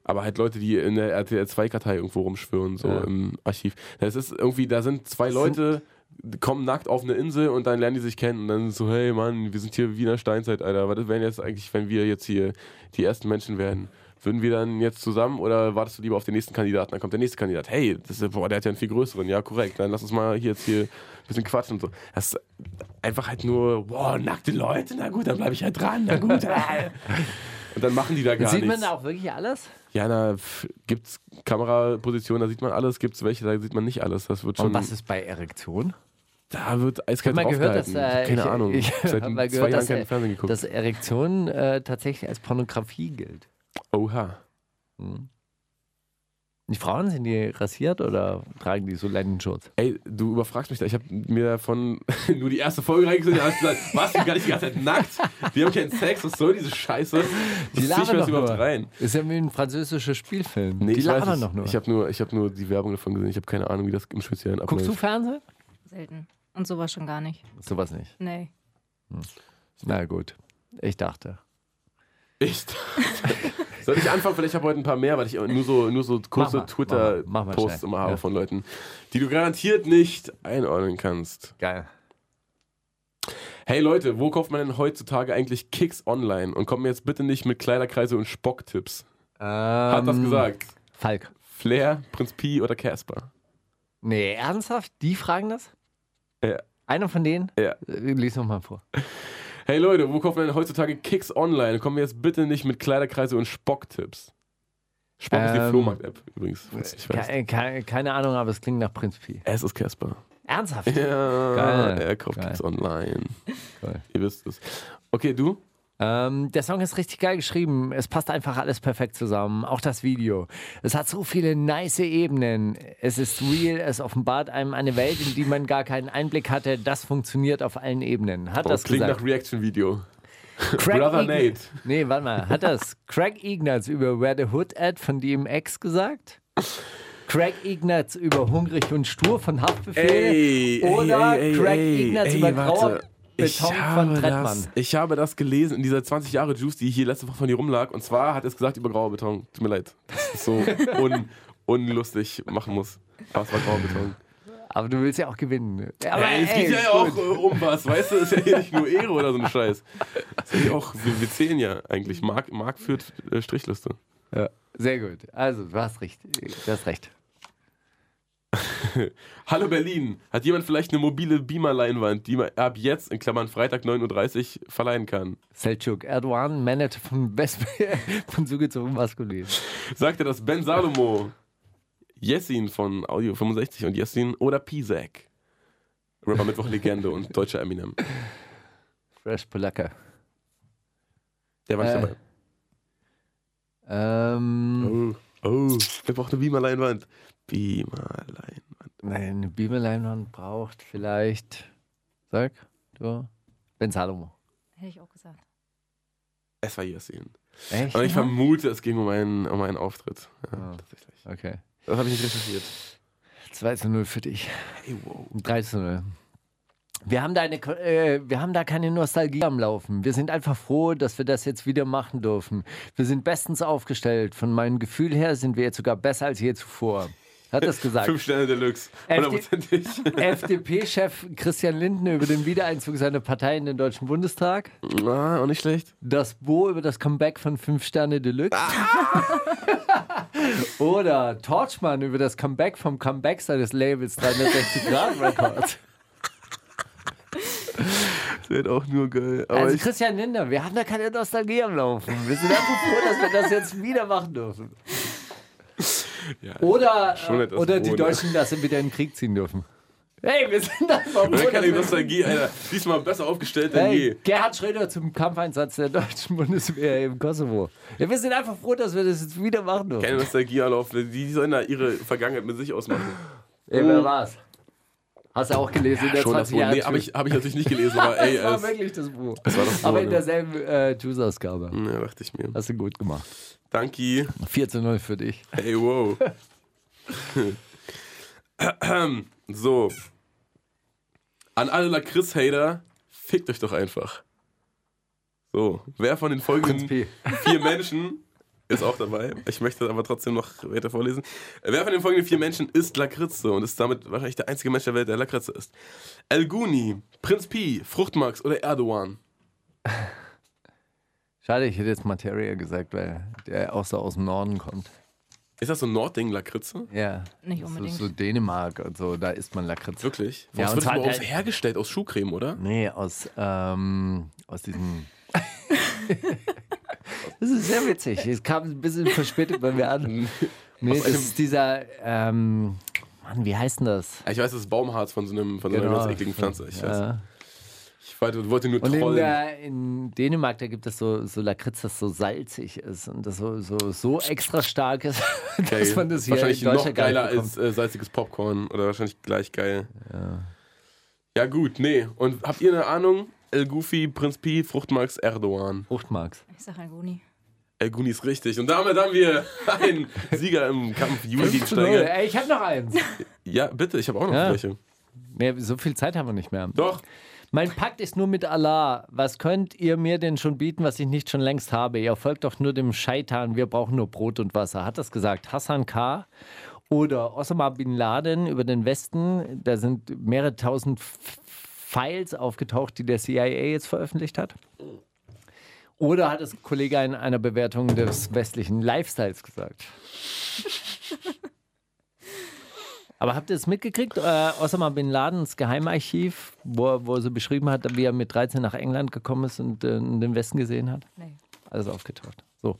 Aber halt Leute, die in der RTL2-Kartei irgendwo rumschwirren, so im Archiv. Das ist irgendwie, da sind zwei Leute, die kommen nackt auf eine Insel und dann lernen die sich kennen. Und dann ist so, hey Mann, wir sind hier wie in der Steinzeit, Alter. Was wären jetzt eigentlich, wenn wir jetzt hier die ersten Menschen werden? Würden wir dann jetzt zusammen oder wartest du lieber auf den nächsten Kandidaten? Dann kommt der nächste Kandidat. Hey, das ist, boah, der hat ja einen viel größeren. Ja, korrekt. Dann lass uns mal hier jetzt hier ein bisschen quatschen und so. Das ist einfach halt nur, boah, nackte Leute. Na gut, dann bleibe ich halt dran. Na gut. Und dann machen die da gar
Sieht
nichts.
man da auch wirklich alles?
Ja, da gibt es Kamerapositionen, da sieht man alles, gibt es welche, da sieht man nicht alles. Das wird schon.
Und was ist bei Erektion?
da wird eiskalt
Ich habe mal gehört, dass,
draufgehalten.
äh,
Keine
ich,
Ahnung.
Ich,
Seit
hab mal
zwei
gehört,
Jahren
dass,
keinen
äh,
Fernsehen geguckt.
dass Erektion äh, tatsächlich als Pornografie gilt.
Oha.
Die Frauen sind die rasiert oder tragen die so Lendenschutz?
Ey, du überfragst mich da. Ich habe mir davon nur die erste Folge reingesehen und hast gesagt, was, die gar nicht die ganze Zeit nackt? Die haben keinen Sex, was soll diese Scheiße?
Die
Das ziehe ich mir das überhaupt rein.
Ist ja wie ein französischer Spielfilm.
Nee,
die
ich weiß
labern
es.
doch nur.
Ich habe nur, ich hab nur die Werbung davon gesehen. Ich habe keine Ahnung, wie das im Speziellen abläuft.
Guckst du Fernsehen?
Selten. Und sowas schon gar nicht.
Sowas nicht.
Nee.
Na gut. Ich dachte.
Echt? Soll ich anfangen? Vielleicht habe ich heute ein paar mehr, weil ich nur so, nur so kurze
mal, mach mal, mach mal
Twitter-Posts
schnell.
immer habe
Ja.
von Leuten, die du garantiert nicht einordnen kannst.
Geil.
Hey Leute, wo kauft man denn heutzutage eigentlich Kicks online? Und kommt mir jetzt bitte nicht mit Kleiderkreise und Spocktipps. Hat
Ähm,
das gesagt?
Falk.
Flair, Prinz Pi oder Casper?
Nee, ernsthaft? Die fragen das?
Ja.
Einer von denen?
Ja.
Äh, Lies nochmal vor.
Hey Leute, wo kauft man denn heutzutage Kicks online? Und kommt mir jetzt bitte nicht mit Kleiderkreise und Spocktipps. Spock ist die
Ähm,
Flohmarkt-App übrigens. falls Ich weiß.
Ke ke keine Ahnung, aber es klingt nach Prinz Pi.
Es ist Casper.
Ernsthaft?
Ja,
Geil.
er kauft
Geil.
Kicks online.
Geil.
Ihr wisst es. Okay, du?
Ähm, der Song ist richtig geil geschrieben. Es passt einfach alles perfekt zusammen. Auch das Video. Es hat so viele nice Ebenen. Es ist real. Es offenbart einem eine Welt, in die man gar keinen Einblick hatte. Das funktioniert auf allen Ebenen. Hat
Oh,
das
klingt
gesagt.
nach Reaction-Video.
Craig
Brother
Ign-
Nate.
Nee, warte mal. Hat das Craig Ignatz über Where the Hood at von DMX gesagt? Craig Ignatz über Hungrig und Stur von Haftbefehl? oder Craig Ignatz über Grauer Beton von Trettmann?
das, ich habe das gelesen in dieser 20 Jahre Juice, die hier letzte Woche von dir rumlag. Und zwar hat es gesagt über grauer Beton. Tut mir leid. Das ist so un, unlustig machen muss. Was war grauer Beton?
Aber du willst ja auch gewinnen. Aber
Ey, es
ey,
geht ja auch äh, um was, weißt du? Ist ja hier nicht nur Ehre oder so ein Scheiß. Das ist ja auch, wir, wir zählen ja eigentlich. Marc, Marc führt äh, Strichliste.
Ja, sehr gut. Also, du hast recht. Du hast recht.
Hallo Berlin, hat jemand vielleicht eine mobile Beamer-Leinwand, die man ab jetzt, in Klammern Freitag 9.30 Uhr, verleihen kann?
Selçuk Erdogan, Manager von, West von zugezogen maskulin.
Sagte das Ben Salomo, Jessin von Audio 65 und Jessin oder Pisac. Rapper Mittwoch Legende und deutscher Eminem.
Fresh Polacke.
Der war nicht
Äh.
dabei.
Ähm,
Oh, oh, wir brauchen eine Beamer-Leinwand. Beamer-Leinwand.
nein, eine Beamerleinwand braucht vielleicht. Sag, du. Ben Salomo.
Hätte ich auch gesagt.
Es war Jessin.
Echt?
Aber ich vermute, es ging um einen, um einen Auftritt. Ja,
Ah.
tatsächlich.
Okay.
Das habe ich nicht recherchiert.
2 zu 0 für dich.
Hey, wow.
3 zu 0. Wir haben, da eine, Ko- äh, wir haben da keine Nostalgie am Laufen. Wir sind einfach froh, dass wir das jetzt wieder machen dürfen. Wir sind bestens aufgestellt. Von meinem Gefühl her sind wir jetzt sogar besser als je zuvor. Hat das gesagt.
Fünf Sterne Deluxe.
FD
Hundertprozentig.
FDP-Chef Christian Lindner über den Wiedereinzug seiner Partei in den Deutschen Bundestag.
Ah, auch nicht schlecht.
Das Bo über das Comeback von 5 Sterne Deluxe.
Ah.
Oder Torchmann über das Comeback vom Comeback seines Labels 360 Grad Records.
Das wird auch nur geil. Aber
Also
ich,
Christian Lindner, wir haben da keine Nostalgie am Laufen. Wir sind einfach froh, dass wir das jetzt wieder machen dürfen. Oder, äh,
schon etwas
oder die
froh, ne?
Deutschen, dass sie wieder in den Krieg ziehen dürfen. Hey, wir sind einfach froh,
Wer
dass
kann die
wir
Nostalgie, Alter? Diesmal besser aufgestellt denn
Hey,
je.
Gerhard Schröder zum Kampfeinsatz der deutschen Bundeswehr im Kosovo. Ja, wir sind einfach froh, dass wir das jetzt wieder machen dürfen.
Keine Nostalgie, Alter. auf- Die sollen da ihre Vergangenheit mit sich ausmachen.
Ey, wer war's? Hast du auch gelesen in der
Schon das
20
Buch.
Jahre?
Nee, habe ich, hab ich natürlich nicht gelesen, aber ey,
das war
es,
wirklich das Buch.
war das Buch,
Aber in Also-
ne?
derselben äh, Juice-Ausgabe.
Ja, Ne, dachte ich mir.
Hast du gut gemacht.
Danke.
4 zu 0 für dich.
Hey, wow. so. An alle Lacris-Hater, fickt euch doch einfach. So, wer von den folgenden
Prinz Pi.
vier Menschen ist auch dabei? Ich möchte aber trotzdem noch weiter vorlesen. Äh, Wer von den folgenden vier Menschen ist Lakritze und ist damit wahrscheinlich der einzige Mensch der Welt, der Lakritze ist? El Guni, Prinz Pi, Fruchtmax oder Erdogan?
Schade, ich hätte jetzt Materia gesagt, weil der auch so aus dem Norden kommt.
Ist das so ein Nordding, Lakritze?
Ja.
Nicht
Das
unbedingt.
ist so Dänemark und so, da isst man Lakritz.
Wirklich?
Ja,
Was
und
wird
zwar
aber aus
der-
hergestellt? Aus Schuhcreme, oder?
Nee, aus, ähm, aus diesem. das ist sehr witzig. Es kam ein bisschen verspätet bei mir an. Nee, es ist dieser, ähm, Mann, wie heißt denn das? Genau.
Ich weiß, das ist Baumharz von so, einem, von so einer ganz ekligen Pflanze. Ich weiß.
Ja.
Ich Ich wollte, wollte nur
Und in,
trollen.
äh, in Dänemark, da gibt es so, so Lakritz, das so salzig ist und das so, so, so extra stark ist, dass man das hier
wahrscheinlich
in Deutschland
noch geiler
gar nicht bekommt.
als äh, salziges Popcorn oder wahrscheinlich gleich geil. Ja. gut, nee. Und habt ihr eine Ahnung? El Goofy, Prinz Pi, Fruchtmax, Erdogan.
Fruchtmarks.
Ich sag Alguni.
El Goofy ist richtig. Und damit haben wir einen Sieger im Kampf Juli Steiger.
Ey, ich habe noch eins.
Ja, bitte, ich habe auch noch
Ja.
welche.
Nee, so viel Zeit haben wir nicht mehr.
Doch,
Mein Pakt ist nur mit Allah. Was könnt ihr mir denn schon bieten, was ich nicht schon längst habe? Ihr folgt doch nur dem Scheitan. Wir brauchen nur Brot und Wasser. Hat das gesagt Hassan K. oder Osama Bin Laden über den Westen? Da sind mehrere tausend F- Files aufgetaucht, die der CIA jetzt veröffentlicht hat. Oder hat es Kollege in einer Bewertung des westlichen Lifestyles gesagt? Aber habt ihr es mitgekriegt? Äh, Osama Bin Ladens Geheimarchiv, wo, er- wo er so beschrieben hat, wie er mit 13 nach England gekommen ist und äh, den Westen gesehen hat?
Nee.
Alles aufgetaucht. So.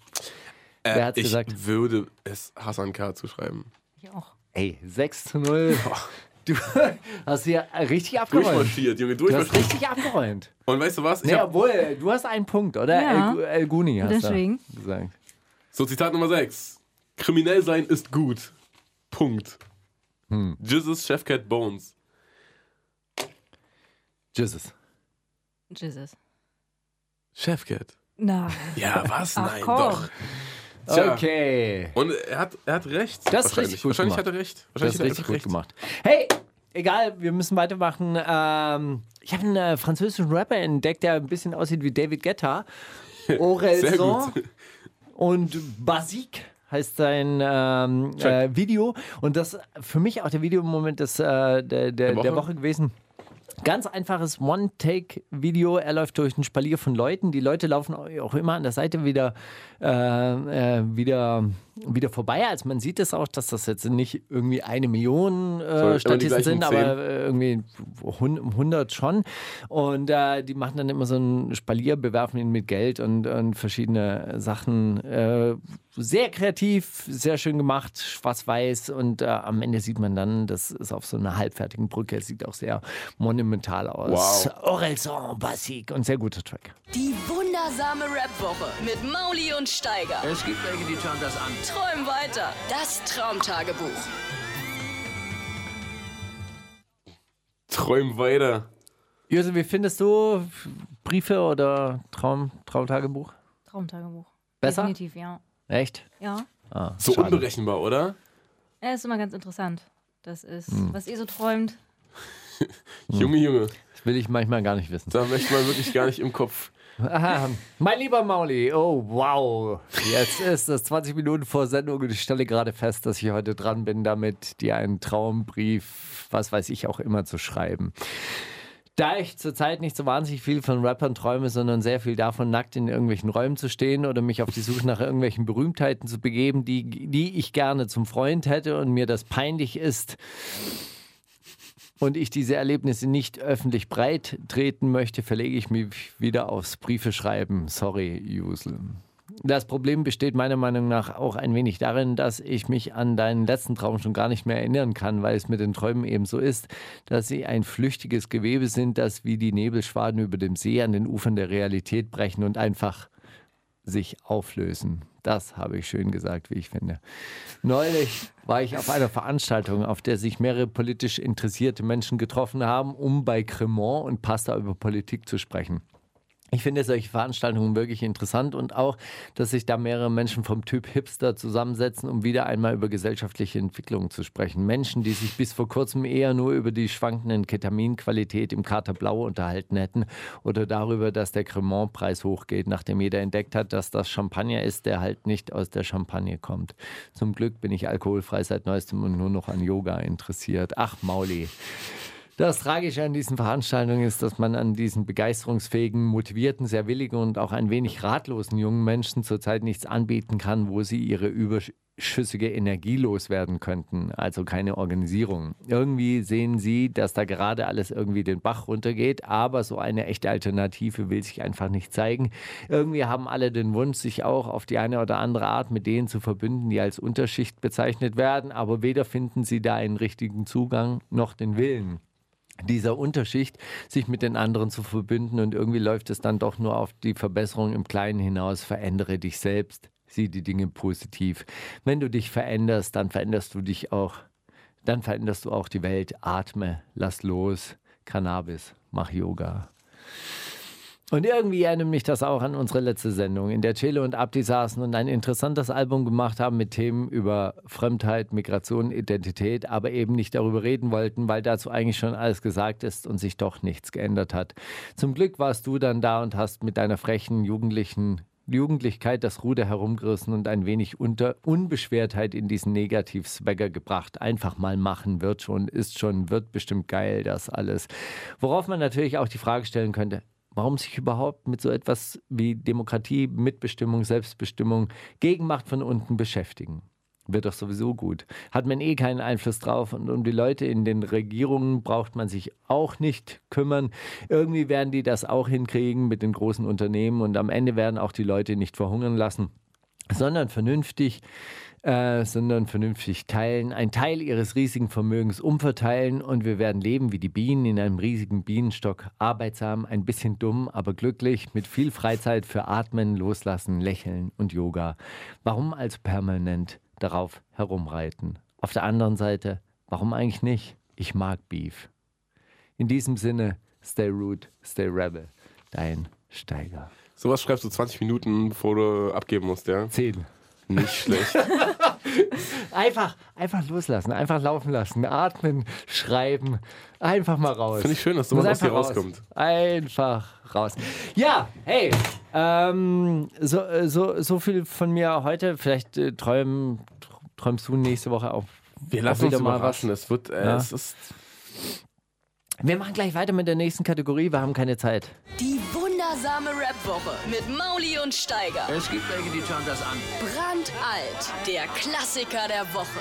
Wer
äh,
hat's
ich
gesagt?
würde es Hassan K. zuschreiben.
Ich auch.
Ey, 6 zu 0. Du hast hier richtig abgeräumt.
Durchmarschiert, Junge,
Du hast
durchmarschiert.
richtig abgeräumt.
Und weißt du was? Ich
Nee,
hab,
obwohl, du hast einen Punkt, oder?
Ja.
El, Gu- El Guni hast
Deswegen.
du gesagt.
so, Zitat Nummer 6. Kriminell sein ist gut. Punkt.
Hm.
Jesus Chefcat Bones.
Jesus.
Jesus.
Chefcat?
Na,
Ja, was?
Ach,
Nein,
komm.
doch. Tja.
Okay.
Und er hat, er hat recht.
Das ist
Wahrscheinlich.
richtig gut
Wahrscheinlich
gemacht.
hat er recht.
Das
Wahrscheinlich
ist
hat er
richtig gut
recht.
gemacht. Hey, egal, wir müssen weitermachen. Ähm, ich habe einen äh, französischen Rapper entdeckt, der ein bisschen aussieht wie David Guetta.
Sehr
Orelson
gut.
und Basik heißt sein ähm, äh, Video. Und das für mich auch der Videomoment des, äh, der, der, der,
Woche?
Woche? gewesen. Ganz einfaches One-Take-Video. Er läuft durch ein Spalier von Leuten. Die Leute laufen auch immer an der Seite wieder, äh, äh, wieder, wieder vorbei. Also man sieht es auch, dass das jetzt nicht irgendwie eine Million
immer
äh,
die
Statisten
gleichen
sind,
zehn.
aber äh, irgendwie hun- 100 schon. Und äh, die machen dann immer so einen Spalier, bewerfen ihn mit Geld und, und verschiedene Sachen. Äh, sehr kreativ, sehr schön gemacht, schwarz-weiß. Und äh, am Ende sieht man dann, das ist auf so einer halbfertigen Brücke. Es sieht auch sehr monumental aus.
Wow.
Orelsan, Basik und sehr guter Track.
Die wundersame Rap-Woche mit Mauli und Steiger.
Es gibt welche, die schauen das an.
Träum weiter. Das Traumtagebuch.
Träum weiter.
Jose, wie findest du Briefe oder Traum, Traumtagebuch?
Traumtagebuch.
Besser?
Definitiv, ja.
Echt?
Ja.
Ah,
So
schade.
unberechenbar, oder?
Ja, ist immer ganz interessant. Das ist,
Hm.
was ihr so träumt.
Hm.
Junge, Junge.
Das will ich manchmal gar nicht wissen.
Da möchte man wirklich gar nicht im Kopf.
Aha. Mein lieber Mauli, oh wow. Jetzt ist es 20 Minuten vor Sendung und ich stelle gerade fest, dass ich heute dran bin, damit dir einen Traumbrief, was weiß ich auch immer, zu schreiben. Da ich zurzeit nicht so wahnsinnig viel von Rappern träume, sondern sehr viel davon, nackt in irgendwelchen Räumen zu stehen oder mich auf die Suche nach irgendwelchen Berühmtheiten zu begeben, die, die ich gerne zum Freund hätte und mir das peinlich ist, und ich diese Erlebnisse nicht öffentlich breit treten möchte, verlege ich mich wieder aufs Briefe schreiben. Sorry, Jusel. Das Problem besteht meiner Meinung nach auch ein wenig darin, dass ich mich an deinen letzten Traum schon gar nicht mehr erinnern kann, weil es mit den Träumen eben so ist, dass sie ein flüchtiges Gewebe sind, das wie die Nebelschwaden über dem See an den Ufern der Realität brechen und einfach sich auflösen. Das habe ich schön gesagt, wie ich finde. Neulich war ich auf einer Veranstaltung, auf der sich mehrere politisch interessierte Menschen getroffen haben, um bei Cremant und Pasta über Politik zu sprechen. Ich finde solche Veranstaltungen wirklich interessant und auch, dass sich da mehrere Menschen vom Typ Hipster zusammensetzen, um wieder einmal über gesellschaftliche Entwicklungen zu sprechen. Menschen, die sich bis vor kurzem eher nur über die schwankenden Ketaminqualität im Kater Blau unterhalten hätten oder darüber, dass der Cremant-Preis hochgeht, nachdem jeder entdeckt hat, dass das Champagner ist, der halt nicht aus der Champagne kommt. Zum Glück bin ich alkoholfrei seit neuestem und nur noch an Yoga interessiert. Ach, Mauli. Das Tragische an diesen Veranstaltungen ist, dass man an diesen begeisterungsfähigen, motivierten, sehr willigen und auch ein wenig ratlosen jungen Menschen zurzeit nichts anbieten kann, wo sie ihre überschüssige Energie loswerden könnten. Also keine Organisierung. Irgendwie sehen sie, dass da gerade alles irgendwie den Bach runtergeht, aber so eine echte Alternative will sich einfach nicht zeigen. Irgendwie haben alle den Wunsch, sich auch auf die eine oder andere Art mit denen zu verbünden, die als Unterschicht bezeichnet werden, aber weder finden sie da einen richtigen Zugang noch den Willen. dieser Unterschicht, sich mit den anderen zu verbünden und irgendwie läuft es dann doch nur auf die Verbesserung im Kleinen hinaus, verändere dich selbst, sieh die Dinge positiv. Wenn du dich veränderst, dann veränderst du dich auch, dann veränderst du auch die Welt, atme, lass los, Cannabis, mach Yoga. Und irgendwie erinnert mich das auch an unsere letzte Sendung, in der Chelo und Abdi saßen und ein interessantes Album gemacht haben mit Themen über Fremdheit, Migration, Identität, aber eben nicht darüber reden wollten, weil dazu eigentlich schon alles gesagt ist und sich doch nichts geändert hat. Zum Glück warst du dann da und hast mit deiner frechen, jugendlichen Jugendlichkeit das Ruder herumgerissen und ein wenig unter Unbeschwertheit in diesen Negativ-Swagger gebracht. Einfach mal machen, wird schon, ist schon, wird bestimmt geil, das alles. Worauf man natürlich auch die Frage stellen könnte, warum sich überhaupt mit so etwas wie Demokratie, Mitbestimmung, Selbstbestimmung, Gegenmacht von unten beschäftigen. Wird doch sowieso gut. Hat man eh keinen Einfluss drauf und um die Leute in den Regierungen braucht man sich auch nicht kümmern. Irgendwie werden die das auch hinkriegen mit den großen Unternehmen und am Ende werden auch die Leute nicht verhungern lassen, sondern vernünftig äh, sondern vernünftig teilen, einen Teil ihres riesigen Vermögens umverteilen und wir werden leben wie die Bienen in einem riesigen Bienenstock, arbeitsam, ein bisschen dumm, aber glücklich, mit viel Freizeit für Atmen, Loslassen, Lächeln und Yoga. Warum also permanent darauf herumreiten? Auf der anderen Seite, warum eigentlich nicht? Ich mag Beef. In diesem Sinne, stay root, stay rebel, dein Steiger.
Sowas schreibst du 20 Minuten, bevor du abgeben musst, ja?
10.
Nicht schlecht.
Einfach, einfach loslassen, einfach laufen lassen, atmen, schreiben, einfach mal raus.
Finde ich schön, dass
Muss
sowas aus dir
einfach raus.
rauskommt.
Einfach raus. Ja, hey, ähm, so, äh, so, so viel von mir heute. Vielleicht äh, träum, tr- träumst du nächste Woche auch.
Wir
auch
lassen uns
wieder mal
überraschen. Es wird, äh,
Ja.
es ist
was. Wir machen gleich weiter mit der nächsten Kategorie. Wir haben keine Zeit.
Die wundersame Rap-Woche mit Mauli und Steiger.
Es gibt welche, die schauen das an.
Brandalt, der Klassiker der Woche.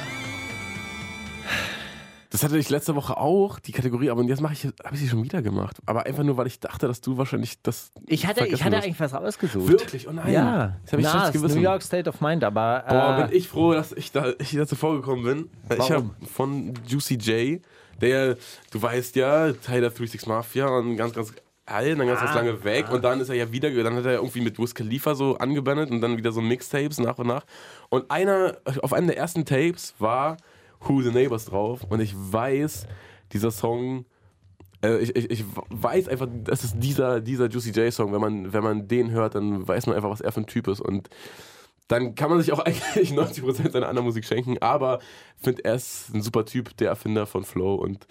Das hatte ich letzte Woche auch, die Kategorie, aber jetzt mache ich, habe ich sie schon wieder gemacht. Aber einfach nur, weil ich dachte, dass du wahrscheinlich das.
Ich hatte, ich
vergessen
hatte
wirst.
eigentlich was rausgesucht.
Wirklich? Oh nein.
Ja,
Das habe ich
Na,
schlecht
ist
gewissen.
New York State of Mind, aber. Äh,
Boah, bin ich froh, dass ich, da, ich dazu vorgekommen bin. Ich habe
Warum?
von Juicy J, der, du weißt ja, Teil der 36 Mafia und ganz, ganz allen, dann ganz,
Ah.
ganz lange weg und dann ist er ja wieder, dann hat er irgendwie mit Wiz Khalifa so angebandelt und dann wieder so Mixtapes nach und nach. Und einer, auf einem der ersten Tapes war Who the Neighbors drauf und ich weiß, dieser Song, äh, ich, ich, ich weiß einfach, das ist dieser, dieser Juicy J-Song, wenn man, wenn man den hört, dann weiß man einfach, was er für ein Typ ist und dann kann man sich auch eigentlich 90% seiner anderen Musik schenken, aber ich finde, er ist ein super Typ, der Erfinder von Flow und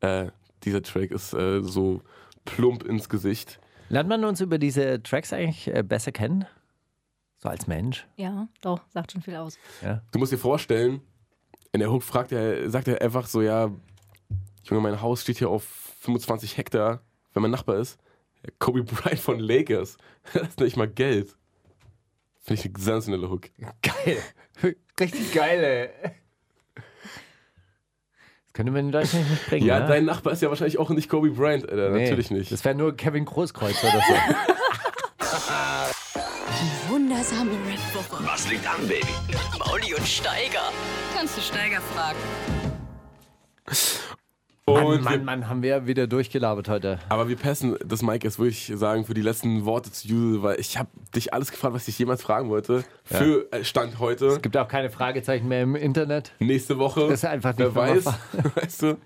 äh, dieser Track ist äh, so plump ins Gesicht.
Lernt man uns über diese Tracks eigentlich äh, besser kennen? So als Mensch?
Ja, doch, sagt schon viel aus.
Du musst dir vorstellen, in der Hook fragt er, sagt er einfach so, ja, Junge, mein Haus steht hier auf 25 Hektar, wenn mein Nachbar ist. Kobe Bryant von Lakers. Das ist nicht mal Geld. Finde ich eine sensationelle Hook.
Geil. Richtig geil, ey. Das könnte man in Deutschland nicht bringen.
Ja,
ne?
dein Nachbar ist ja wahrscheinlich auch nicht Kobe Bryant, Alter.
Nee,
Natürlich nicht.
Das wäre nur Kevin Großkreuz oder so.
Die wundersame Rap-Woche.
Was liegt an, Baby? Mauli und Steiger.
Kannst du Steiger fragen?
Und
Mann,
wir
Mann, Mann, haben wir wieder durchgelabert heute.
Aber wir passen das Mike jetzt, würde ich sagen, für die letzten Worte zu Jule, weil ich habe dich alles gefragt, was ich jemals fragen wollte. Für äh, Stand heute,
Gibt auch keine Fragezeichen mehr im Internet.
nächste Woche.
Das ist einfach
Wer
nicht mehr
weiß,
machbar.
weißt du,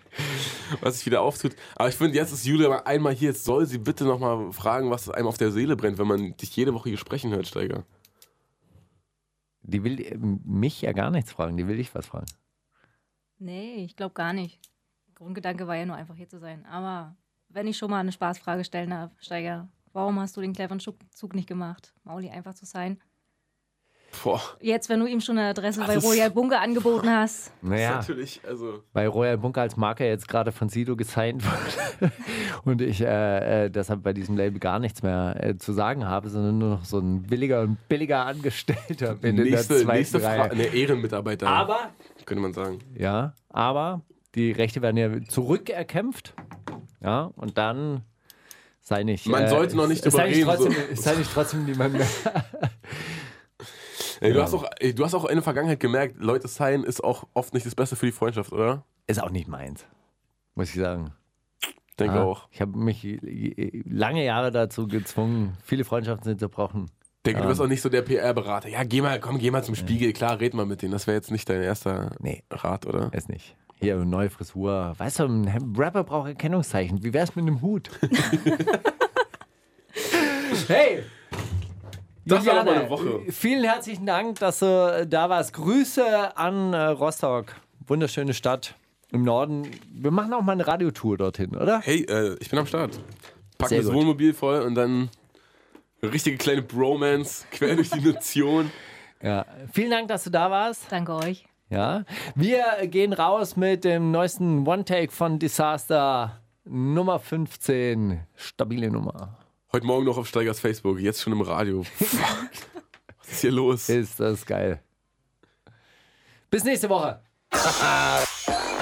was sich wieder auftut. Aber ich finde, jetzt ist Jule aber einmal hier. Jetzt soll sie bitte nochmal fragen, was einem auf der Seele brennt, wenn man dich jede Woche hier sprechen hört, Steiger.
Die will äh, mich ja gar nichts fragen, die will dich was fragen.
Nee, ich glaube gar nicht. Grundgedanke war ja nur einfach hier zu sein. Aber wenn ich schon mal eine Spaßfrage stellen darf, Steiger, warum hast du den cleveren Schu- Zug nicht gemacht, Mauli einfach zu sein?
Boah,
Jetzt, wenn du ihm schon eine Adresse
Das
bei
ist-
Royal Bunge angeboten hast,
Naja,
ist natürlich, also.
weil Royal Bunker als Marke jetzt gerade von Sido gesigned wurde und ich äh, äh, deshalb bei diesem Label gar nichts mehr äh, zu sagen habe, sondern nur noch so ein billiger und billiger Angestellter bin in
Nächste,
der zweiten
nächste
Reihe.
Frage. Eine Ehrenmitarbeiter.
Aber
Könnte man sagen.
Ja, aber die Rechte werden ja zurückerkämpft. Ja, und dann sei nicht.
Man sollte noch nicht
es- es sei
überreden,
Trotzdem,
so.
Es sei nicht trotzdem niemand mehr.
Ey, du, hast auch, ey, du hast auch in der Vergangenheit gemerkt, Leute sein ist auch oft nicht das Beste für die Freundschaft, oder?
Ist auch nicht meins, muss ich sagen.
Denke
Ja,
auch.
Ich habe mich äh, lange Jahre dazu gezwungen, viele Freundschaften sind zerbrochen.
Denke, du bist auch nicht so der PR-Berater. Ja, geh mal, komm, geh mal zum Spiegel. Klar, red mal mit denen. Das wäre jetzt nicht dein erster
Nee.
Rat, oder?
Ist nicht. Hier, neue Frisur. Weißt du, ein Rapper braucht Erkennungszeichen. Wie wär's mit einem Hut? hey!
Das war doch mal
Juliane, äh,
eine Woche.
Vielen herzlichen Dank, dass du äh, da warst. Grüße an äh, Rostock. Wunderschöne Stadt im Norden. Wir machen auch mal eine Radiotour dorthin, oder?
Hey, äh, ich bin am Start. Pack
Sehr
das
gut.
Wohnmobil voll und dann eine richtige kleine Bromance quer durch die Nation.
Ja. Vielen Dank, dass du da warst.
Danke euch.
Ja. Wir gehen raus mit dem neuesten One-Take von Disaster Nummer 15. Stabile Nummer.
Heute Morgen noch auf Steigers Facebook, jetzt schon im Radio. Fuck. Was ist hier los?
Ist das geil. Bis nächste Woche.